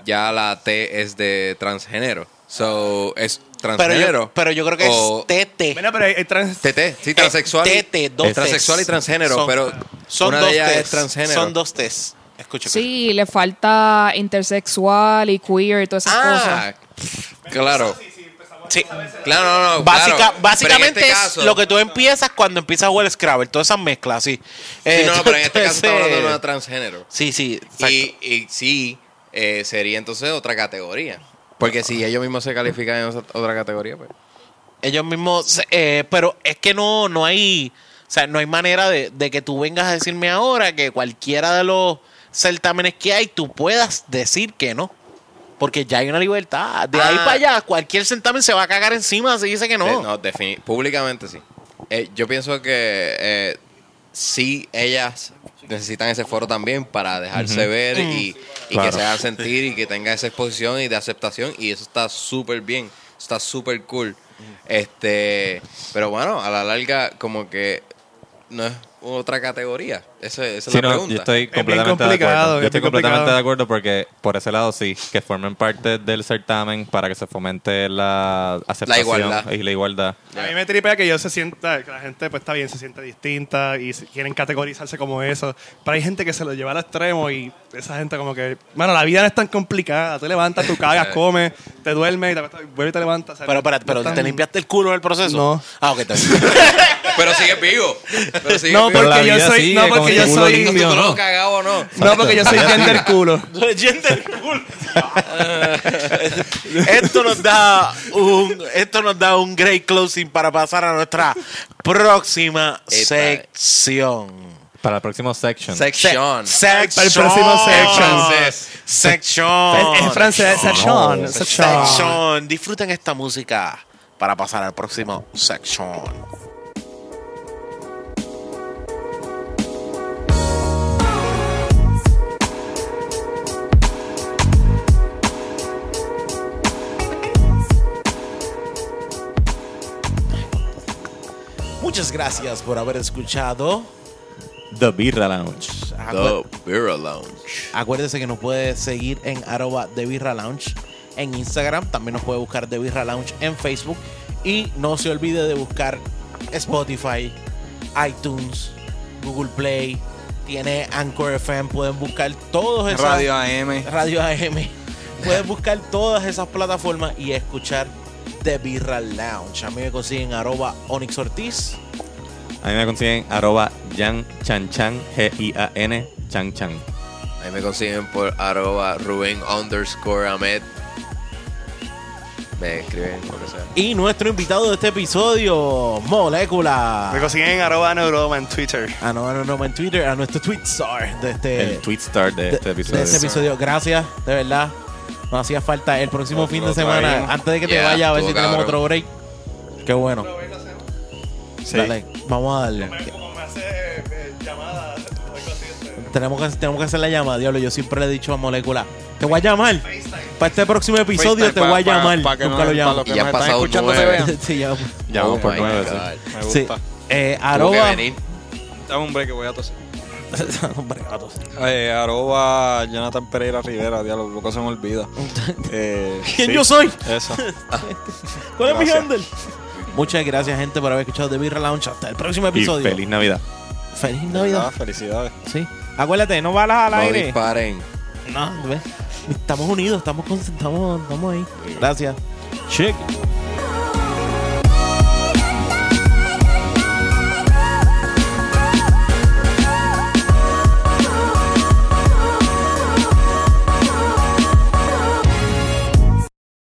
F: ya la T es de transgénero. So, es
C: Pero
F: transgénero.
C: yo, pero yo creo que
F: o-
C: es tete.
B: Mira, pero el trans...
F: TT, sí, transexual. y-
C: Tete, dos
F: transexual
C: tes.
F: y transgénero,
C: Son-
F: pero
C: son
F: una
C: dos
F: de ellas
C: tes.
F: es transgénero.
C: Son dos tes. Escucha.
H: Sí, le falta intersexual y queer y todas esas
F: Ah,
H: cosas.
F: claro.
C: escucha. Sí.
F: Claro, no, no.
C: Básica-
F: Oh, claro.
C: básicamente
F: Pero en este
C: es
F: caso-
C: lo que tú empiezas cuando empiezas a jugar Scrabble, todas esas mezclas, sí.
F: Sí,
C: Eh,
F: no, no, pero en este caso estamos hablando de una
C: entonces,
F: transgénero.
C: Sí, sí.
F: Y,
C: exacto.
F: y sí, eh, sería entonces otra categoría. Porque si ellos mismos se califican en otra otra categoría, pues.
C: Ellos mismos, se- eh, pero es que no, no hay, o sea, no hay manera de, de que tú vengas a decirme ahora que cualquiera de los certámenes que hay, tú puedas decir que no. Porque ya hay una libertad. De ahí
F: Ah.
C: para allá, cualquier certamen se va a cagar encima si dice que
F: De-
C: no.
F: no, defini- públicamente sí. Eh, yo pienso que eh, sí, ellas necesitan ese foro también para dejarse ver y, y
D: Claro.
F: que se hagan sentir y que tengan esa exposición y de aceptación. Y eso está súper bien, está súper cool. Este, pero bueno, a la larga, como que no es otra categoría. Esa, esa es
D: Sí,
F: la
D: no,
F: pregunta.
D: yo estoy
B: bien
D: completamente de
B: complicado,
D: acuerdo.
B: es
D: Yo estoy
B: bien
D: completamente
B: complicado.
D: de acuerdo porque por ese lado sí, que formen parte del certamen para que se fomente la aceptación
F: igualdad.
D: y la igualdad.
B: A mí me tripea que yo se sienta, que la gente pues está bien, se siente distinta y se- quieren categorizarse como eso. Pero hay gente que se lo lleva al extremo y esa gente como que, mano, la vida no es tan complicada. Te levantas, tú cagas, comes, te duermes y te acuestas, vuelves y te levantas. O sea,
C: Pero
B: no-
C: espérate,
B: no
C: pero
B: es tan-
C: ¿te limpiaste el culo en el proceso?
B: No.
C: Ah, ok, está bien.
F: Pero sigue vivo. Pero sigue
B: No,
F: vivo.
B: porque
D: la
B: yo
D: vida
B: soy-
D: sigue
B: no,
D: con
B: porque
D: el
B: yo
D: culo
B: soy-
F: ¿Tú
D: limpio,
F: te lo
D: ¿no?
F: has cagado o no?
B: No, porque yo soy gender culo.
C: Leyenda del culo. esto nos da un esto nos da un great closing para pasar a nuestra próxima
F: Epa.
C: sección.
D: Para el próximo section.
F: Section.
C: Se-
B: Para el próximo
C: section.
F: Francés.
C: Sección.
B: En en francés, es Sean. Sean.
C: Section. Disfruten esta música para pasar al próximo section. Muchas gracias por haber escuchado.
D: The Birra Lounge.
C: Acuer-
F: The Bureau Lounge.
C: Acuérdese que nos puede seguir en arroba de Birra Lounge en Instagram. También nos puede buscar de Birra Lounge en Facebook. Y no se olvide de buscar Spotify, iTunes, Google Play. Tiene Anchor FM. Pueden buscar todos esos.
E: Radio AM.
C: Radio AM. Puedes buscar todas esas plataformas y escuchar The Birra Lounge. A mí me consiguen arroba Onyx Ortiz.
D: A mí me consiguen arroba Jan Chan Chan, G-I-A-N, Chan Chan.
F: Ahí me consiguen por arroba Rubén underscore Ahmed. Me escriben lo que sea.
C: Y nuestro invitado de este episodio, Molécula.
B: Me consiguen en arroba neuroma en Twitter.
C: a Ah, no, no, no, en Twitter, a nuestro tweet star de este,
D: El tweet star de,
C: de-
D: este episodio.
C: de este episodio. Gracias, de verdad. Nos hacía falta el próximo
F: Otro
C: fin de semana.
F: traímos.
C: Antes de que te
F: Yeah,
C: vaya, a ver si
F: estuvo
C: tenemos
F: cabrón.
C: otro break. Qué bueno.
B: Sí.
C: Dale, vamos a darle.
B: Como me hace eh, llamada, algo así, este,
C: Tenemos que, tenemos que hacer la llamada, diablo. Yo siempre le he dicho a Molécula, te voy a llamar. Para este próximo episodio
E: FaceTime,
C: te voy a
E: pa- pa-
C: llamar.
E: pa' que
C: Nunca
E: no-
C: lo
E: pa'
C: llamo.
E: los que
F: Y ya han
E: nos están
F: pasado
E: escuchando se
F: nueve.
E: vean.
C: Sí, ya.
D: Ya vamos
F: Oh
D: por
F: my
D: nueve.
F: God.
E: Me
C: Sí.
E: gusta.
C: Eh,
F: Tuvo que
C: arroba.
F: venir.
E: Dame un break que voy a toser.
C: Hombre, gatos.
E: Eh, arroba Jonathan Pereira Rivera, diablo, poco se me olvida. Eh,
C: ¿Quién
E: sí,
C: yo soy?
E: Eso.
C: ¿Cuál es mi
E: Gracias.
C: handle? Muchas gracias, gente, por haber escuchado The Birra Lounge. Hasta el próximo
D: Y
C: episodio.
D: feliz Navidad.
C: Feliz
E: Ah,
C: Navidad.
E: felicidades.
C: Sí. Ah, Acuérdate, no balas al
F: No
C: aire.
F: disparen.
C: No, ve. Estamos unidos, estamos, con- estamos, estamos ahí. Gracias. Check.